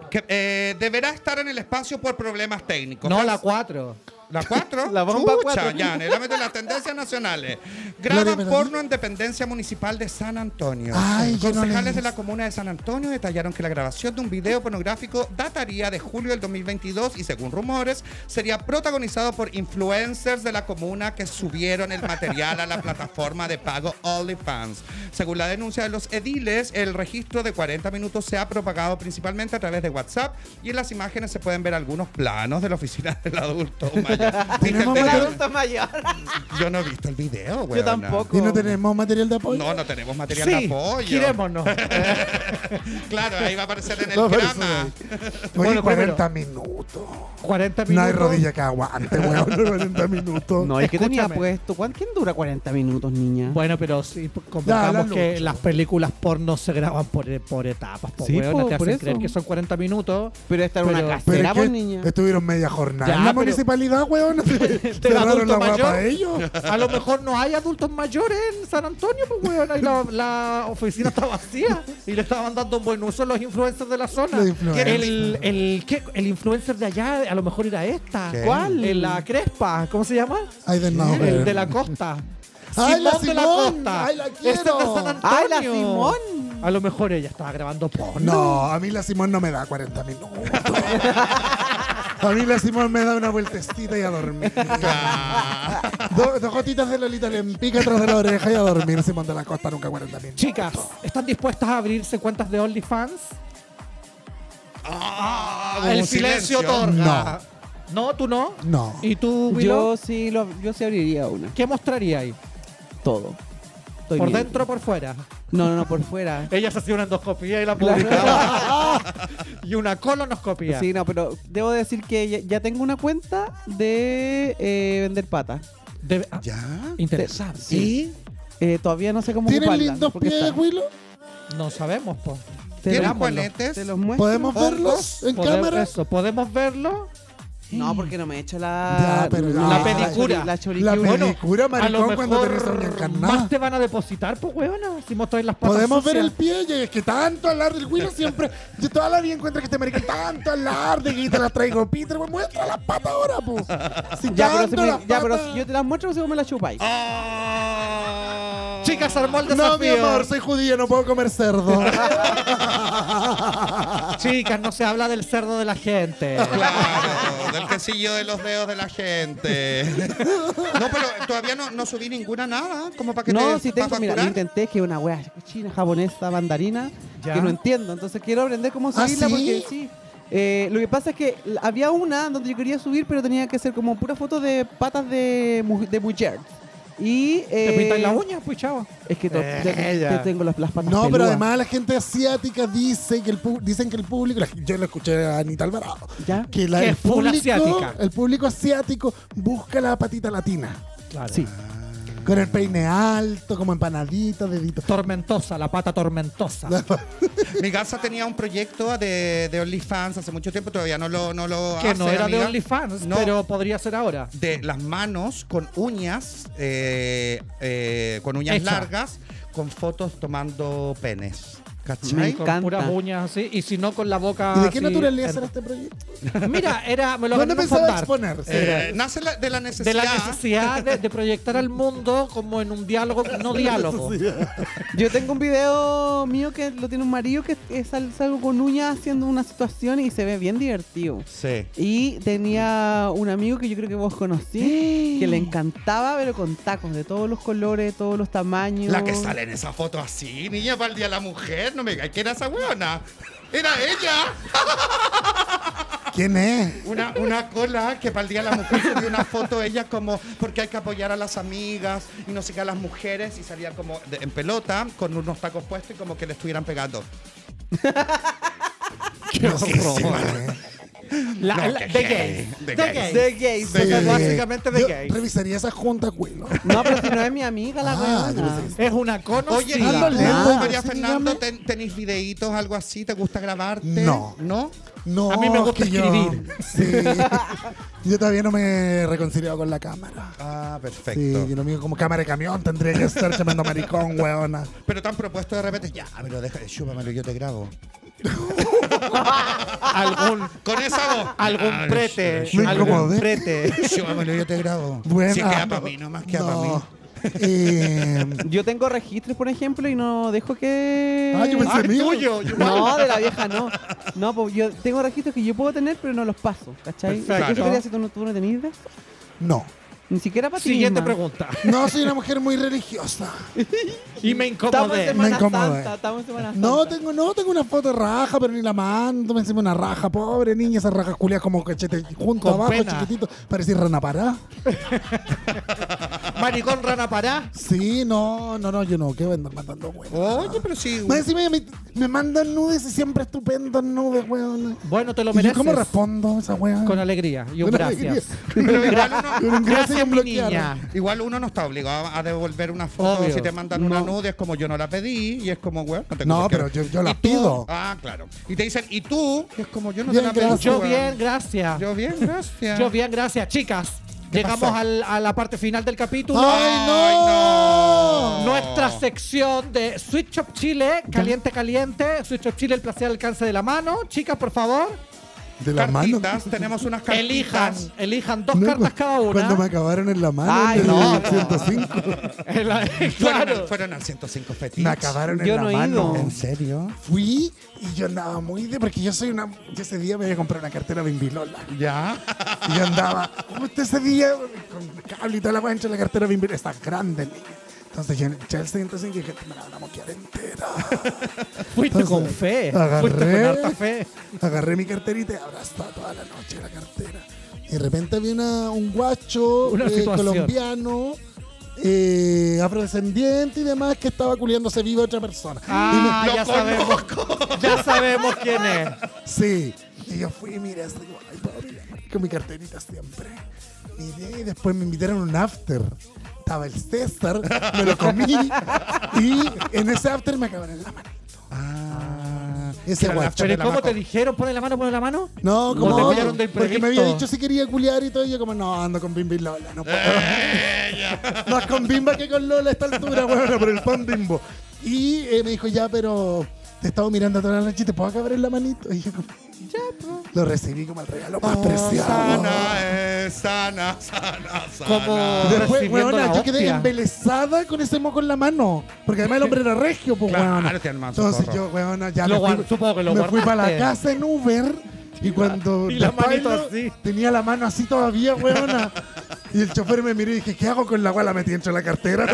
[SPEAKER 1] que, eh, deberá estar en el espacio por problemas técnicos. Pues,
[SPEAKER 2] No,
[SPEAKER 1] Fran-
[SPEAKER 2] la 4.
[SPEAKER 1] ¿La 4?
[SPEAKER 4] La bomba cuatro.
[SPEAKER 1] Ya, en el ámbito de las tendencias nacionales.
[SPEAKER 3] Gloria
[SPEAKER 1] Graban
[SPEAKER 3] Bernal.
[SPEAKER 1] porno en dependencia municipal de San Antonio.
[SPEAKER 3] Ay, yo no
[SPEAKER 1] Concejales
[SPEAKER 3] leí
[SPEAKER 1] de la comuna de San Antonio detallaron que la grabación de un video pornográfico dataría de julio del 2022 y según rumores sería protagonizado por influencers de la comuna que subieron el material a la plataforma de pago OnlyFans. Según la denuncia de los ediles, el registro de 40 minutos se ha propagado principalmente a través de WhatsApp y en las imágenes se pueden ver algunos planos de la oficina del adulto mayor. ¿Viste el
[SPEAKER 3] Tenemos
[SPEAKER 4] El
[SPEAKER 1] video?
[SPEAKER 4] adulto mayor.
[SPEAKER 1] Yo no he visto el video, güey.
[SPEAKER 4] Yo tampoco.
[SPEAKER 3] Y no tenemos material de apoyo.
[SPEAKER 1] No, no tenemos material de
[SPEAKER 2] Sí,
[SPEAKER 1] apoyo.
[SPEAKER 2] girémonos.
[SPEAKER 1] Claro, ahí va a aparecer en el
[SPEAKER 3] No, pero
[SPEAKER 1] grama.
[SPEAKER 3] eso- Oye,
[SPEAKER 2] Bueno,
[SPEAKER 3] 40 minutos.
[SPEAKER 2] 40 minutos.
[SPEAKER 3] No hay rodilla que aguante, weón. 40 minutos.
[SPEAKER 4] No, es que tenía
[SPEAKER 2] Escúchame.
[SPEAKER 4] puesto. ¿Cuán- ¿Quién dura 40 minutos, niña?
[SPEAKER 2] Bueno, pero sí,
[SPEAKER 3] Ya, la
[SPEAKER 2] convengamos
[SPEAKER 3] lucha.
[SPEAKER 2] que las películas porno se graban por, por etapas, por
[SPEAKER 4] Sí, po,
[SPEAKER 2] te
[SPEAKER 4] por
[SPEAKER 2] hacen
[SPEAKER 4] eso.
[SPEAKER 2] creer que son 40 minutos.
[SPEAKER 4] Pero esta era una
[SPEAKER 2] Pero-
[SPEAKER 3] Pero
[SPEAKER 4] casera,
[SPEAKER 3] es que
[SPEAKER 4] pues, niña.
[SPEAKER 3] estuvieron media jornada.
[SPEAKER 2] Ya,
[SPEAKER 3] en la
[SPEAKER 2] pero-
[SPEAKER 3] municipalidad, weón. Cerraron
[SPEAKER 2] adulto
[SPEAKER 3] la guapa
[SPEAKER 2] mayor?
[SPEAKER 3] para ellos.
[SPEAKER 2] A lo mejor no hay adultos mayores en San Antonio, pues, weón, ahí la, la oficina está vacía y le estaban dando un buen uso los influencers de la zona.
[SPEAKER 3] Los influencers.
[SPEAKER 2] El, el, ¿qué? el influencer de allá a lo mejor era esta.
[SPEAKER 1] ¿Qué?
[SPEAKER 2] ¿Cuál? Eh, La Crespa, ¿cómo se llama?
[SPEAKER 3] Ay, del no,
[SPEAKER 2] el
[SPEAKER 3] weón.
[SPEAKER 2] de la costa.
[SPEAKER 3] ¡Ay, la
[SPEAKER 2] de
[SPEAKER 3] Simón!
[SPEAKER 2] Costa.
[SPEAKER 3] ¡Ay, la
[SPEAKER 2] Ese es de
[SPEAKER 3] quiero!
[SPEAKER 2] San Antonio.
[SPEAKER 4] ¡Ay, la Simón!
[SPEAKER 2] A lo mejor ella estaba grabando porno.
[SPEAKER 3] No, a mí la Simón no me da 40 minutos. A mí la Simón me da una vueltecita y a dormir.
[SPEAKER 1] Ah.
[SPEAKER 3] Do- dos gotitas de Lolita Lempica atrás de la oreja y a dormir. Simón de la Costa nunca 40 minutos.
[SPEAKER 2] Chicas, ¿están dispuestas a abrirse cuentas de OnlyFans?
[SPEAKER 1] Ah, hubo
[SPEAKER 2] el
[SPEAKER 1] un
[SPEAKER 2] silencio, otorga. No. tú no.
[SPEAKER 3] No.
[SPEAKER 2] ¿Y tú, Willow?
[SPEAKER 4] Yo sí, lo, yo sí abriría una.
[SPEAKER 2] ¿Qué mostraría ahí?
[SPEAKER 4] Todo. Estoy
[SPEAKER 2] ¿Por
[SPEAKER 4] bien.
[SPEAKER 2] dentro o por fuera?
[SPEAKER 4] No, no, no, por fuera.
[SPEAKER 2] Ella se hacía una endoscopía y la
[SPEAKER 4] Claro.
[SPEAKER 2] publicaba. y una colonoscopía.
[SPEAKER 4] Sí, no, pero debo decir que ya, ya tengo una cuenta de eh, vender pata.
[SPEAKER 2] Debe- ah,
[SPEAKER 1] ¿Ya?
[SPEAKER 2] interesante.
[SPEAKER 4] Sí. Eh, todavía no sé cómo
[SPEAKER 3] ¿Tienen
[SPEAKER 4] ocuparla,
[SPEAKER 3] lindos
[SPEAKER 4] porque
[SPEAKER 3] pies,
[SPEAKER 4] está-
[SPEAKER 3] Willow?
[SPEAKER 2] No sabemos, po.
[SPEAKER 4] Te
[SPEAKER 1] ¿Tienen
[SPEAKER 4] los-
[SPEAKER 1] juanetes?
[SPEAKER 4] te los muestro.
[SPEAKER 3] ¿Podemos
[SPEAKER 1] Hongos,
[SPEAKER 3] verlos en
[SPEAKER 2] Podemos-
[SPEAKER 3] cámara?
[SPEAKER 2] eso, ¿Podemos verlo?
[SPEAKER 4] No, porque no me he hecho
[SPEAKER 3] Ya,
[SPEAKER 4] la...
[SPEAKER 3] pero-
[SPEAKER 2] La
[SPEAKER 4] chori-
[SPEAKER 2] pedicura.
[SPEAKER 4] La
[SPEAKER 3] La
[SPEAKER 4] choricura.
[SPEAKER 2] Bueno,
[SPEAKER 3] pedicura,
[SPEAKER 2] a lo
[SPEAKER 3] maricón, cuando tenés
[SPEAKER 2] mejor
[SPEAKER 3] uña encarnada.
[SPEAKER 2] más te van a depositar, pues, huevona. Si mostráis las patas
[SPEAKER 3] Podemos ver
[SPEAKER 2] sucias.
[SPEAKER 3] el pie, y es que tanto alarde el Willow siempre. Yo toda la vida encuentro que este americano tanto alarde que te las traigo, Peter. Pues muestra las patas ahora, pues. Si
[SPEAKER 4] Ya,
[SPEAKER 3] tanto
[SPEAKER 4] pero si, me-
[SPEAKER 3] las
[SPEAKER 4] ya, pero
[SPEAKER 3] patas-
[SPEAKER 4] si yo te las muestro, si vos me las chupáis.
[SPEAKER 1] Ah.
[SPEAKER 2] Chicas, armó el desafío.
[SPEAKER 3] No, mi amor, soy judía, no puedo comer cerdo.
[SPEAKER 2] Chicas, no se habla del cerdo de la gente.
[SPEAKER 1] Claro, del quesillo de los dedos de la gente. No, pero todavía no, no subí ninguna nada, como para que
[SPEAKER 4] No,
[SPEAKER 1] te
[SPEAKER 4] si
[SPEAKER 1] pa'
[SPEAKER 4] tengo, mira,
[SPEAKER 1] facturar.
[SPEAKER 4] lo intenté que es una wea china, japonesa, mandarina,
[SPEAKER 2] Ya.
[SPEAKER 4] que no entiendo. Entonces quiero aprender cómo subirla
[SPEAKER 3] ¿Ah, ¿sí?
[SPEAKER 4] porque sí. Eh, lo que pasa es que l- había una donde yo quería subir, pero tenía que ser como pura foto de patas de, mu- de mujer. Y.
[SPEAKER 2] ¿Te
[SPEAKER 4] eh,
[SPEAKER 2] pintáis las uñas, pues, chavo?
[SPEAKER 4] Es que to-
[SPEAKER 2] Eh,
[SPEAKER 4] te- te
[SPEAKER 2] ya.
[SPEAKER 4] tengo las, las patas.
[SPEAKER 3] No, pero
[SPEAKER 4] peludas.
[SPEAKER 3] además la gente asiática dice que el pu- dicen que el público, la- yo lo escuché a Anita Alvarado,
[SPEAKER 4] ¿Ya?
[SPEAKER 3] que la-
[SPEAKER 2] Que
[SPEAKER 3] el,
[SPEAKER 2] es full
[SPEAKER 3] público,
[SPEAKER 2] asiática.
[SPEAKER 3] el público asiático busca la patita latina,
[SPEAKER 2] Claro.
[SPEAKER 4] Sí.
[SPEAKER 3] con el peine alto, como empanadita, dedito.
[SPEAKER 2] Tormentosa, la pata tormentosa.
[SPEAKER 1] Mi casa tenía un proyecto de, de OnlyFans hace mucho tiempo, todavía no lo, no lo
[SPEAKER 2] que no
[SPEAKER 1] hace,
[SPEAKER 2] era de
[SPEAKER 1] amiga.
[SPEAKER 2] OnlyFans,
[SPEAKER 1] No.
[SPEAKER 2] pero podría ser ahora.
[SPEAKER 1] de las manos con uñas, eh, eh, con uñas
[SPEAKER 2] Hecha.
[SPEAKER 1] largas, con fotos tomando penes.
[SPEAKER 4] Me
[SPEAKER 1] ¿Cachai? Eh,
[SPEAKER 2] Con
[SPEAKER 4] encanta.
[SPEAKER 2] puras uñas así, y si no con la boca.
[SPEAKER 4] Ah,
[SPEAKER 3] ¿Y de qué
[SPEAKER 2] así,
[SPEAKER 3] naturaleza
[SPEAKER 2] en-
[SPEAKER 3] era este proyecto?
[SPEAKER 2] Mira, era. Me lo agarré
[SPEAKER 3] ¿Dónde
[SPEAKER 2] en un
[SPEAKER 3] pensaba
[SPEAKER 2] fondart.
[SPEAKER 3] exponer?
[SPEAKER 1] Eh, nace la- de la necesidad.
[SPEAKER 2] De la necesidad de, de proyectar al mundo como en un diálogo, no diálogo.
[SPEAKER 4] Yo tengo un video mío que lo tiene un marido que es al- salgo con uñas haciendo una situación y se ve bien divertido.
[SPEAKER 1] Sí.
[SPEAKER 4] Y tenía un amigo que yo creo que vos conocí, que le encantaba, pero con tacos de todos los colores, todos los tamaños.
[SPEAKER 1] La que sale en esa foto así, niña, para el día de la mujer. No me digas que era esa weona. Era ella.
[SPEAKER 3] ¿Quién es?
[SPEAKER 1] Una, una cola que para el día de la mujer subió una foto ella como porque hay que apoyar a las amigas y no sé qué a las mujeres y salía como de- en pelota con unos tacos puestos y como que le estuvieran pegando.
[SPEAKER 2] Qué horror. La-
[SPEAKER 1] No,
[SPEAKER 2] la-
[SPEAKER 1] que
[SPEAKER 2] de
[SPEAKER 1] gay,
[SPEAKER 2] gay.
[SPEAKER 1] de
[SPEAKER 2] De
[SPEAKER 1] gay.
[SPEAKER 2] gay.
[SPEAKER 4] De gays.
[SPEAKER 1] De gays.
[SPEAKER 2] Básicamente de
[SPEAKER 3] Yo
[SPEAKER 2] gay.
[SPEAKER 3] Revisaría esa junta, güey. ¿no?
[SPEAKER 4] No, pero si no es mi amiga la
[SPEAKER 3] Ah,
[SPEAKER 4] weona.
[SPEAKER 3] yo pensé que
[SPEAKER 2] Es una
[SPEAKER 1] Oye,
[SPEAKER 2] conocida.
[SPEAKER 3] Carlos
[SPEAKER 1] María
[SPEAKER 3] Lento,
[SPEAKER 1] María
[SPEAKER 3] sí,
[SPEAKER 1] Fernando,
[SPEAKER 3] dígame.
[SPEAKER 1] ten- ¿tenéis videitos, algo así? ¿Te gusta grabarte?
[SPEAKER 3] No.
[SPEAKER 1] ¿No?
[SPEAKER 3] No,
[SPEAKER 2] A mí me gusta
[SPEAKER 3] es que yo-
[SPEAKER 2] escribir.
[SPEAKER 3] Sí. Yo todavía no me he reconciliado con la cámara.
[SPEAKER 1] Ah,
[SPEAKER 3] Sí,
[SPEAKER 1] perfecto.
[SPEAKER 3] yo no me digo como cámara de camión, tendría que estar llamando maricón, weona.
[SPEAKER 1] Pero te han propuesto de repente, ya, pero deja, chúpamelo, yo te grabo.
[SPEAKER 2] Algún,
[SPEAKER 1] Con esa voz.
[SPEAKER 2] algún
[SPEAKER 1] Ah,
[SPEAKER 2] prete.
[SPEAKER 3] Me
[SPEAKER 2] Algún
[SPEAKER 3] incomodé.
[SPEAKER 2] prete.
[SPEAKER 1] Chúpamelo, yo te grabo.
[SPEAKER 3] Buena.
[SPEAKER 1] Si queda para mí, nomás queda para mí.
[SPEAKER 3] No. Eh,
[SPEAKER 4] Yo tengo registros, por ejemplo, y no dejo que.
[SPEAKER 3] Ah, yo pensé-
[SPEAKER 2] Ah, es
[SPEAKER 3] mío.
[SPEAKER 2] tuyo.
[SPEAKER 4] No, de la vieja no. No, pues yo tengo registros que yo puedo tener, pero no los paso, ¿cachai?
[SPEAKER 2] Perfecto.
[SPEAKER 4] ¿Qué sería si tú no, tú no tenías de eso?
[SPEAKER 3] no.
[SPEAKER 4] Ni siquiera para ti.
[SPEAKER 2] Siguiente
[SPEAKER 4] misma.
[SPEAKER 2] pregunta.
[SPEAKER 3] No, soy una mujer muy religiosa.
[SPEAKER 2] Y me incomodé.
[SPEAKER 4] Estamos en
[SPEAKER 3] Me
[SPEAKER 4] Semana
[SPEAKER 3] incomodé.
[SPEAKER 4] Santa, estamos en Semana Santa.
[SPEAKER 3] No tengo, no tengo una foto de raja, pero ni la mando. Me encima una raja, pobre niña, esas rajas culias como cachete junto
[SPEAKER 2] Con
[SPEAKER 3] abajo,
[SPEAKER 2] pena.
[SPEAKER 3] chiquitito. Parecía rana pará.
[SPEAKER 2] Maricón rana pará.
[SPEAKER 3] Sí, no, no, no, yo no, que voy a andar matando huevos.
[SPEAKER 1] Oye, pero sí.
[SPEAKER 3] Más encima me, me mandan nudes y siempre estupendos nudes, weón.
[SPEAKER 2] Bueno, te lo
[SPEAKER 3] ¿Y yo
[SPEAKER 2] mereces.
[SPEAKER 3] cómo respondo a esa weón?
[SPEAKER 2] Con alegría y un
[SPEAKER 3] Con
[SPEAKER 2] gracias.
[SPEAKER 1] Pero igual uno,
[SPEAKER 3] Un gracias
[SPEAKER 2] Gracias,
[SPEAKER 3] con
[SPEAKER 2] mi
[SPEAKER 3] bloquear.
[SPEAKER 2] niña.
[SPEAKER 1] igual uno no está obligado a devolver una foto.
[SPEAKER 2] Obvio.
[SPEAKER 1] Si te mandan una nude, es como yo no la pedí y es como, weón, no tengo
[SPEAKER 3] No,
[SPEAKER 1] por qué.
[SPEAKER 3] pero yo, yo las
[SPEAKER 1] Y tú-
[SPEAKER 3] pido.
[SPEAKER 1] Ah, claro. Y te dicen, ¿y tú? Y es como, yo no
[SPEAKER 3] Bien,
[SPEAKER 1] te la pedí.
[SPEAKER 3] gracias.
[SPEAKER 2] Yo
[SPEAKER 1] weón.
[SPEAKER 2] bien, gracias.
[SPEAKER 1] Yo bien, gracias.
[SPEAKER 2] Yo bien, gracias. Chicas, llegamos
[SPEAKER 1] pasó? Oh.
[SPEAKER 2] al- a la parte final del capítulo.
[SPEAKER 3] ¡Ay, no!
[SPEAKER 1] Ay,
[SPEAKER 2] Nuestra sección de Switch Up Chile, caliente, caliente. Switch Up Chile, el placer al alcance de la mano. Chicas, por favor,
[SPEAKER 3] De la mano.
[SPEAKER 1] Cartitas, tenemos unas cartitas.
[SPEAKER 2] elijan, elijan dos
[SPEAKER 3] No,
[SPEAKER 2] cartas
[SPEAKER 3] cu-
[SPEAKER 2] cada una.
[SPEAKER 3] Cuando me acabaron en la mano,
[SPEAKER 4] Ay,
[SPEAKER 3] en
[SPEAKER 4] no.
[SPEAKER 3] el 105.
[SPEAKER 2] En la-
[SPEAKER 1] Fueron,
[SPEAKER 2] claro.
[SPEAKER 1] fueron al 105 fetiches.
[SPEAKER 3] Me acabaron
[SPEAKER 4] Yo
[SPEAKER 3] en
[SPEAKER 4] no he
[SPEAKER 3] la mano.
[SPEAKER 4] ido.
[SPEAKER 1] ¿En serio?
[SPEAKER 3] Fui y yo andaba muy de. Porque yo soy una. Yo ese día me había comprado una cartera Bimbilola.
[SPEAKER 1] Ya.
[SPEAKER 3] Y yo andaba. Justo ese día, con cable y toda la guancha, la cartera Bimbilola. Está grande, niña. Entonces yo eché el 105 y dije, me la van a moquear entera.
[SPEAKER 2] Fuiste con
[SPEAKER 3] Entonces,
[SPEAKER 2] fe.
[SPEAKER 3] agarré.
[SPEAKER 2] Fuiste con harta fe.
[SPEAKER 3] Agarré mi carterita y abrazaba toda la noche la cartera. Y de repente había una- un guacho
[SPEAKER 2] Una
[SPEAKER 3] eh,
[SPEAKER 2] situación.
[SPEAKER 3] colombiano, eh, afrodescendiente y demás, que estaba culiándose viva a otra persona.
[SPEAKER 2] Ah,
[SPEAKER 1] Lo
[SPEAKER 2] ya sabemos. Ya sabemos quién es.
[SPEAKER 3] Sí. Y yo fui, mira, así como, ay, pobre, la marca, con mi carterita siempre. Miré y después me invitaron a un after. Estaba el César, me lo comí. y en ese after me acabaron la mano.
[SPEAKER 1] Ah.
[SPEAKER 3] Ese
[SPEAKER 1] Pero
[SPEAKER 3] guacho.
[SPEAKER 1] la-
[SPEAKER 2] Pero ¿cómo
[SPEAKER 1] Maco.
[SPEAKER 2] te dijeron? Ponle la mano, ponle la mano.
[SPEAKER 3] No,
[SPEAKER 2] No
[SPEAKER 3] como
[SPEAKER 2] te pillaron de
[SPEAKER 3] porque me había
[SPEAKER 2] imprevisto.
[SPEAKER 3] dicho si quería culiar y todo, y yo como, no, ando con Bimbi y Lola, no puedo.
[SPEAKER 1] Ella.
[SPEAKER 3] Más con Bimba que con Lola a esta altura, bueno, por el pan Bimbo. Y eh, me dijo, ya, pero te he estado mirando toda la noche, ¿te puedo acabar en la manito? Y yo como, pues". Lo recibí como el regalo más preciado.
[SPEAKER 1] Sana, eh, sana, sana, sana.
[SPEAKER 2] Como-
[SPEAKER 3] Después,
[SPEAKER 2] Recibiendo
[SPEAKER 3] weona,
[SPEAKER 2] la
[SPEAKER 3] yo quedé
[SPEAKER 2] hostia.
[SPEAKER 3] embelesada con ese moco en la mano. Porque además el hombre era regio, pues,
[SPEAKER 1] Claro,
[SPEAKER 3] weona.
[SPEAKER 1] te armas un
[SPEAKER 3] Entonces
[SPEAKER 1] zorro.
[SPEAKER 3] yo, weona, ya
[SPEAKER 2] Lo
[SPEAKER 3] me fui,
[SPEAKER 2] guard- supongo que lo
[SPEAKER 3] me fui para la
[SPEAKER 2] guardaste.
[SPEAKER 3] casa en Uber y cuando...
[SPEAKER 2] y la
[SPEAKER 3] después
[SPEAKER 2] manito
[SPEAKER 3] lo-
[SPEAKER 2] así.
[SPEAKER 3] Tenía la mano así todavía, weona. Y el chofer me miró y dije, ¿qué hago con la guala? Metí entre la cartera.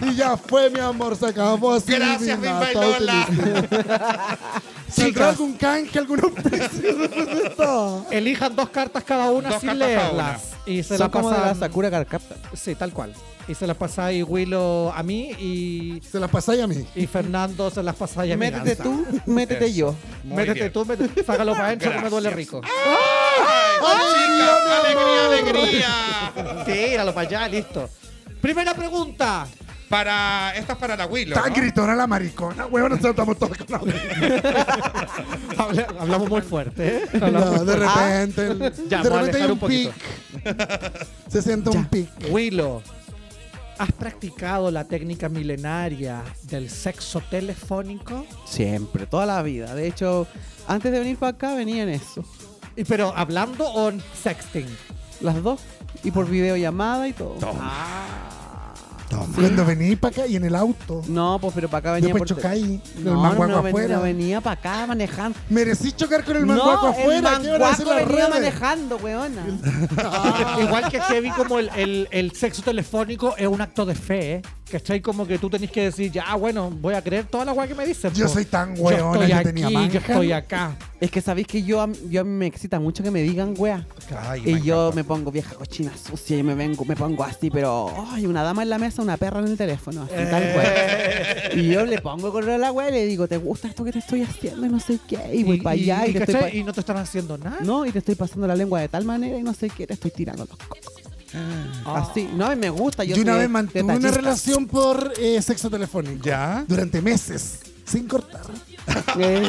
[SPEAKER 3] Y ya fue, mi amor, se acabó así.
[SPEAKER 1] Gracias,
[SPEAKER 3] mi
[SPEAKER 1] Bimba y
[SPEAKER 3] nata,
[SPEAKER 1] Lola.
[SPEAKER 3] feliz. ¿Saldrá algún canje, algún auspicio después de esto?
[SPEAKER 2] Elijan dos cartas cada una
[SPEAKER 1] Dos
[SPEAKER 2] sin
[SPEAKER 1] cartas cada
[SPEAKER 2] leerlas. Y se
[SPEAKER 4] Son
[SPEAKER 2] la
[SPEAKER 4] como de la
[SPEAKER 2] pasan.
[SPEAKER 4] Sakura Carcapta.
[SPEAKER 2] sí, tal cual. Y se las pasáis Willow a mí y,
[SPEAKER 3] Se las pasáis a mí.
[SPEAKER 2] y Fernando se las pasáis a mi
[SPEAKER 4] Métete
[SPEAKER 2] ganza.
[SPEAKER 4] tú, métete yo.
[SPEAKER 1] Muy
[SPEAKER 2] métete
[SPEAKER 1] bien.
[SPEAKER 2] tú, métete- sácalo para adentro que me duele
[SPEAKER 1] Gracias.
[SPEAKER 2] rico.
[SPEAKER 1] Ay, chicas, alegría, alegría.
[SPEAKER 2] Tíralo para allá, listo. Primera pregunta.
[SPEAKER 1] Para, esta es para la Willow.
[SPEAKER 3] Está
[SPEAKER 1] ¿no?
[SPEAKER 3] gritona la maricona, weón, nosotros estamos todos con la
[SPEAKER 2] Habla- hablamos muy fuerte. ¿eh? Hablamos
[SPEAKER 3] No,
[SPEAKER 2] muy
[SPEAKER 3] de
[SPEAKER 2] fuerte.
[SPEAKER 3] repente. el-
[SPEAKER 2] Ya,
[SPEAKER 3] de
[SPEAKER 2] voy a
[SPEAKER 3] repente hay
[SPEAKER 2] alejar
[SPEAKER 3] un,
[SPEAKER 2] un poquito.
[SPEAKER 3] pic. Se siente un pic.
[SPEAKER 2] Willow, ¿Has practicado la técnica milenaria del sexo telefónico?
[SPEAKER 4] Siempre, toda la vida. De hecho, antes de venir para acá venía en eso.
[SPEAKER 2] Y pero hablando o en sexting.
[SPEAKER 4] Las dos. Y
[SPEAKER 3] Ah.
[SPEAKER 4] por videollamada y todo. Ah,
[SPEAKER 3] Cuando venís para acá y en el auto,
[SPEAKER 4] No, pues pero para acá venía
[SPEAKER 3] después
[SPEAKER 4] por...
[SPEAKER 3] chocáis, el
[SPEAKER 4] no,
[SPEAKER 3] manguaco
[SPEAKER 4] no, ven-
[SPEAKER 3] afuera.
[SPEAKER 4] no venía para acá manejando.
[SPEAKER 3] Merecí chocar con el manguaco
[SPEAKER 4] no,
[SPEAKER 3] afuera.
[SPEAKER 4] el
[SPEAKER 3] ¿Qué van a
[SPEAKER 4] manguaco
[SPEAKER 3] decir las
[SPEAKER 4] venía
[SPEAKER 3] redes?
[SPEAKER 4] manejando, weona.
[SPEAKER 2] Igual que heavy como el, el- el sexo telefónico es un acto de fe, ¿eh? ¿cachai? Como que tú tenés que decir, ya, bueno, voy a creer toda la weá que me dicen.
[SPEAKER 3] Yo
[SPEAKER 2] po.
[SPEAKER 3] soy tan weona,
[SPEAKER 2] estoy
[SPEAKER 3] yo
[SPEAKER 2] aquí,
[SPEAKER 3] tenía
[SPEAKER 2] Yo
[SPEAKER 3] manja.
[SPEAKER 2] estoy acá.
[SPEAKER 4] Es que sabéis que yo, a mí- yo a mí me excita mucho que me digan wea.
[SPEAKER 1] Ay,
[SPEAKER 4] Y
[SPEAKER 1] me
[SPEAKER 4] yo
[SPEAKER 1] encanta.
[SPEAKER 4] me pongo vieja cochina sucia y me vengo, me pongo así, pero ay, una dama en la mesa, una perra en el teléfono, así tal cual. Y yo le pongo correo a la wea y le digo, ¿te gusta esto que te estoy haciendo? Y no sé qué. Y voy para allá y, te estoy
[SPEAKER 2] ¿cachai?
[SPEAKER 4] pa-
[SPEAKER 2] Y no te están haciendo nada.
[SPEAKER 4] No, y te estoy pasando la lengua de tal manera y no sé qué, te estoy tirando los cocos. Así, no, y me gusta. Yo
[SPEAKER 3] Yo una
[SPEAKER 4] soy
[SPEAKER 3] vez mantuve una
[SPEAKER 4] detallista.
[SPEAKER 3] relación por eh, sexo telefónico.
[SPEAKER 1] ¿Ya?
[SPEAKER 3] Durante meses. Sin cortar.
[SPEAKER 4] Eh,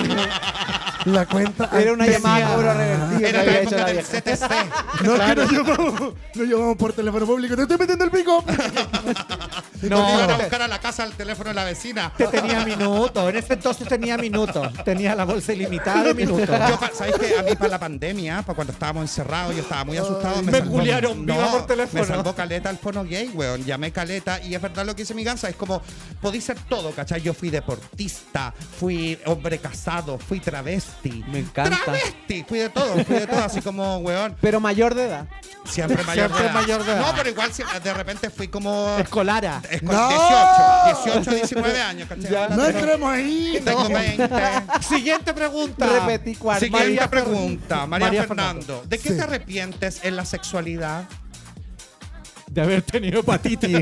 [SPEAKER 3] La cuenta.
[SPEAKER 4] Era una
[SPEAKER 3] antes-
[SPEAKER 4] llamada cobro revertido que
[SPEAKER 1] Era la
[SPEAKER 4] había hecho
[SPEAKER 1] época
[SPEAKER 4] la
[SPEAKER 1] del
[SPEAKER 4] vieja.
[SPEAKER 1] CTC.
[SPEAKER 3] No, es que nos llamamos, nos llamamos por teléfono público. Te estoy metiendo el pico.
[SPEAKER 1] No,
[SPEAKER 2] No.
[SPEAKER 1] iban a buscar a la casa el teléfono de la vecina.
[SPEAKER 2] Te tenía minutos. En ese entonces tenía minutos. Tenía la bolsa ilimitada de minutos.
[SPEAKER 1] Yo, pa- ¿Sabes qué? A mí para la pandemia, para cuando estábamos encerrados, yo estaba muy asustado.
[SPEAKER 2] me
[SPEAKER 1] salvó-
[SPEAKER 2] culiaron viva por teléfono.
[SPEAKER 1] Me salvó caleta el fono gay, weón. Llamé caleta y es verdad lo que dice mi gansa. Es como, podéis ser todo, ¿cachai? Yo fui deportista, fui hombre casado, fui travesti.
[SPEAKER 4] Me encanta.
[SPEAKER 1] Travesti, fui de todo, fui de todo. Así como, weón,
[SPEAKER 4] Pero mayor de edad.
[SPEAKER 1] siempre mayor
[SPEAKER 2] Siempre
[SPEAKER 1] de edad.
[SPEAKER 2] mayor de edad.
[SPEAKER 1] No, pero igual siempre- de repente fui como...
[SPEAKER 2] Escolara.
[SPEAKER 1] es con
[SPEAKER 3] ¡No!
[SPEAKER 1] 18, 18, 19 años, ¿cachai?
[SPEAKER 4] Ya.
[SPEAKER 3] No entremos ahí.
[SPEAKER 1] Tengo
[SPEAKER 3] no.
[SPEAKER 1] 20.
[SPEAKER 2] Siguiente pregunta.
[SPEAKER 4] Repetí cuarto.
[SPEAKER 1] Siguiente
[SPEAKER 2] María Fer-
[SPEAKER 1] pregunta, María,
[SPEAKER 2] María
[SPEAKER 1] Fernando.
[SPEAKER 2] Fernando.
[SPEAKER 1] ¿De qué
[SPEAKER 3] Sí.
[SPEAKER 1] te arrepientes en la sexualidad?
[SPEAKER 2] De haber tenido hepatitis.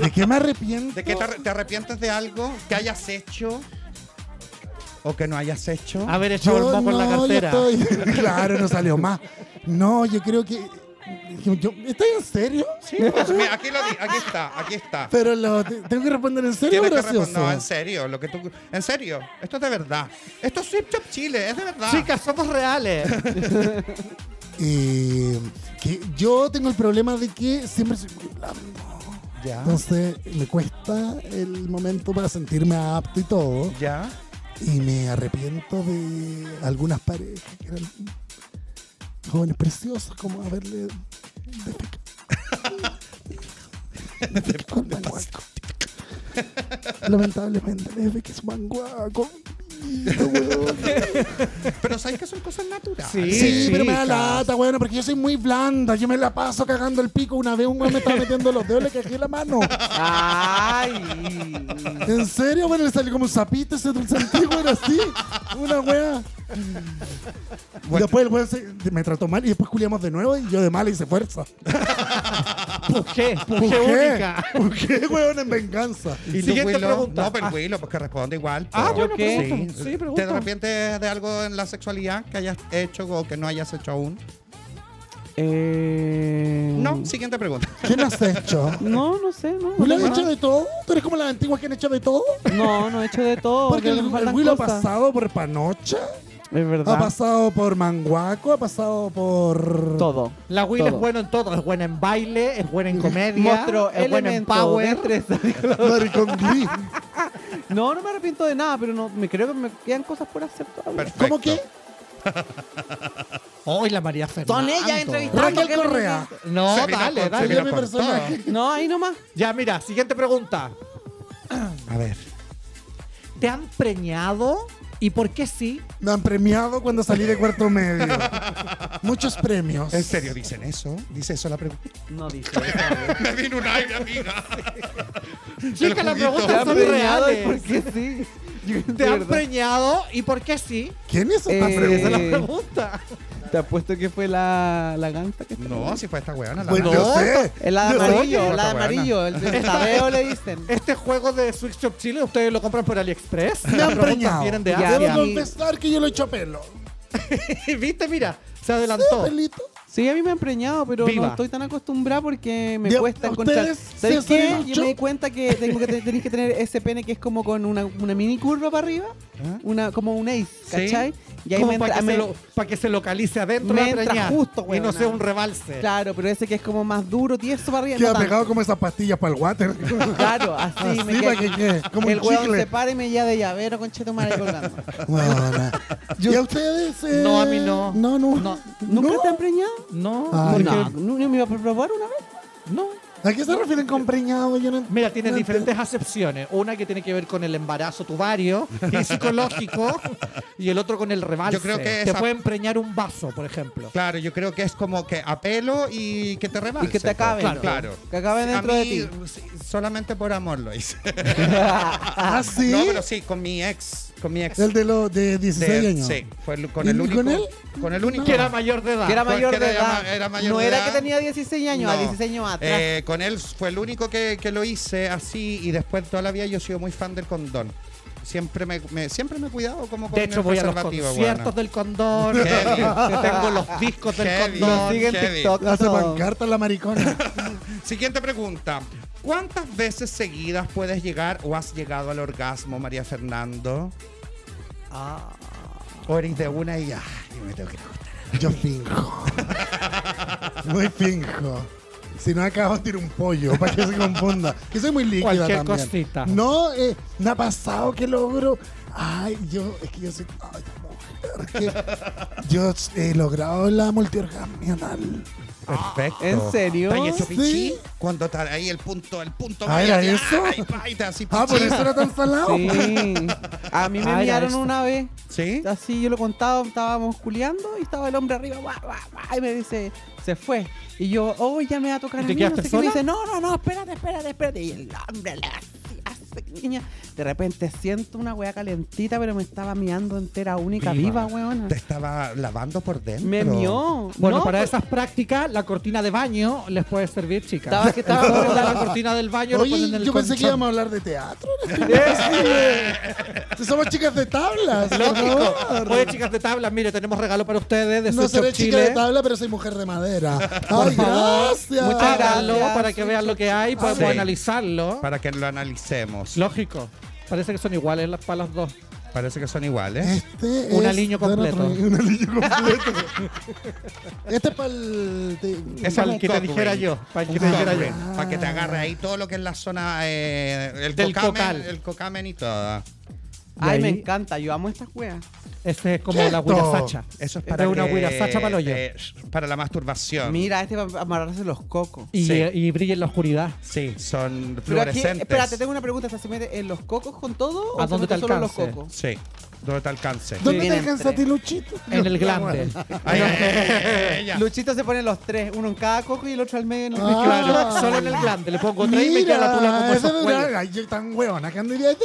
[SPEAKER 3] ¿De qué me arrepiento?
[SPEAKER 1] ¿De qué te, arre- te arrepientes de algo que hayas hecho o que no hayas hecho?
[SPEAKER 2] haber echado el
[SPEAKER 3] Yo
[SPEAKER 2] moco en la
[SPEAKER 3] no, yo
[SPEAKER 2] cartera.
[SPEAKER 3] estoy- claro, no salió más. No, yo creo que. yo- ¿Estoy en serio? Sí.
[SPEAKER 1] Mira, aquí, lo di- aquí está, aquí está.
[SPEAKER 3] Pero lo- te- tengo que responder en serio,
[SPEAKER 1] Tienes que
[SPEAKER 3] gracioso.
[SPEAKER 1] responder, no, en serio, lo que tú, en serio, esto es de verdad. Esto es Swip Shop Chile, es de verdad.
[SPEAKER 2] Chicas, somos reales.
[SPEAKER 3] Eh, que yo tengo el problema de que siempre soy muy blando.
[SPEAKER 1] ya,
[SPEAKER 3] Entonces me cuesta el momento para sentirme apto y todo.
[SPEAKER 1] ya.
[SPEAKER 3] Y me arrepiento de algunas parejas que eran jóvenes preciosos, como haberle. defecado al manguaco. Lamentablemente, desde que es manguaco.
[SPEAKER 1] Pero sabes que son cosas naturales.
[SPEAKER 2] Sí.
[SPEAKER 3] Sí, pero me da
[SPEAKER 2] chicas.
[SPEAKER 3] lata, bueno, porque yo soy muy blanda. Yo me la paso cagando el pico. Una vez un güey me estaba metiendo los dedos, le cagué la mano.
[SPEAKER 4] Ay.
[SPEAKER 3] ¿En serio? Bueno, le salió como un sapito ese dulce antiguo, era así. Una wea. Y Después el weón se- me trató mal y después culiamos de nuevo y yo de mala hice fuerza.
[SPEAKER 2] Pujé,
[SPEAKER 3] ¿Por
[SPEAKER 2] pujé
[SPEAKER 3] qué?
[SPEAKER 2] única.
[SPEAKER 3] ¿Por qué, weón, en venganza?
[SPEAKER 1] ¿Y tú,
[SPEAKER 2] Siguiente
[SPEAKER 1] Willow?
[SPEAKER 2] pregunta.
[SPEAKER 1] No, pero
[SPEAKER 2] Ah.
[SPEAKER 1] Willow, pues que responde igual.
[SPEAKER 2] Ah,
[SPEAKER 1] po.
[SPEAKER 2] bueno,
[SPEAKER 4] ¿Qué?
[SPEAKER 2] pregunto. Sí,
[SPEAKER 1] ¿Te
[SPEAKER 2] pregunto.
[SPEAKER 1] arrepientes de algo en la sexualidad que hayas hecho o que no hayas hecho aún?
[SPEAKER 4] Eh,
[SPEAKER 1] No, siguiente pregunta.
[SPEAKER 3] ¿Quién has hecho?
[SPEAKER 4] No, no sé, no.
[SPEAKER 3] ¿Willow
[SPEAKER 4] no,
[SPEAKER 3] ha hecho
[SPEAKER 4] no.
[SPEAKER 3] de todo? ¿Tú eres como las antiguas que han hecho de todo?
[SPEAKER 4] No, no he hecho de todo.
[SPEAKER 3] Porque
[SPEAKER 4] creo que
[SPEAKER 3] el,
[SPEAKER 4] me
[SPEAKER 3] el
[SPEAKER 4] faltan
[SPEAKER 3] Willow ha
[SPEAKER 4] cosas.
[SPEAKER 3] pasado por Panocha,
[SPEAKER 4] Es
[SPEAKER 3] ha
[SPEAKER 4] verdad.
[SPEAKER 3] pasado por Manguaco, ha pasado por...
[SPEAKER 4] Todo.
[SPEAKER 2] La Will es
[SPEAKER 4] Todo.
[SPEAKER 2] buena en todo. Es buena en baile, es buena en comedia,
[SPEAKER 4] Monstruo,
[SPEAKER 2] es buena en
[SPEAKER 4] elemento,
[SPEAKER 2] power.
[SPEAKER 4] destreza.
[SPEAKER 3] Maricón Glee.
[SPEAKER 4] No, no me arrepiento de nada, pero no, me creo que me quedan cosas por hacer todavía.
[SPEAKER 1] Perfecto.
[SPEAKER 3] ¿Cómo que?
[SPEAKER 2] Hoy la María Fernando.
[SPEAKER 4] Son ellas entrevistando.
[SPEAKER 3] Raquel
[SPEAKER 4] que me-
[SPEAKER 3] Correa.
[SPEAKER 2] No,
[SPEAKER 1] Se vino
[SPEAKER 2] dale,
[SPEAKER 1] por-
[SPEAKER 2] dale.
[SPEAKER 1] se
[SPEAKER 3] Sería
[SPEAKER 1] vino
[SPEAKER 3] mi
[SPEAKER 1] por
[SPEAKER 3] personaje.
[SPEAKER 4] No, ahí nomás.
[SPEAKER 2] Ya, mira, siguiente pregunta.
[SPEAKER 1] A ver.
[SPEAKER 2] ¿Te han preñado? ¿Y por qué sí?
[SPEAKER 3] Me han premiado cuando salí de cuarto medio. Muchos premios.
[SPEAKER 1] ¿En serio dicen eso? ¿Dice eso la pregunta?
[SPEAKER 4] No dice eso.
[SPEAKER 1] Me vino un aire, amiga.
[SPEAKER 2] Chica, la
[SPEAKER 1] juguito.
[SPEAKER 2] pregunta
[SPEAKER 4] ¿Te
[SPEAKER 2] son
[SPEAKER 4] han preñado y
[SPEAKER 2] reales.
[SPEAKER 4] por qué sí? Yo, de
[SPEAKER 2] ¿Te han
[SPEAKER 4] verdad.
[SPEAKER 2] preñado? ¿Y por qué sí?
[SPEAKER 3] ¿Quién hizo esta
[SPEAKER 4] Eh,
[SPEAKER 2] Esa es la
[SPEAKER 3] pregunta?
[SPEAKER 2] pregunta.
[SPEAKER 4] Te apuesto que fue la, la ganta que
[SPEAKER 1] No, si fue esta weona. La
[SPEAKER 3] Bueno,
[SPEAKER 1] la-
[SPEAKER 3] yo sé.
[SPEAKER 4] El la de
[SPEAKER 1] No,
[SPEAKER 4] amarillo,
[SPEAKER 1] no,
[SPEAKER 4] la de
[SPEAKER 1] esta
[SPEAKER 4] amarillo, el de Tadeo le dicen.
[SPEAKER 2] Este juego de Switch Shop Chile, ustedes lo compran por AliExpress.
[SPEAKER 3] Me
[SPEAKER 2] Las
[SPEAKER 3] han
[SPEAKER 2] preguntas
[SPEAKER 3] preñado.
[SPEAKER 2] Vienen de
[SPEAKER 4] Ya,
[SPEAKER 2] Asia.
[SPEAKER 3] Debo
[SPEAKER 4] Gracias.
[SPEAKER 3] confesar que yo lo echo a pelo.
[SPEAKER 2] Viste, mira, se
[SPEAKER 3] ¿Sí,
[SPEAKER 2] adelantó.
[SPEAKER 3] pelito?
[SPEAKER 4] Sí, a mí me han preñado, pero
[SPEAKER 2] Viva.
[SPEAKER 4] no estoy tan acostumbrada porque me
[SPEAKER 3] ¿De-
[SPEAKER 4] cuesta
[SPEAKER 3] a
[SPEAKER 4] encontrar.
[SPEAKER 3] ustedes
[SPEAKER 4] ¿Sabes
[SPEAKER 3] se
[SPEAKER 4] qué?
[SPEAKER 3] hacen
[SPEAKER 4] Yo
[SPEAKER 3] macho?
[SPEAKER 4] me di cuenta que tengo que tenéis que tener ese pene que es como con una, una mini curva para arriba,
[SPEAKER 2] ¿Ah?
[SPEAKER 4] una como un ace, ¿cachai? Y ahí
[SPEAKER 2] Como
[SPEAKER 4] me entra-
[SPEAKER 2] para, que se
[SPEAKER 4] me-
[SPEAKER 2] lo- para que se localice adentro
[SPEAKER 4] me
[SPEAKER 2] la
[SPEAKER 4] entra
[SPEAKER 2] preñada y
[SPEAKER 4] justo,
[SPEAKER 2] no
[SPEAKER 4] weona.
[SPEAKER 2] sea un rebalse.
[SPEAKER 4] Claro, pero ese que es como más duro, tieso para arriba. no
[SPEAKER 3] Queda
[SPEAKER 4] tanto.
[SPEAKER 3] pegado como esas pastillas para el water.
[SPEAKER 4] Claro, así,
[SPEAKER 3] Así
[SPEAKER 4] me
[SPEAKER 3] para
[SPEAKER 4] queda.
[SPEAKER 3] que quede, como
[SPEAKER 4] el
[SPEAKER 3] un
[SPEAKER 4] hueón
[SPEAKER 3] chicle.
[SPEAKER 4] se para y me ya de llavero con cheto madre colgando.
[SPEAKER 3] Bueno. ¿Y a ustedes? eh,
[SPEAKER 2] No, a mí no.
[SPEAKER 3] No, no.
[SPEAKER 2] No.
[SPEAKER 4] ¿Nunca
[SPEAKER 3] ¿No?
[SPEAKER 4] te han preñado?
[SPEAKER 2] No,
[SPEAKER 3] Ah,
[SPEAKER 2] porque-
[SPEAKER 4] no, no, no me iba a probar una vez.
[SPEAKER 2] no.
[SPEAKER 3] ¿A qué se refieren con preñado? Yo no ent-
[SPEAKER 2] Mira, tiene
[SPEAKER 3] no ent-
[SPEAKER 2] diferentes acepciones. Una que tiene que ver con el embarazo tubario, que es psicológico, y el otro con el rebalse.
[SPEAKER 1] Yo creo que
[SPEAKER 2] Te
[SPEAKER 1] esa-
[SPEAKER 2] pueden preñar un vaso, por ejemplo.
[SPEAKER 1] Claro, yo creo que es como que apelo y que te rebalse.
[SPEAKER 4] Y que te acaben.
[SPEAKER 1] Claro, claro.
[SPEAKER 4] Que acaben
[SPEAKER 1] Sí,
[SPEAKER 4] dentro
[SPEAKER 1] a
[SPEAKER 4] de
[SPEAKER 1] mí,
[SPEAKER 4] ti.
[SPEAKER 1] sí, Solamente por amor lo hice.
[SPEAKER 3] Ah, sí.
[SPEAKER 1] No, pero sí, con mi ex. Con mi ex.
[SPEAKER 3] El de los de 16
[SPEAKER 1] De-
[SPEAKER 3] años.
[SPEAKER 1] Sí, fue el- con
[SPEAKER 3] ¿Y
[SPEAKER 1] el
[SPEAKER 3] ni
[SPEAKER 1] único.
[SPEAKER 3] con él?
[SPEAKER 1] Con el único.
[SPEAKER 2] Que era mayor de edad.
[SPEAKER 4] Que era
[SPEAKER 1] porque
[SPEAKER 4] mayor de
[SPEAKER 1] Ah, pues, era
[SPEAKER 4] edad.
[SPEAKER 1] ma- era mayor
[SPEAKER 4] no
[SPEAKER 1] de
[SPEAKER 4] era
[SPEAKER 1] edad.
[SPEAKER 4] que tenía 16 años, a
[SPEAKER 1] No.
[SPEAKER 4] 16 años atrás.
[SPEAKER 1] Eh, con él fue el único que, que lo hice así y después toda la vida yo he sido muy fan del condón. Siempre me, me- siempre me he cuidado como con
[SPEAKER 2] De hecho,
[SPEAKER 1] el
[SPEAKER 2] voy a los
[SPEAKER 1] preservativo,
[SPEAKER 2] conciertos
[SPEAKER 1] weona.
[SPEAKER 2] del condón.
[SPEAKER 1] Heavy.
[SPEAKER 2] que tengo los discos del
[SPEAKER 1] Heavy.
[SPEAKER 2] condón.
[SPEAKER 1] Lo
[SPEAKER 4] Sigue en
[SPEAKER 1] Kevin.
[SPEAKER 4] TikTok.
[SPEAKER 3] Hace
[SPEAKER 4] todo.
[SPEAKER 3] pancarta la maricona.
[SPEAKER 1] Siguiente pregunta. ¿Cuántas veces seguidas puedes llegar o has llegado al orgasmo, María Fernando?
[SPEAKER 2] Ah.
[SPEAKER 1] O eres de una y ya. me tengo que ir a acostar.
[SPEAKER 3] Yo finjo. Muy finjo. Si no acabo, tiro un pollo para que se confunda. Que soy muy líquida
[SPEAKER 2] Cualquier
[SPEAKER 3] también.
[SPEAKER 2] cosita.
[SPEAKER 3] No, eh, me ha pasado que logro. Ay, yo, es que yo soy. Ay, mujer, que yo he logrado la multiorgasmia anal.
[SPEAKER 4] Ah.
[SPEAKER 1] Perfecto.
[SPEAKER 4] ¿En serio?
[SPEAKER 2] ¿Te has hecho pichí?
[SPEAKER 3] Sí.
[SPEAKER 1] Cuando está ahí el punto, el punto.
[SPEAKER 3] Ah,
[SPEAKER 1] vaya,
[SPEAKER 3] ¿era
[SPEAKER 1] así,
[SPEAKER 3] eso?
[SPEAKER 1] ay, pa, y te así
[SPEAKER 3] Ah, por
[SPEAKER 1] pichí.
[SPEAKER 3] eso era tan salado.
[SPEAKER 4] Sí. A mí me
[SPEAKER 2] Ah, era
[SPEAKER 4] miraron
[SPEAKER 2] eso.
[SPEAKER 4] una vez.
[SPEAKER 1] ¿Sí?
[SPEAKER 4] Así yo lo contaba, estábamos culiando y estaba el hombre arriba, guau, guau, guau, y me dice, se fue. Y yo, oh, ya me va a tocar
[SPEAKER 2] ¿Y
[SPEAKER 4] a
[SPEAKER 2] te
[SPEAKER 4] mí, no
[SPEAKER 2] quedaste
[SPEAKER 4] sé qué. Me
[SPEAKER 2] sola?
[SPEAKER 4] dice, no, no, no, espérate, espérate, espérate. Y el hombre le hace, hace, niña. De repente siento una weá calentita, pero me estaba miando entera, única,
[SPEAKER 2] Viva.
[SPEAKER 4] viva, weona.
[SPEAKER 1] Te estaba lavando por dentro.
[SPEAKER 4] Me mió.
[SPEAKER 2] Bueno,
[SPEAKER 4] No,
[SPEAKER 2] para
[SPEAKER 4] pues,
[SPEAKER 2] esas prácticas, la cortina de baño les puede servir, chicas.
[SPEAKER 4] Estaba que estaba-
[SPEAKER 2] Entonces, la cortina del baño lo
[SPEAKER 3] Oye,
[SPEAKER 2] ponen en el
[SPEAKER 3] yo pensé que
[SPEAKER 2] colchón.
[SPEAKER 3] íbamos a hablar de teatro. Sí. Somos chicas de tablas. por favor.
[SPEAKER 2] Lógico. Oye, chicas de tablas, mire, tenemos regalo para ustedes de
[SPEAKER 3] No
[SPEAKER 2] Switch
[SPEAKER 3] seré
[SPEAKER 2] of
[SPEAKER 3] chica
[SPEAKER 2] Chile.
[SPEAKER 3] de tabla, pero soy mujer de madera. Ay,
[SPEAKER 2] favor.
[SPEAKER 3] gracias.
[SPEAKER 4] Muchas
[SPEAKER 2] Háganlo
[SPEAKER 4] gracias,
[SPEAKER 2] para que vean lo que hay, podemos
[SPEAKER 1] Sí.
[SPEAKER 2] analizarlo.
[SPEAKER 1] Para que lo analicemos.
[SPEAKER 2] Lógico. Parece que son iguales las para las dos.
[SPEAKER 1] Parece que son iguales.
[SPEAKER 3] Este
[SPEAKER 2] Un
[SPEAKER 3] es
[SPEAKER 2] aliño
[SPEAKER 3] Donald
[SPEAKER 2] completo.
[SPEAKER 3] Trump, Un aliño completo. este es para el.
[SPEAKER 1] Es
[SPEAKER 2] Para
[SPEAKER 1] un
[SPEAKER 2] el que te
[SPEAKER 1] cock
[SPEAKER 2] dijera
[SPEAKER 1] ring.
[SPEAKER 2] yo. Para el que
[SPEAKER 1] Un
[SPEAKER 2] te
[SPEAKER 1] cock
[SPEAKER 2] dijera yo.
[SPEAKER 1] ring, Para que te agarre ahí todo lo que es la zona eh, el
[SPEAKER 2] Del
[SPEAKER 1] cocamen,
[SPEAKER 2] cocal.
[SPEAKER 1] el cocamen y todo.
[SPEAKER 4] Ay,
[SPEAKER 2] Y
[SPEAKER 4] me
[SPEAKER 2] ahí-
[SPEAKER 4] encanta, yo amo estas weas.
[SPEAKER 2] Ese es como
[SPEAKER 3] ¿Qué
[SPEAKER 2] la
[SPEAKER 3] esto?
[SPEAKER 2] guirasacha.
[SPEAKER 1] Eso es para
[SPEAKER 2] una
[SPEAKER 1] que-
[SPEAKER 2] guirasacha para el hoyo.
[SPEAKER 1] eh, para la masturbación.
[SPEAKER 4] Mira, este va a amarrarse los cocos.
[SPEAKER 2] Y, eh,
[SPEAKER 1] sí.
[SPEAKER 2] y brilla en la oscuridad.
[SPEAKER 1] Sí, son
[SPEAKER 4] Pero aquí,
[SPEAKER 1] fluorescentes.
[SPEAKER 4] espérate, tengo una pregunta. ¿esta ¿Se mete en los cocos con todo o
[SPEAKER 2] ¿A
[SPEAKER 4] se
[SPEAKER 2] dónde
[SPEAKER 4] mete
[SPEAKER 2] te
[SPEAKER 4] solo en los
[SPEAKER 2] alcance?
[SPEAKER 4] cocos?
[SPEAKER 1] Sí, donde te alcance.
[SPEAKER 3] ¿Dónde te
[SPEAKER 4] Vienen
[SPEAKER 3] alcanza a ti,
[SPEAKER 4] tres.
[SPEAKER 3] Luchito?
[SPEAKER 2] En el glande.
[SPEAKER 1] Ay, ay, ay, ay, ay,
[SPEAKER 4] Luchito se pone los tres, uno en cada coco y el otro al medio. en el-
[SPEAKER 3] Ah.
[SPEAKER 2] Claro, solo en el glande. Le pongo tres y me queda la tula como
[SPEAKER 3] es de
[SPEAKER 2] esos
[SPEAKER 3] Durán.
[SPEAKER 2] cuellos.
[SPEAKER 3] Ay, yo tan huevona que andaría. Es de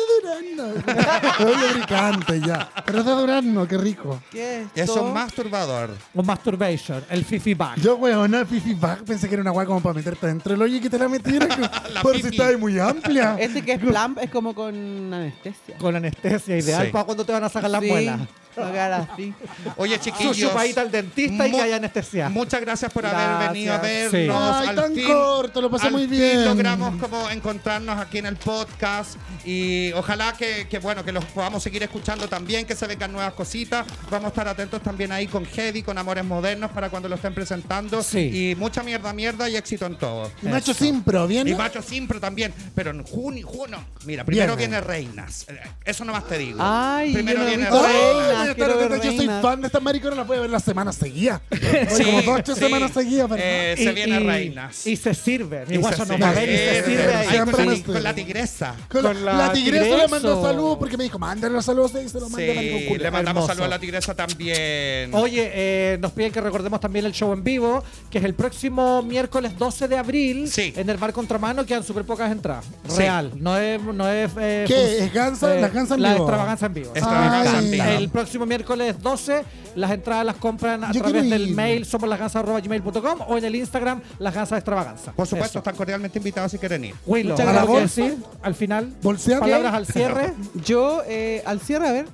[SPEAKER 3] Durán. Soy lubricante ya. Pero es de Durán, qué rico.
[SPEAKER 4] ¿Qué es
[SPEAKER 1] ya. Eso es masturbador.
[SPEAKER 2] Un masturbation, el fifi back.
[SPEAKER 3] Yo, huevona, Fifi Bag, pensé que era una hueá como para meterte dentro del hoyo y que te la metieras.
[SPEAKER 1] La
[SPEAKER 3] Por si
[SPEAKER 1] fifi.
[SPEAKER 3] estaba ahí muy amplia.
[SPEAKER 4] Este que es plump es como con anestesia.
[SPEAKER 2] Con anestesia ideal
[SPEAKER 1] Sí.
[SPEAKER 2] para cuando te van a sacar las
[SPEAKER 4] Sí,
[SPEAKER 2] muelas.
[SPEAKER 4] lo que hará así.
[SPEAKER 1] Oye,
[SPEAKER 2] Su
[SPEAKER 1] chiquillos.
[SPEAKER 2] chupadita al dentista y
[SPEAKER 1] mu-
[SPEAKER 2] que haya anestesia.
[SPEAKER 1] Muchas gracias por haber
[SPEAKER 4] Gracias.
[SPEAKER 1] venido a vernos.
[SPEAKER 2] Sí.
[SPEAKER 3] Ay,
[SPEAKER 1] Al
[SPEAKER 3] tan
[SPEAKER 1] fin-
[SPEAKER 3] corto, lo pasé
[SPEAKER 1] al
[SPEAKER 3] muy
[SPEAKER 1] fin
[SPEAKER 3] bien.
[SPEAKER 1] logramos como encontrarnos aquí en el podcast y ojalá que, que, bueno, que los podamos seguir escuchando también, que se vengan nuevas cositas. Vamos a estar atentos también ahí con Heavy, con Amores Modernos para cuando lo estén presentando.
[SPEAKER 2] Sí.
[SPEAKER 1] Y mucha mierda, mierda y éxito en todo.
[SPEAKER 3] Y Macho
[SPEAKER 2] Eso.
[SPEAKER 3] Simpro, ¿bien?
[SPEAKER 1] Y Macho Simpro también, pero en junio, junio mira, primero
[SPEAKER 3] Viernes.
[SPEAKER 1] viene Reinas. Eh, Eso nomás te digo.
[SPEAKER 4] Ay,
[SPEAKER 1] primero
[SPEAKER 4] yo no he
[SPEAKER 1] viene
[SPEAKER 4] visto
[SPEAKER 1] Reinas.
[SPEAKER 3] Ay,
[SPEAKER 4] Reinas,
[SPEAKER 3] buenas
[SPEAKER 4] quiero
[SPEAKER 3] tardes,
[SPEAKER 4] ver
[SPEAKER 3] yo soy
[SPEAKER 4] Reinas.
[SPEAKER 3] fan de estas mariconas, las voy a ver la semana seguida. Voy
[SPEAKER 1] Sí,
[SPEAKER 3] como dos, tres
[SPEAKER 1] sí.
[SPEAKER 3] semanas seguidas, pero
[SPEAKER 1] Eh, se viene Reinas.
[SPEAKER 2] Y se sirve. Mi
[SPEAKER 1] Y se
[SPEAKER 2] guaso no
[SPEAKER 1] sirve.
[SPEAKER 2] va a ver y se
[SPEAKER 1] Eh,
[SPEAKER 2] sirve ahí.
[SPEAKER 1] con-
[SPEAKER 3] Siempre me
[SPEAKER 1] con,
[SPEAKER 3] estoy-
[SPEAKER 1] la tigresa.
[SPEAKER 3] Con
[SPEAKER 2] con
[SPEAKER 3] la,
[SPEAKER 2] la
[SPEAKER 3] tigresa le mandó
[SPEAKER 2] Tigreso.
[SPEAKER 3] saludos porque me dijo, mándale los saludos y se los mandé a la
[SPEAKER 1] Sí, le mandamos
[SPEAKER 2] Hermoso.
[SPEAKER 1] saludos a la tigresa también.
[SPEAKER 2] Oye, eh, nos piden que recordemos también el show en vivo, que es el próximo miércoles 12 de abril
[SPEAKER 1] Sí.
[SPEAKER 2] en el bar Contramano. Quedan súper pocas entradas.
[SPEAKER 1] Sí.
[SPEAKER 2] Real. No es. No es eh,
[SPEAKER 3] ¿Qué?
[SPEAKER 2] fun-
[SPEAKER 3] ¿Es Gansa? ¿La Gansa en
[SPEAKER 2] la
[SPEAKER 3] vivo?
[SPEAKER 2] extravaganza en vivo.
[SPEAKER 1] Extravaganza
[SPEAKER 3] en
[SPEAKER 2] Extravaganza.
[SPEAKER 3] vivo.
[SPEAKER 2] El próximo miércoles 12, las entradas las compran a
[SPEAKER 3] Yo
[SPEAKER 2] través
[SPEAKER 3] quiero
[SPEAKER 2] del
[SPEAKER 3] ir.
[SPEAKER 2] mail somoslasganzas.gmail.com o en el Instagram lasganzas extravaganza.
[SPEAKER 1] Por supuesto,
[SPEAKER 2] Eso.
[SPEAKER 1] están cordialmente invitados si quieren ir.
[SPEAKER 2] Willow,
[SPEAKER 4] Muchas
[SPEAKER 2] ¿algo que
[SPEAKER 3] gracias.
[SPEAKER 2] decir? Al final,
[SPEAKER 3] Bolsear.
[SPEAKER 2] palabras al cierre.
[SPEAKER 4] Yo, eh, al cierre, a ver,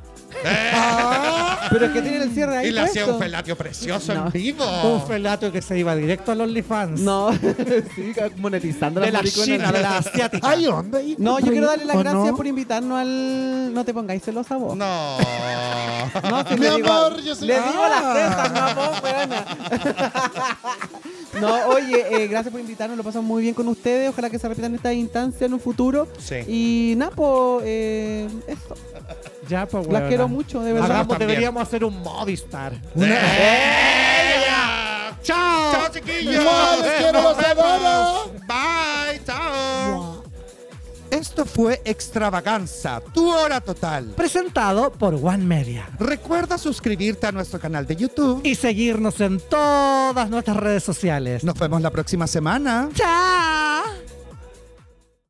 [SPEAKER 1] Ah,
[SPEAKER 2] Ah.
[SPEAKER 4] Pero es que tiene el cierre ahí.
[SPEAKER 1] Eh, Y le hacía
[SPEAKER 4] puesto.
[SPEAKER 1] un felatio precioso
[SPEAKER 4] No.
[SPEAKER 1] en
[SPEAKER 2] Un
[SPEAKER 1] vivo.
[SPEAKER 2] felato que se iba directo a los OnlyFans.
[SPEAKER 4] No, sí, monetizando
[SPEAKER 2] De la
[SPEAKER 4] mariconería.
[SPEAKER 2] China, de la asiática.
[SPEAKER 3] Hay onda ahí.
[SPEAKER 4] No, yo quiero darle las
[SPEAKER 3] ¿O
[SPEAKER 4] gracias
[SPEAKER 3] no?
[SPEAKER 4] por invitarnos al. No te pongáis celosa vos.
[SPEAKER 1] No.
[SPEAKER 4] No, sí,
[SPEAKER 3] Mi
[SPEAKER 4] le digo-
[SPEAKER 3] amor, yo soy-
[SPEAKER 4] Le digo
[SPEAKER 3] ¡Ah!
[SPEAKER 4] las tetas, mi amor, buena. No, oye, eh, gracias por invitarnos, lo pasamos muy bien con ustedes. Ojalá que se repitan estas instancias en un futuro.
[SPEAKER 1] Sí.
[SPEAKER 4] Y Napo, eh, esto.
[SPEAKER 2] Ya, pues,
[SPEAKER 4] Las
[SPEAKER 2] weona.
[SPEAKER 4] quiero mucho, de verdad.
[SPEAKER 2] Hagamos-
[SPEAKER 1] También.
[SPEAKER 2] pues, deberíamos hacer un Movistar.
[SPEAKER 1] Eh, ¡Ella!
[SPEAKER 2] ¡Chao!
[SPEAKER 1] ¡Chao, chiquillos!
[SPEAKER 3] Igual, les quiero,
[SPEAKER 1] Nos
[SPEAKER 3] los
[SPEAKER 1] vemos.
[SPEAKER 3] adoro.
[SPEAKER 1] ¡Bye! ¡Chao! Esto fue Extravaganza, tu hora total.
[SPEAKER 2] Presentado por One Media.
[SPEAKER 1] Recuerda suscribirte a nuestro canal de YouTube.
[SPEAKER 2] Y seguirnos en todas nuestras redes sociales.
[SPEAKER 1] Nos vemos la próxima semana.
[SPEAKER 2] ¡Chao!